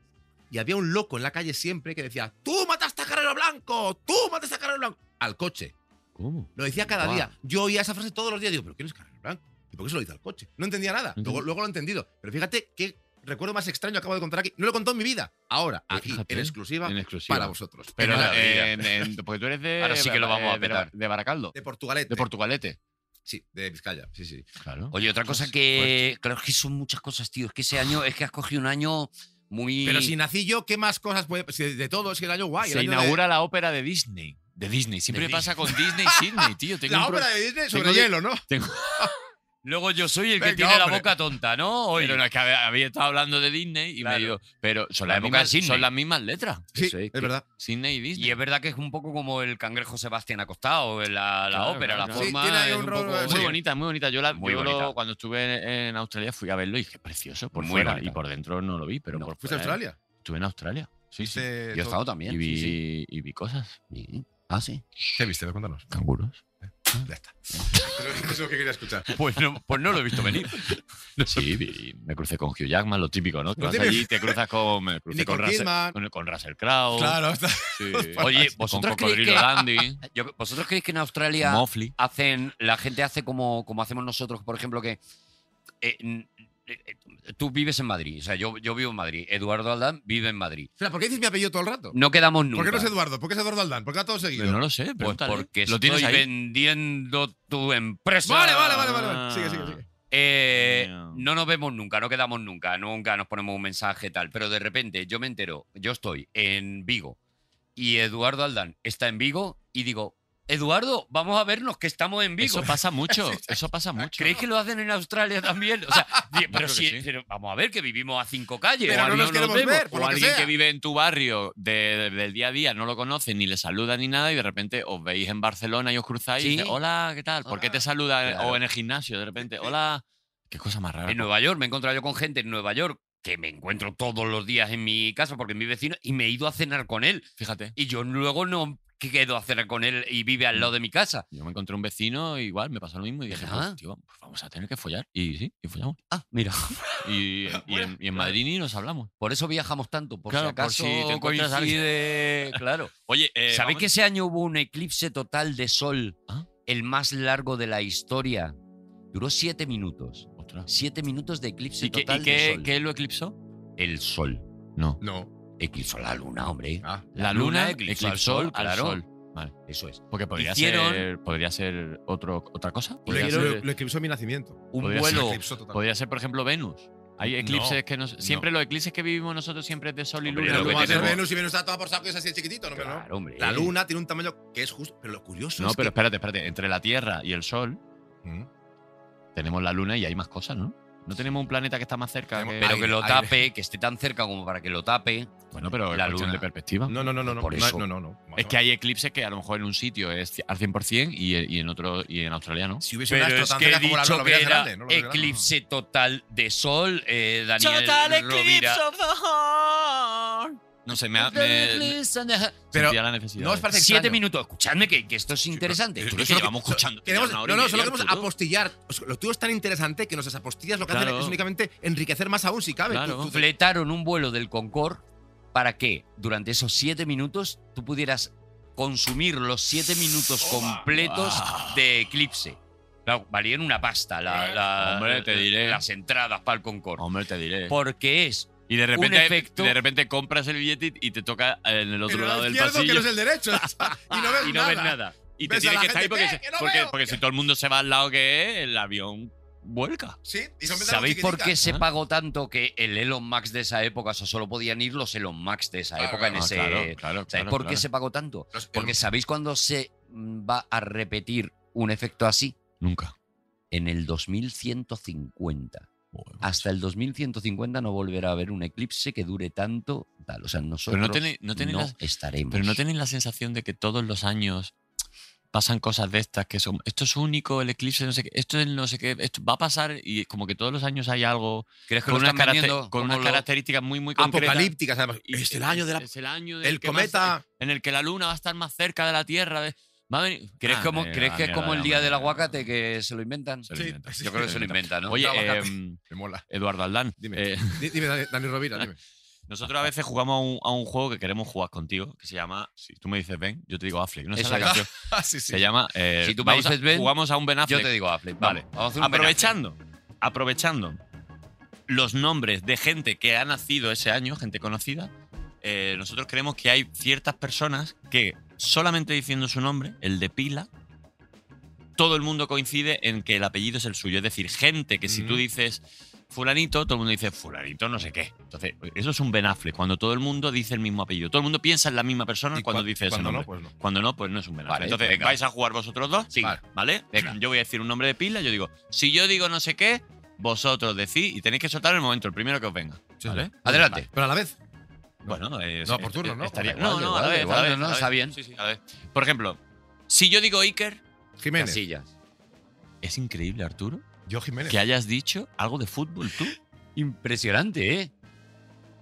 Y había un loco en la calle siempre que decía, tú mataste a Carrero Blanco, tú mataste a Carrero Blanco. Al coche. ¿Cómo? Lo decía cada Guau. día. Yo oía esa frase todos los días. Digo, ¿pero quién es Carrero Blanco? ¿Y por qué se lo dice al coche? No entendía nada. No Luego, entendí. luego lo he entendido. Pero fíjate qué recuerdo más extraño acabo de contar aquí. No lo he contado en mi vida. Ahora, Pues aquí, fíjate, en exclusiva, En exclusiva. para vosotros. Pero Nada, eh, en- en- porque tú eres de. Ahora sí que lo vamos a eh, de- petar. De Baracaldo. de Portugalete. De Portugalete. sí, de Vizcaya. Sí, sí. Claro. Oye, otra cosa Ostras, que... Claro, es que son muchas cosas, tío. Es que ese año, es que has cogido un año muy... Pero si nací yo, ¿qué más cosas puede si De todo, si el año guay. el Se año de- inaugura la ópera de Disney. De Disney. Siempre Disney. pasa con Disney y Sydney, tío. Tengo la un pro- obra de Disney sobre tengo que- hielo, ¿no? Luego yo soy el que Venga, tiene la hombre. boca tonta, ¿no? Hoy. Pero no, es que había, había estado hablando de Disney y Claro. me digo, pero son La las, época de mismas, Sydney. son las mismas letras. Sí, Eso es, es que- verdad. Sydney y Disney. Y es verdad que es un poco como el cangrejo Sebastián acostado, la, la Claro, ópera, claro, la claro. Sí, forma. tiene ahí es un un rollo poco- de- Muy Sí. bonita, muy bonita. Yo, la, Muy yo lo- bonita. cuando estuve en Australia fui a verlo y dije, precioso, por Muy fuera. bonita. Y por dentro no lo vi, pero No, por ¿Fuiste a fuera, ¿eh? Australia? Estuve en Australia. Sí, sí. Este- Yo he estado también. y, vi, sí, sí. y vi cosas. Sí. Ah, sí. ¿Qué viste? Cuéntanos. Canguros. Ya está. Eso es lo que quería escuchar. Pues no, pues no lo he visto venir. Sí, vi- me crucé con Hugh Jackman, lo típico, ¿no? Te Lo vas típico. allí y te cruzas con, me crucé con, Nicole Russell, Kidman. con, con Russell Crowe. Claro, está. sí. Oye, con ¿vosotros creéis, Cocodrilo que, Dandy, yo- ¿vosotros creéis que en Australia Mofli. hacen, la gente hace como, como hacemos nosotros, por ejemplo, que eh, n- eh, eh, tú vives en Madrid, o sea, yo, yo vivo en Madrid, Eduardo Aldán vive en Madrid. Espera, ¿por qué dices mi apellido todo el rato? No quedamos nunca. ¿Por qué no es Eduardo? ¿Por qué es Eduardo Aldán? ¿Por qué va todo seguido? No lo sé, Pues pregúntale. porque ¿Lo tienes estoy ahí? vendiendo tu empresa. Vale, vale, vale, vale. vale. Ah. Sigue, sigue, sigue. Eh, Mío. no nos vemos nunca, no quedamos nunca, nunca nos ponemos un mensaje tal, pero de repente yo me entero, yo estoy en Vigo y Eduardo Aldán está en Vigo y digo, Eduardo, vamos a vernos que estamos en Vigo. Eso pasa mucho, eso pasa mucho. ¿Creéis que lo hacen en Australia también? O sea, di- pero, creo que si- sí. pero vamos a ver que vivimos a cinco calles. Pero o a- no nos queremos vemos. ver, por o lo que alguien sea. que vive en tu barrio de- de- del día a día no lo conoce, ni le saluda ni nada, y de repente os veis en Barcelona y os cruzáis Sí. y dices, hola, ¿qué tal? ¿Por qué te saluda? Claro. O en el gimnasio, de repente, hola. Qué cosa más rara. En Nueva York me he encontrado yo con gente en Nueva York que me encuentro todos los días en mi casa porque es mi vecino y me he ido a cenar con él Fíjate. y yo luego no quedo a cenar con él y vive al lado de mi casa. Yo me encontré un vecino, igual me pasó lo mismo, y dije, ¿Verdad? pues, tío, pues vamos a tener que follar. Y sí, y follamos. Ah, mira. Y, y en, y en Madrid ni nos hablamos. Por eso viajamos tanto, por Claro, si por acaso si te encuentras a alguien. coincide, claro. Oye, eh, ¿Sabéis vamos- que ese año hubo un eclipse total de sol, Ah. el más largo de la historia? Duró siete minutos. Ostras. Siete minutos de eclipse ¿Y qué, total y de qué- sol. qué lo eclipsó? el sol. No. No. Eclipsó la luna, hombre. Ah, La luna, eclipsó eclipsó al sol, al claro. sol. Vale. Eso es. Porque podría Hicieron- ser, podría ser otro, otra cosa. lo, Podría lo- ser, lo eclipsó mi nacimiento. Un Podría ser vuelo. Eclipsó total. podría ser, por ejemplo, Venus. Hay No, eclipses que nos, siempre los eclipses que vivimos nosotros siempre es de sol y Hombre, luna. Pero lo que ¿cómo va a ser tenemos- Venus y Venus está toda por saco que es así de chiquitito? No, pero no. Claro, hombre. La luna tiene un tamaño que es justo, pero lo curioso No, es pero que… espérate, espérate. Entre la Tierra y el Sol Mm. tenemos la luna y hay más cosas, ¿no? No tenemos un planeta que está más cerca. Tenemos- que- Pero Aire, que lo aire. tape, que esté tan cerca como para que lo tape. bueno, pero la la luna luna- de perspectiva. No, no, no, no. no. Por No, eso. No, no, no. Es Bueno, que hay eclipses que a lo mejor en un sitio es ci- al 100% y, eh, y en otro y en Australia no. Si hubiese un Pero astro es tan que he cerca como la luna, dicho lo que verías era grande. no lo verías grande. eclipse total de sol, eh, Daniel Total eclipse Rovira. of the heart. No sé, me, ha- Total me- eclipse of the heart. Pero, sentía la necesidad. ¿no os de- parece Siete extraño? minutos, escuchadme que, que esto es interesante. Pero Tú es eso que lo llevamos escuchando. Queremos- ya una no, hora y no, media, solo queremos Arturo. apostillar. O sea, Lo tuyo es tan interesante que nuestras apostillas lo que hacen Claro. es únicamente enriquecer más aún, si cabe. Claro. Tú- tú- fletaron un vuelo del Concorde para que durante esos siete minutos tú pudieras consumir los siete minutos completos de eclipse. Claro, valían una pasta Eh, la- la- eh, Hombre, te diré. las entradas para el Concorde. Hombre, te diré. Porque es y de repente, efecto- de repente compras el billete y- y te toca eh, en el otro el lado del izquierdo, que no pasillo. Ah, es el derecho. o sea, y no ves y no nada. ves nada. Y te ves a tiene la que estar ahí gente, porque, "Eh, que no porque, veo". porque si todo el mundo se va al lado que es, el avión vuelca. Sí, y son ventanas ¿Sabéis por qué chiquiticas. se Ah. pagó tanto que el Elon Max de esa época, o sea, solo podían ir los Elon Max de esa Claro, época en Ah, ese... claro, claro, ¿Sabéis claro, por qué claro. se pagó tanto? Los- Porque ¿sabéis cuándo se mm, va a repetir un efecto así? Nunca. En el 2150. Hasta el 2150 no volverá a haber un eclipse que dure tanto. Tal. O sea, nosotros Pero no, Pues no tenéis, no tenéis la- estaremos. pero no tenéis la sensación de que todos los años pasan cosas de estas que son esto es único el eclipse no sé qué esto es no sé qué esto va a pasar y como que todos los años hay algo ¿Crees que con lo unas, están caracter- vendiendo con como unas lo- características muy muy concretas Apocalípticas, además. Y Es el año de la. es el año del El que más- cometa. en el que la luna va a estar más cerca de la tierra de- va a venir- ¿Crees, Ah, como, mierda, ¿crees que es mierda, como el ya, día del mierda. aguacate que se lo inventan? Se lo inventan. sí, Yo creo que se lo inventan, ¿no? oye No, aguacate. em, Me mola. Eduardo Aldán Dime. eh, Di- Dime, Dani- Dani Rovira, dime. Nosotros a veces jugamos a un, a un juego que queremos jugar contigo, que se llama, si tú me dices Ben, yo te digo Affleck, no sé Eso la es. canción. Ah, sí, sí. Se llama, eh, Si tú me vamos a- dices Ben, jugamos a un Ben Yo Affleck. te digo, Affleck. Vale. Ah, Vale, vamos a hacer un aprovechando, aprovechando los nombres de gente que ha nacido ese año, gente conocida, eh, nosotros creemos que hay ciertas personas que solamente diciendo su nombre, el de pila, todo el mundo coincide en que el apellido es el suyo. Es decir, gente que si tú Mm. dices fulanito, todo el mundo dice fulanito no sé qué. Entonces, eso es un benafle, cuando todo el mundo dice el mismo apellido. Todo el mundo piensa en la misma persona Y cuando cua- dice ese cuando nombre. no, pues no. Cuando no, pues no es un Ben Vale, Affleck. Entonces, venga. vais a jugar vosotros dos. Sí. Vale. ¿Vale? Venga. Yo voy a decir un nombre de pila, yo digo, si yo digo no sé qué, vosotros decís y tenéis que soltar en el momento, el primero que os venga. Sí, ¿Vale? sí. Adelante. Pero a la vez. Bueno, es- No, por turno, ¿no? Estaría, Da no, igual, no, da igual, a la da vez, igual, a la no, vez, no, a la está vez. bien. Sí, sí, a la vez. Por ejemplo, si yo digo Iker, Jiménez. Casillas. es increíble, Arturo, Yo Jiménez. que hayas dicho algo de fútbol tú. Impresionante, ¿eh?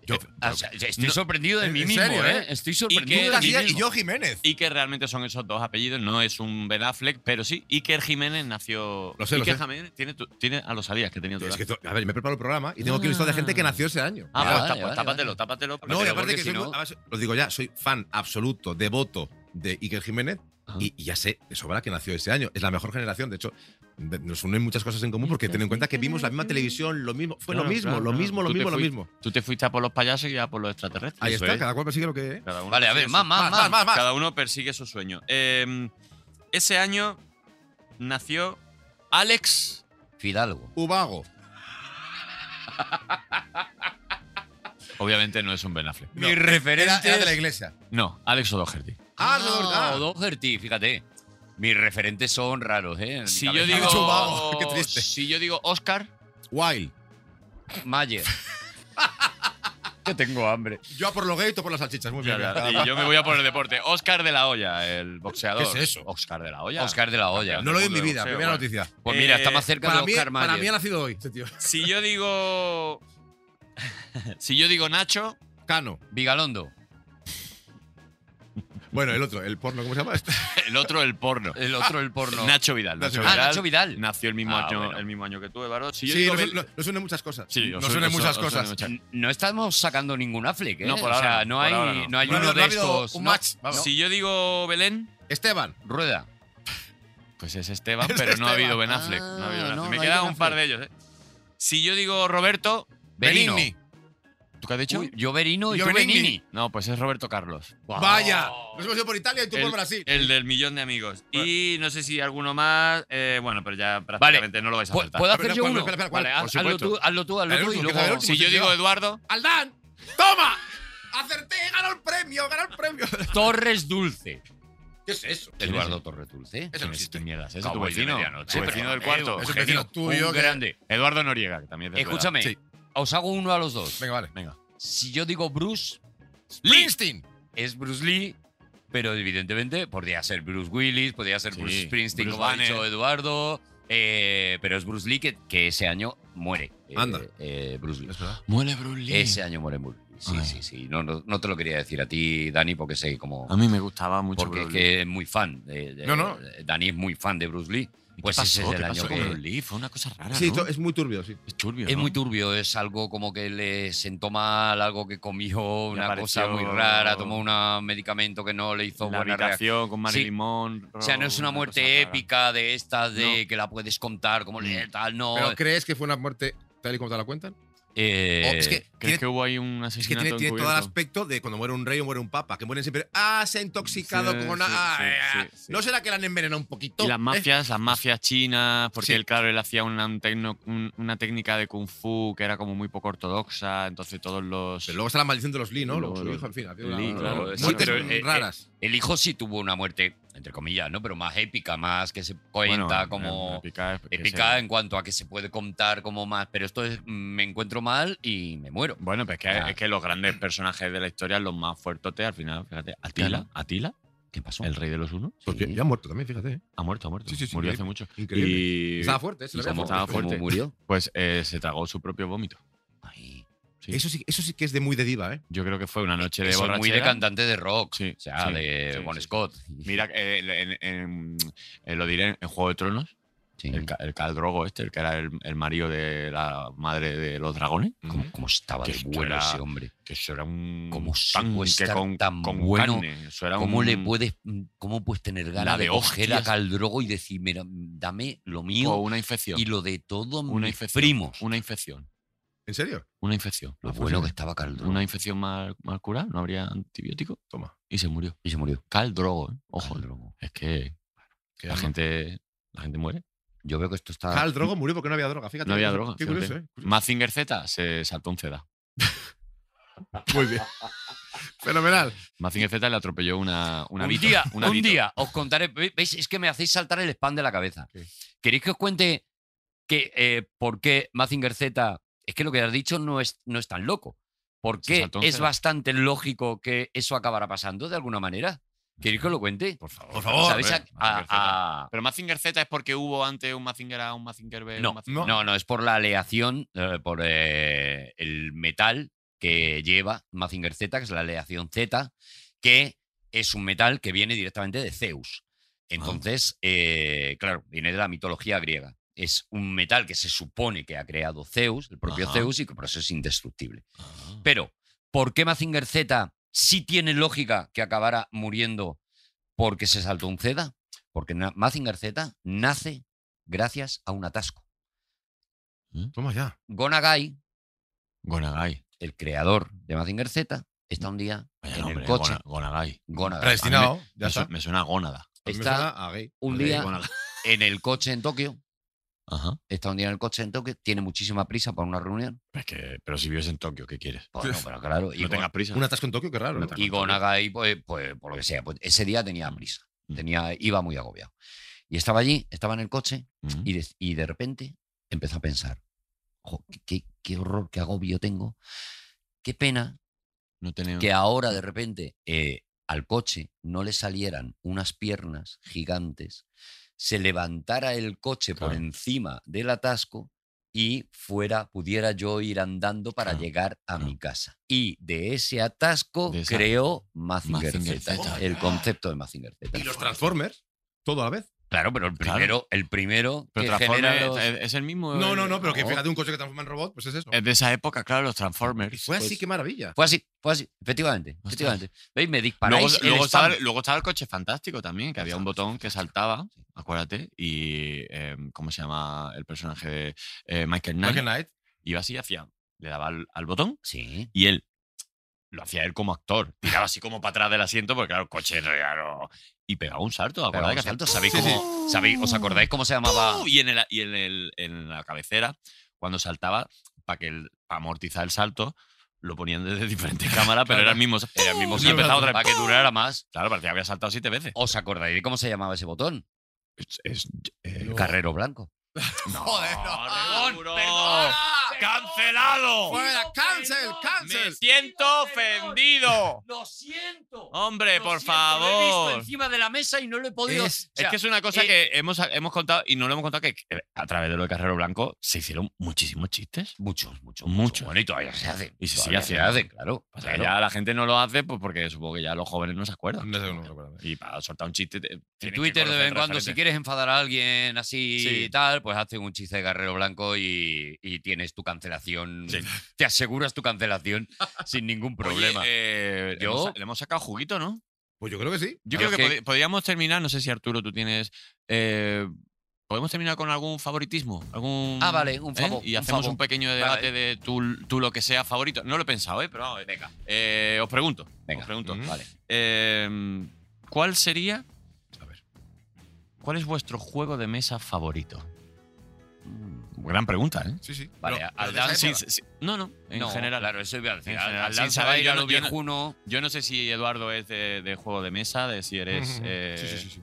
Yo- Eh, o sea, estoy no- sorprendido de ¿En mí mismo, serio, ¿eh? eh? Estoy Tú sorprendido que- de mí Casillas y mismo. yo Jiménez. Iker realmente son esos dos apellidos, no es un Ben Affleck, pero sí, Iker Jiménez nació. Lo sé, lo Iker sé. Jiménez tiene, tu- tiene a los sabías que tenía tu Es edad. que to- a ver, me preparo el programa y tengo que listar de gente que nació ese año. Ah, Vale, pues, vale, tá- pues vale, tápatelo, vale. tápatelo. No, y porque aparte que si soy, no- muy- a ver, os digo ya, soy fan absoluto, devoto de Iker Jiménez Ajá. y, y ya sé de sobra que nació ese año. Es la mejor generación, de hecho, de- nos unen muchas cosas en común porque ten en cuenta que vimos la misma televisión, lo mismo, fue Pues Claro, lo mismo, claro, lo claro. mismo, lo Tú te mismo, lo fuiste- mismo. Tú te fuiste a por los payasos y a por los extraterrestres. Ahí Eso está, es. cada cual persigue lo que... Cada uno Vale, a persigue ver, su- más, más, más. Cada uno persigue su sueño. Eh, ese año nació Alex. Fidalgo. Ubago. Obviamente no es un Ben Affleck. No, Mi Era, referente era de la iglesia. No, Alex O'Doherty. Ah, no, Ah, ah. O'Doherty, fíjate. Mis referentes son raros, ¿eh? En mi Si yo cabeza. digo. Alex Ubago, qué triste. Si yo digo Oscar. Wild. Mayer. Yo tengo hambre. Yo a por los gays, tú por las salchichas. Muy bien. cada Y cual. yo me voy a por el deporte. Oscar de la Hoya, el boxeador. ¿Qué es eso? Oscar de la Hoya. Oscar de la Hoya. No lo digo en mundo mi de vida, boxeo, primera vale. noticia. Pues mira, Eh, está más cerca de Para mí, Oscar Mayer. para mí ha nacido hoy, este tío. Si yo digo. si yo digo Nacho. Cano. Vigalondo. Bueno, el otro, el porno, ¿cómo se llama? Este. El otro, el porno. El otro, el porno. Nacho Vidal. Nacho ah, Nacho Vidal. Nació el mismo, Ah, año, bueno. el mismo año que tú, Eduardo. Si yo Sí, digo nos, Bel- nos- nos unen muchas cosas. Sí, os nos unen suena- os muchas suena- os cosas. suena muchas- N- No estamos sacando ningún Affleck, ¿eh? No, por o ahora sea, no, no por hay, ahora no. no hay Bueno, uno no de ha habido estos. un no. match. Vamos. Si yo digo Belén, Esteban. Rueda. pues es Esteban, pero no ha habido Ben Affleck. No ha habido Ben Ah, Affleck. no, Me no hay quedan Ben un par de ellos. ¿eh? Si yo digo Roberto, Benigni. Benigni. ¿Tú qué has dicho? Uy, Lloverino y Lloverini. Benini. No, pues es Roberto Carlos. Oh. Vaya, nos hemos ido por Italia y tú por Brasil. El del millón de amigos. Y no sé si alguno más. eh, bueno, pero ya prácticamente no lo vais a ¿Puedo acertar. puedo Espera, hacer yo ¿cuál, uno? espera, espera, ¿cuál? Por Vale, haz- hazlo supuesto. tú, hazlo tú, hazlo El tú y último, que sea el luego. último. Si yo si digo yo- Eduardo, ¡Aldán! ¡Toma! ¡Acerté! ¡Ganó el premio! ¡Ganó el premio! Torres Dulce. ¿Qué es eso? Eduardo Torres Dulce. Eso no existe. ¿qué mierda pues es eso? Tu Cowboy de vecino. medianoche. Sí, Tu vecino pero- del cuarto. Edu, Es un Genio. vecino tuyo Un que- grande. Eduardo Noriega, que también es de tu edad. Escúchame, Sí. os hago uno a los dos. Venga, vale. Venga. Si yo digo Bruce, ¡Linstin! es Bruce Lee, pero evidentemente podría ser Bruce Willis, podría ser Sí, Bruce Springsteen, Bruce como ha Banner. dicho Eduardo. eh, pero es Bruce Lee que, que ese año muere. eh, Anda. eh, Bruce Lee. Muele Brulli. Ese año muere Bruce Lee. Sí, Ay. sí, sí. No, no, no te lo quería decir a ti, Dani, porque sé cómo. A mí me gustaba mucho Porque es Bruce Lee. que es muy fan. de- de- No, no. Dani es muy fan de Bruce Lee. Pues ¿Qué ese pasó? es el ¿Qué año pasó con que- Bruce Lee? Fue una cosa rara, Sí, ¿no? to- es muy turbio, sí. Es turbio, Es ¿no? muy turbio, es algo como que le sentó mal, algo que comió, Le una cosa apareció- muy rara, tomó un medicamento que no le hizo La buena reacción. habitación con Sí. Marilyn Monroe. O sea, no es una cosa muerte rara. Mm. épica de estas de que la puedes contar como le- tal, no. ¿Pero crees que fue una muerte tal y como te la cuentan? Eh, O es que tiene- ¿Crees que hubo ahí un Es que asesinato tiene, tiene todo el encubierto? aspecto de cuando muere un rey o muere un papa, que mueren siempre. Ah, se ha intoxicado Sí, con sí, una. sí, ah, sí, sí. ¿No será que la han envenenado un poquito? Y las ¿Eh? mafias, las mafias chinas, porque Sí. él, claro, él hacía una, un tecno- un- una técnica de kung fu que era como muy poco ortodoxa, entonces todos los... Pero luego está la maldición de los Lee, ¿no? Luego Luego su los hijo, en fin. ha sido Lee, una- claro, Muertes sí, pero, eh, eh, raras. el hijo sí tuvo una muerte, entre comillas, ¿no? Pero más épica, más que se cuenta como. eh, Épica, es- que Épica se- en cuanto a que se puede contar como más, pero esto es mm, me encuentro mal y me muero. Bueno, pues que, Ah. es que los grandes personajes de la historia, los más fuertotes, al final, fíjate, Atila, Claro. Pues Atila, ¿Qué pasó? el rey de los unos, Porque sí. ya ha muerto también, fíjate. ¿eh? ha muerto, ha muerto. Sí, sí, sí, Murió increíble. hace mucho. Increíble. Y Estaba fuerte, eh, se ¿Y le veía cómo- estaba fuerte. fuerte. cómo murió? pues eh, se tragó su propio vómito. Ay. Sí. Eso, sí, eso sí que es de muy de diva, ¿eh? Yo creo que fue una noche de Eso es borrachera. muy de cantante de rock. Sí, o sea, sí, de sí, Bon sí, sí. Scott. Mira, eh, en- en- en- lo diré en Juego de Tronos, Sí. El, ca- el Caldrogo este, el que era el, el marido de la madre de los dragones. ¿Cómo, cómo estaba Que de esto bueno era- ese hombre? Que eso era un ¿Cómo supo tanque estar con, tan con bueno? carne. Eso era ¿Cómo un- le puedes, cómo puedes tener La ganas de de coger a hostias. Caldrogo y decir, mira, dame lo o mío una infección. y lo de todos una mis infección. primos? Una infección. ¿En serio? Una infección. Lo Una bueno que infección. estaba Caldrogo. Una infección mal, mal curada, no habría antibiótico. Toma. Y se murió. Y se murió. Caldrogo, ¿eh? Ojo. Caldrogo. Es que Qué la alma. gente, la gente muere. Yo veo que esto está. Khal Drogo murió porque no había droga, fíjate. Ah. No había droga. Qué fíjate. curioso, ¿eh? Mazinger Z se saltó un CEDA. Muy bien. Fenomenal. Mazinger Z le atropelló una, una un Vito, día, una un Vito. día os contaré. ve- ¿Veis? Es que me hacéis saltar el spam de la cabeza. ¿Queréis que os cuente que, eh, por qué Mazinger Z? Es que lo que has dicho no es, no es tan loco. ¿Por Se qué saltó un es cero. bastante lógico que eso acabara pasando de alguna manera? ¿Queréis que os lo cuente? Por favor. Por favor. ¿Sabéis? a- Mazinger Z. a- a- Pero Mazinger Z es porque hubo antes un Mazinger A, un Mazinger B. no, un Mazinger- no, no, es por la aleación, eh, por eh, el metal que lleva Mazinger Z, que es la aleación Z, que es un metal que viene directamente de Zeus. Entonces, eh, claro, viene de la mitología griega. Es un metal que se supone que ha creado Zeus, el propio Ajá. Zeus, y que por eso es indestructible. Ah. Pero, ¿por qué Mazinger Z sí tiene lógica que acabara muriendo porque se saltó un Z? Porque na- Mazinger Z nace gracias a un atasco. Toma ya. Gonagai, Gonagai. el creador de Mazinger Z, está un día Vaya en nombre, el coche. Gona- Gonagai. Gonagai. Predestinado. Ya me, su- está. me suena a gónada. Pues me Está suena a gay. un Gay, día- bueno, En el coche en Tokio. Ajá. Está un día en el coche en Tokio. Tiene muchísima prisa para una reunión. Pero, es que- pero si vives en Tokio, ¿qué quieres? Bueno, pero claro. y Pues no Gon- tengas prisa. Un atasco en Tokio, qué raro. ¿no? Una- Y Gonagai, pues, pues, por lo que sea, pues, ese día tenía prisa. Mm. Tenía, iba muy agobiado. Y estaba allí, estaba en el coche Mm. y de, y de repente empezó a pensar, "Jo, qué, qué- qué horror, qué agobio tengo, qué pena no tenemos- que ahora de repente eh, al coche no le salieran unas piernas gigantes, se levantara el coche por Claro. encima del atasco y fuera, pudiera yo ir andando para Claro, llegar a claro. mi casa. Y de ese atasco De esa- creó Mazinger, Mazinger Z, Z. el concepto de Mazinger Z. Y los Transformers. Todo a la vez. Claro, pero el Claro. primero, el primero Pero que genera Transformers los- es, es el mismo. No, eh, no, no, pero que no. fíjate un coche que transforma en robot, pues es eso. Es de esa época, claro, los Y Transformers. fue así, Eh, Pues- qué maravilla. Fue así, fue así, efectivamente, Ostras. efectivamente. ¿Veis? Me Luego, disparáis el luego estaba, spam. el- luego estaba el coche fantástico también, que había un botón que saltaba, acuérdate, em, y eh, ¿cómo se llama el personaje de eh, Michael Knight? Dark Knight. Iba así, hacía le daba al, al botón Sí. y él lo hacía él como actor. Tiraba así como para atrás del asiento, porque claro, el coche raro. Y pegaba un salto, Pero ¿acordáis que hacía- vosotros sabéis Sí, sí. cómo. sabéis- ¿Os acordáis cómo se llamaba? ¡Pum! Y, en el- y en, el- en la cabecera, cuando saltaba, para que el- pa' amortizar el salto, lo ponían desde diferentes cámaras, pero era el mismo. Era el mismo Y salto. empezaba otra vez, Pa' para que durara más. Claro, parecía que había saltado siete veces. ¿Os acordáis de cómo se llamaba ese botón? Es- es- eh, Carrero Blanco. no, Joder, no. Reburo. Perdona. ¡Cancelado! Fuera, ¡Cancel, cancel! ¡Me siento ofendido! Lo siento. ¡Hombre, Eh, por Lo he visto favor! encima de la mesa y no lo he podido. Es- o sea, es que es una cosa eh, que hemos, hemos contado y no lo hemos contado que eh, a través de lo de Carrero Blanco se hicieron muchísimos chistes. Muchos, muchos. Muchos. Bueno, y todavía se hacen. Y se Todavía sigue se haciendo. hacen, claro. O sea, claro. ya la gente no lo hace pues porque supongo que ya los jóvenes no se acuerdan. No sé cómo se acuerdan. Y para soltar un chiste. te- En tienes que Twitter de vez en conocer cuando, si referentes. quieres enfadar a alguien así Sí. y tal, pues haces un chiste de Carrero Blanco y, y tienes tu cancelación. Sí. Te aseguras tu cancelación sin ningún problema. Oye, eh, le Yo- hemos sa- le hemos sacado juguito, ¿no? Pues yo creo que sí. Yo Claro, creo que, es que- pod- podríamos terminar, no sé si Arturo tú tienes. eh, ¿Podemos terminar con algún favoritismo? ¿Algún, Ah, vale, un ¿eh? favor, Y un hacemos favor. un pequeño debate de tú, tú lo que sea favorito. No lo he pensado, ¿eh? pero vamos, venga. os pregunto. Venga. Os pregunto. Mm. Vale. Eh, ¿Cuál sería. A ver. ¿Cuál es vuestro juego de mesa favorito? Mm, Gran pregunta, ¿eh? Sí, sí. Vale, Pero- pero al de esa Sí, época. sí, sí. No, no, en No, general. Claro, eso iba a decir. En Al- general, al sin Danza saber, va a ir yo a no- lo yo no- viejuno. Yo no sé si Eduardo es de, de juego de mesa, de si eres Ujú, ujú. eh, Sí, sí, sí, sí.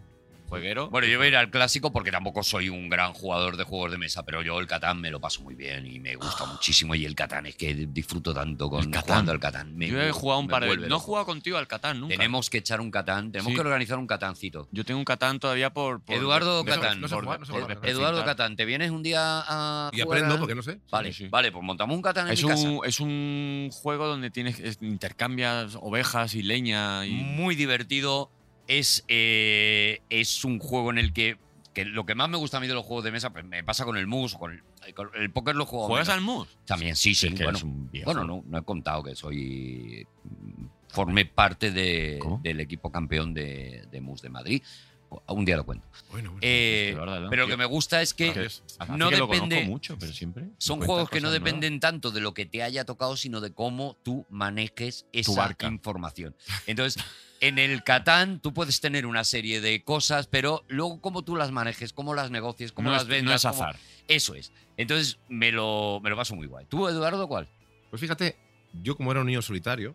jueguero. Bueno, yo voy a ir al clásico porque tampoco soy un gran jugador de juegos de mesa, pero yo el Catán me lo paso muy bien y me gusta muchísimo. Y el Catán es que disfruto tanto con Ah. Catán. jugando al Catán. Me Yo he vu- jugado un me par de. vuelve No he loco. jugado contigo al Catán nunca. Tenemos que echar un Catán, tenemos Sí. que organizar un Catancito. Yo tengo un Catán todavía por. por- Eduardo por- Catán. por- No se por- juega, no se por- juega. Eduardo presentar. Catán, ¿te vienes un día a Y jugar aprendo a- porque no sé. Vale, Sí, sí. vale, pues montamos un Catán en Es mi casa. un, es un juego donde tienes es- intercambias ovejas y leña y. Muy divertido. Es, eh, es un juego en el que, que lo que más me gusta a mí de los juegos de mesa, pues me pasa con el mus, o con el, con el póker lo juego. ¿Juegas menos. al mus? También, sí, sí. Es que bueno, eres un viejo. bueno, no, no he contado que soy. Formé parte de- ¿Cómo? del equipo campeón de, de mus de Madrid. Un día lo cuento. Bueno, bueno. Eh, Eduardo, ¿no? pero lo que me gusta es que Yo- ¿Qué es? Así no que Lo depende- conozco mucho, pero siempre. Son cuentas juegos que no cosas nuevas. dependen tanto de lo que te haya tocado, sino de cómo tú manejes esa barca. información. Entonces, en el Catán tú puedes tener una serie de cosas, pero luego cómo tú las manejes, cómo las negocies, cómo No las es- vendas. No es cómo- azar. Eso es. Entonces, me lo, me lo paso muy guay. ¿Tú, Eduardo, cuál? Pues fíjate, yo como era un niño solitario,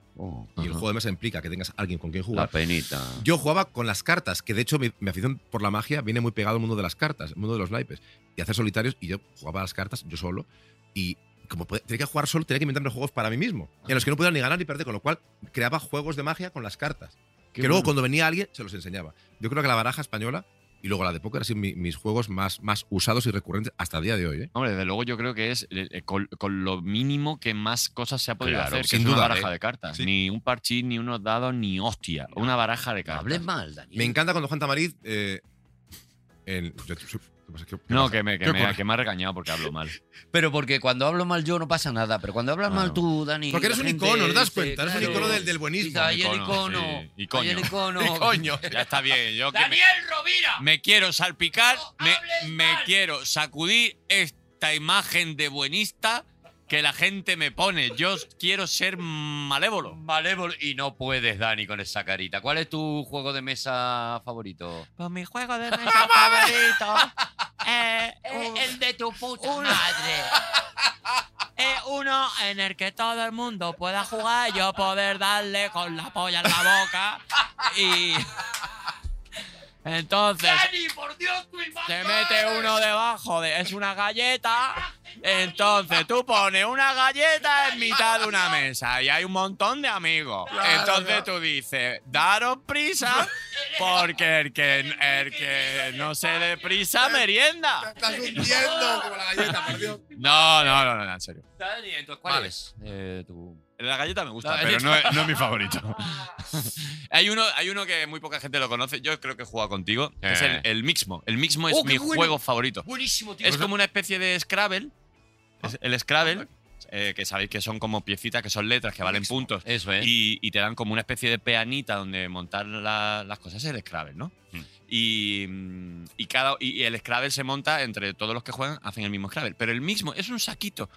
y el Ajá. juego de mesa implica que tengas alguien con quien La jugar, penita. yo jugaba con las cartas, que de hecho mi, mi afición por la magia viene muy pegado al mundo de las cartas, al mundo de los naipes, y hacer solitarios, y yo jugaba a las cartas yo solo, y como pod- tenía que jugar solo, tenía que inventarme juegos para mí mismo, en los que no pudiera ni ganar ni perder, con lo cual creaba juegos de magia con las cartas, que luego cuando venía alguien se los enseñaba. Yo creo que la baraja española y luego la de póker han sido mi- mis juegos más, más usados y recurrentes hasta el día de hoy. ¿eh? Hombre, desde luego yo creo que es eh, eh, con, con lo mínimo que más cosas se ha podido Claro, hacer, que sin es duda, una baraja ¿eh? de cartas. Sí. Ni un parchís, ni unos dados, ni hostia. Una baraja de No cartas. hables mal, Daniel. Me encanta cuando Juan Tamariz... eh, en- yo- ¿qué pasa? ¿Qué- qué No, pasa? que me, que, ¿Qué me- ocurre? que me ha regañado porque hablo mal. Pero porque cuando hablo mal yo no pasa nada, pero cuando hablas Ah, mal no. tú, Dani. Porque la eres un gente icono, ¿no te das dice, cuenta? Eres un claro, icono del, del buenismo. dice, "Ay, el Icono, icono. sí, icoño. ay, el icono. Ya está bien. Yo que me- ¡Daniel Rovira! me, quiero salpicar, No me, hables me mal. quiero sacudir esta imagen de buenista que la gente me pone. Yo quiero ser malévolo. Malévolo. Y no puedes, Dani, con esa carita. ¿Cuál es tu juego de mesa favorito? Pues mi juego de mesa favorito. eh, de tu puta madre. uno en el que todo el mundo pueda jugar, yo poder darle con la polla en la boca y... Entonces, por Dios, tu imagen! Se mete uno debajo, de, es una galleta. Entonces tú pones una galleta en mitad de una mesa y hay un montón de amigos. Entonces tú dices, daros prisa porque el que, el que no se dé prisa merienda. Estás hundiendo como la galleta, por Dios. No, no, no, no, no, en serio. Dani, entonces, ¿cuál Vale. es? Eh, tu... Ah. La galleta me gusta, La pero galleta. no es, no es mi favorito. hay, uno, hay uno que muy poca gente lo conoce. Yo creo que he jugado contigo. que Es el, el Mixmo. El Mixmo es Eh. Oh, qué mi bueno. juego favorito. Buenísimo, tío. Ah. Es como una especie de Scrabble. Es el Scrabble, eh, que sabéis que son como piecitas, que son letras, que valen puntos. Eso es. Y, y te dan como una especie de peanita donde montar la- las cosas. Es el Scrabble, ¿no? Mm. Y, mm, y cada, y y el Scrabble se monta entre todos los que juegan, hacen el mismo Scrabble. Pero el mismo es un saquito.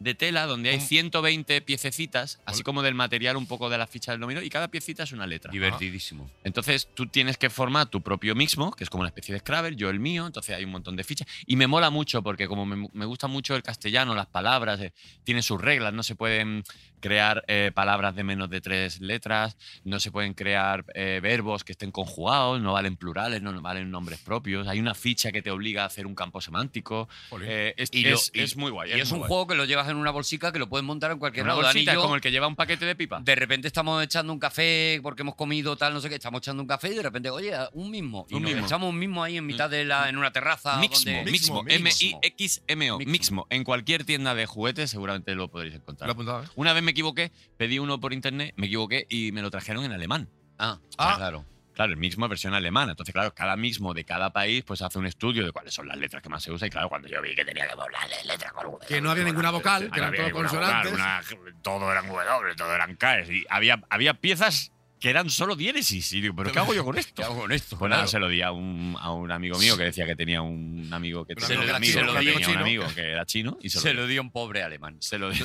de tela donde hay Un- 120 piececitas, así Hola. como del material un poco de la ficha del dominó, y cada piecita es una letra. Divertidísimo. Entonces tú tienes que formar tu propio mismo, que es como una especie de Scrabble, yo el mío, entonces hay un montón de fichas. Y me mola mucho porque como me, me gusta mucho el castellano, las palabras, eh, tiene sus reglas, no se pueden crear eh, palabras de menos de tres letras, no se pueden crear eh, verbos que estén conjugados, no valen plurales, no valen nombres propios, hay una ficha que te obliga a hacer un campo semántico. Jolín. Eh, es, Y lo- es- y- es muy guay. Y es muy un guay. juego que lo llevas en una bolsica que lo puedes montar en cualquier Una lado. Dani y bolsita yo, como el que lleva un paquete de pipa. De repente estamos echando un café porque hemos comido tal, no sé qué, estamos echando un café y de repente, oye, un mismo. Y Un nos mismo. Mm. echamos un mismo ahí en mitad de la, en una terraza. Mixmo, donde- Ah, Mixmo, Mixmo, Mixmo. M-I-X-M-O, Mixmo. Mixmo. En cualquier tienda de juguetes seguramente lo podréis Lo he encontrar. apuntado, ¿eh? Una vez me equivoqué, pedí uno por internet, me equivoqué y me lo trajeron en alemán. Ah, Ah. claro. Claro, el mismo es versión alemana. Entonces, claro, cada mismo de cada país pues hace un estudio de cuáles son las letras que más se usan. Y claro, cuando yo vi que tenía que doblar la letra con W, Que no había con ninguna W, vocal, no que eran había todo ninguna vocal, una- todo eran W, todo eran K. Y había, había piezas que eran solo diéresis. Y digo, ¿pero qué hago yo con esto? ¿Qué hago con esto? Pues nada, Claro. se lo di a un, a un amigo mío que decía que tenía un amigo que Un tenía amigo que era amigo chino, que un amigo tenía un chino. amigo que era chino y se, Se lo, lo dio un pobre alemán. se lo di-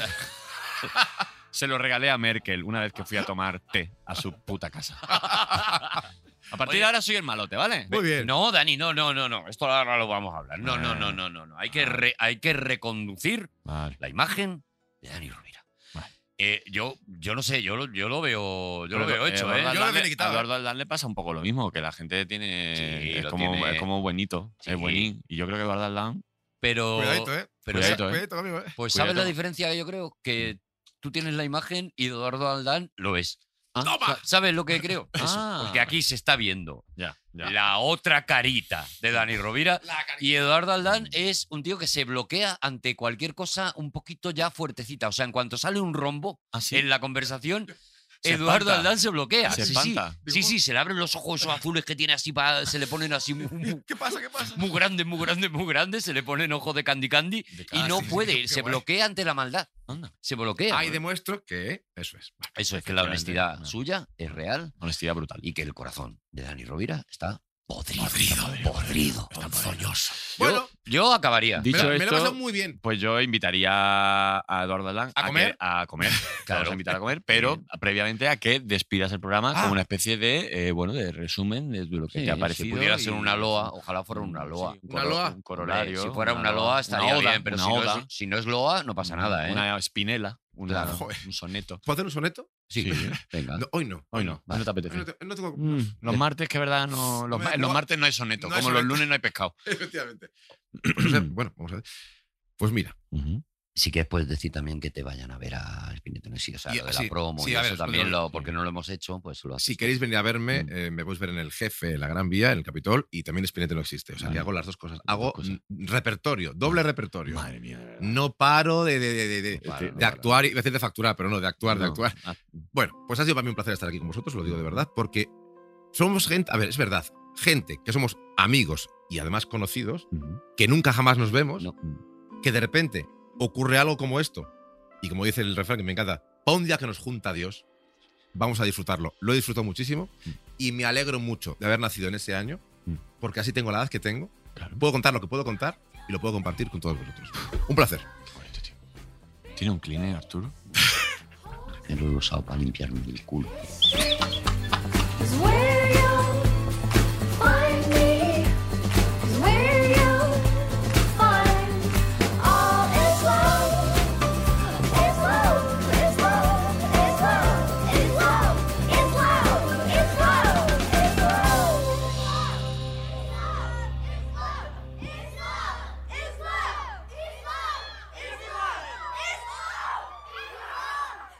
se lo regalé a Merkel una vez que fui a tomar té a su puta casa. A partir Oye. de ahora soy el malote, ¿vale? Muy bien. No, Dani, no, no, no, no. Esto ahora lo vamos a hablar. No, no, no, no, no. no. Hay, Ah. que re- hay que reconducir Vale. la imagen de Dani Rovira. Vale. Eh, yo, yo no sé, yo, lo- yo lo veo, yo lo Pero, veo hecho, Eduardo ¿eh? Yo lo Aldán había le- quitado, a Eduardo Aldán le pasa un poco lo mismo, que la gente tiene. Sí, es, lo como, tiene. es como buenito, Sí. es buenín. Y yo creo que Eduardo Aldán. Pero, Cuidadito, ¿eh? pero Cuidadito, Cuidadito, ¿eh? cuidadito, amigo, ¿eh? pues ¿sabes Cuidado. la diferencia que yo creo? Que tú tienes la imagen y Eduardo Aldán lo es. Ah, Sa- ¿Sabes lo que creo? Eso, Ah. Porque aquí se está viendo Ya, ya. la otra carita de Dani Rovira. Y Eduardo Aldán es un tío que se bloquea ante cualquier cosa un poquito ya fuertecita. O sea, en cuanto sale un rombo Así. en la conversación, Se Eduardo espanta. Aldán se bloquea. Se sí, espanta. Sí. sí, sí, se le abren los ojos esos azules que tiene así, pa- se le ponen así muy, muy- ¿Qué pasa? ¿Qué pasa? muy grandes, muy grandes, muy grandes, se le ponen ojos de Candy Candy y Ah, no sí, sí, puede, ¿eh? qué- ir, qué se guay. bloquea ante la maldad. Anda. Se bloquea. Ahí demuestro que eso es. Vale. Eso es que la Efectivamente. honestidad Ah. suya es real Honestidad brutal. y que el corazón de Dani Rovira está podrido. Podrido. Podrido. ponzoñoso. Yo- Bueno. yo acabaría. Dicho Me la- me lo he esto- pasado muy bien. Pues yo invitaría a Eduardo Lang ¿A que- comer? a comer. Claro, Claro. a invitar a comer, pero previamente a que despidas el programa Ah. con una especie de eh, bueno de resumen de lo que Sí, te ha si parecido. pudiera ser y- Mm, una loa, ojalá fuera una loa. Sí, un, Una coro- loa. un corolario. Hombre, si fuera una loa estaría una oda, bien, pero una si no, oda, es, si no es loa no pasa nada, ¿eh? Una espinela, una- Claro. Joder. un soneto. ¿Puedo hacer un soneto? sí, venga. No, hoy no. Ah. Hoy no, hoy no te apetece. Hoy no te- no tengo- Mm, los martes, que verdad, no. Los, No, ma- no- los martes no hay soneto, no hay como los soneto. lunes no hay pescado. Efectivamente. Pues, o sea, bueno, vamos a ver. Pues mira. Si quieres puedes decir también que te vayan a ver a Spinetta, ¿no? Sí, o sea, Y- lo de sí, la promo sí, y a eso ver, también, espérate. lo, porque no lo hemos hecho, pues lo haces. Si queréis venir a verme, Mm. eh, me podéis ver en el jefe, en la Gran Vía, en el Capitol, y también Spinete no existe. O sea, que Vale. hago las dos cosas. Las Hago dos cosas. mm, repertorio, doble repertorio. Madre mía. de verdad. No paro de, de- de- de- de- Este- de actuar, y- iba a decir de facturar, pero no, de actuar, de No. actuar. Ah, Bueno, pues ha sido para mí un placer estar aquí con vosotros, lo digo de verdad, porque somos gente, a ver, es verdad, gente que somos amigos y además conocidos, ujú. que nunca jamás nos vemos, No. mm. que de repente ocurre algo como esto, y como dice el refrán que me encanta, para un día que nos junta Dios, vamos a disfrutarlo. Lo he disfrutado muchísimo y me alegro mucho de haber nacido en ese año, Mm. porque así tengo la edad que tengo, Claro. puedo contar lo que puedo contar y lo puedo compartir con todos vosotros. Un placer. Joder, este tío. ¿Tiene un cleaner, Arturo? Yo lo he usado para limpiarme el culo. Is where you'll find me. Is where you'll find all is love. Is love. Is love. Is love. Is love. Is love. Is love. Is love. Is love. Is love. Is love. Is love. Is love. Is love. Is love.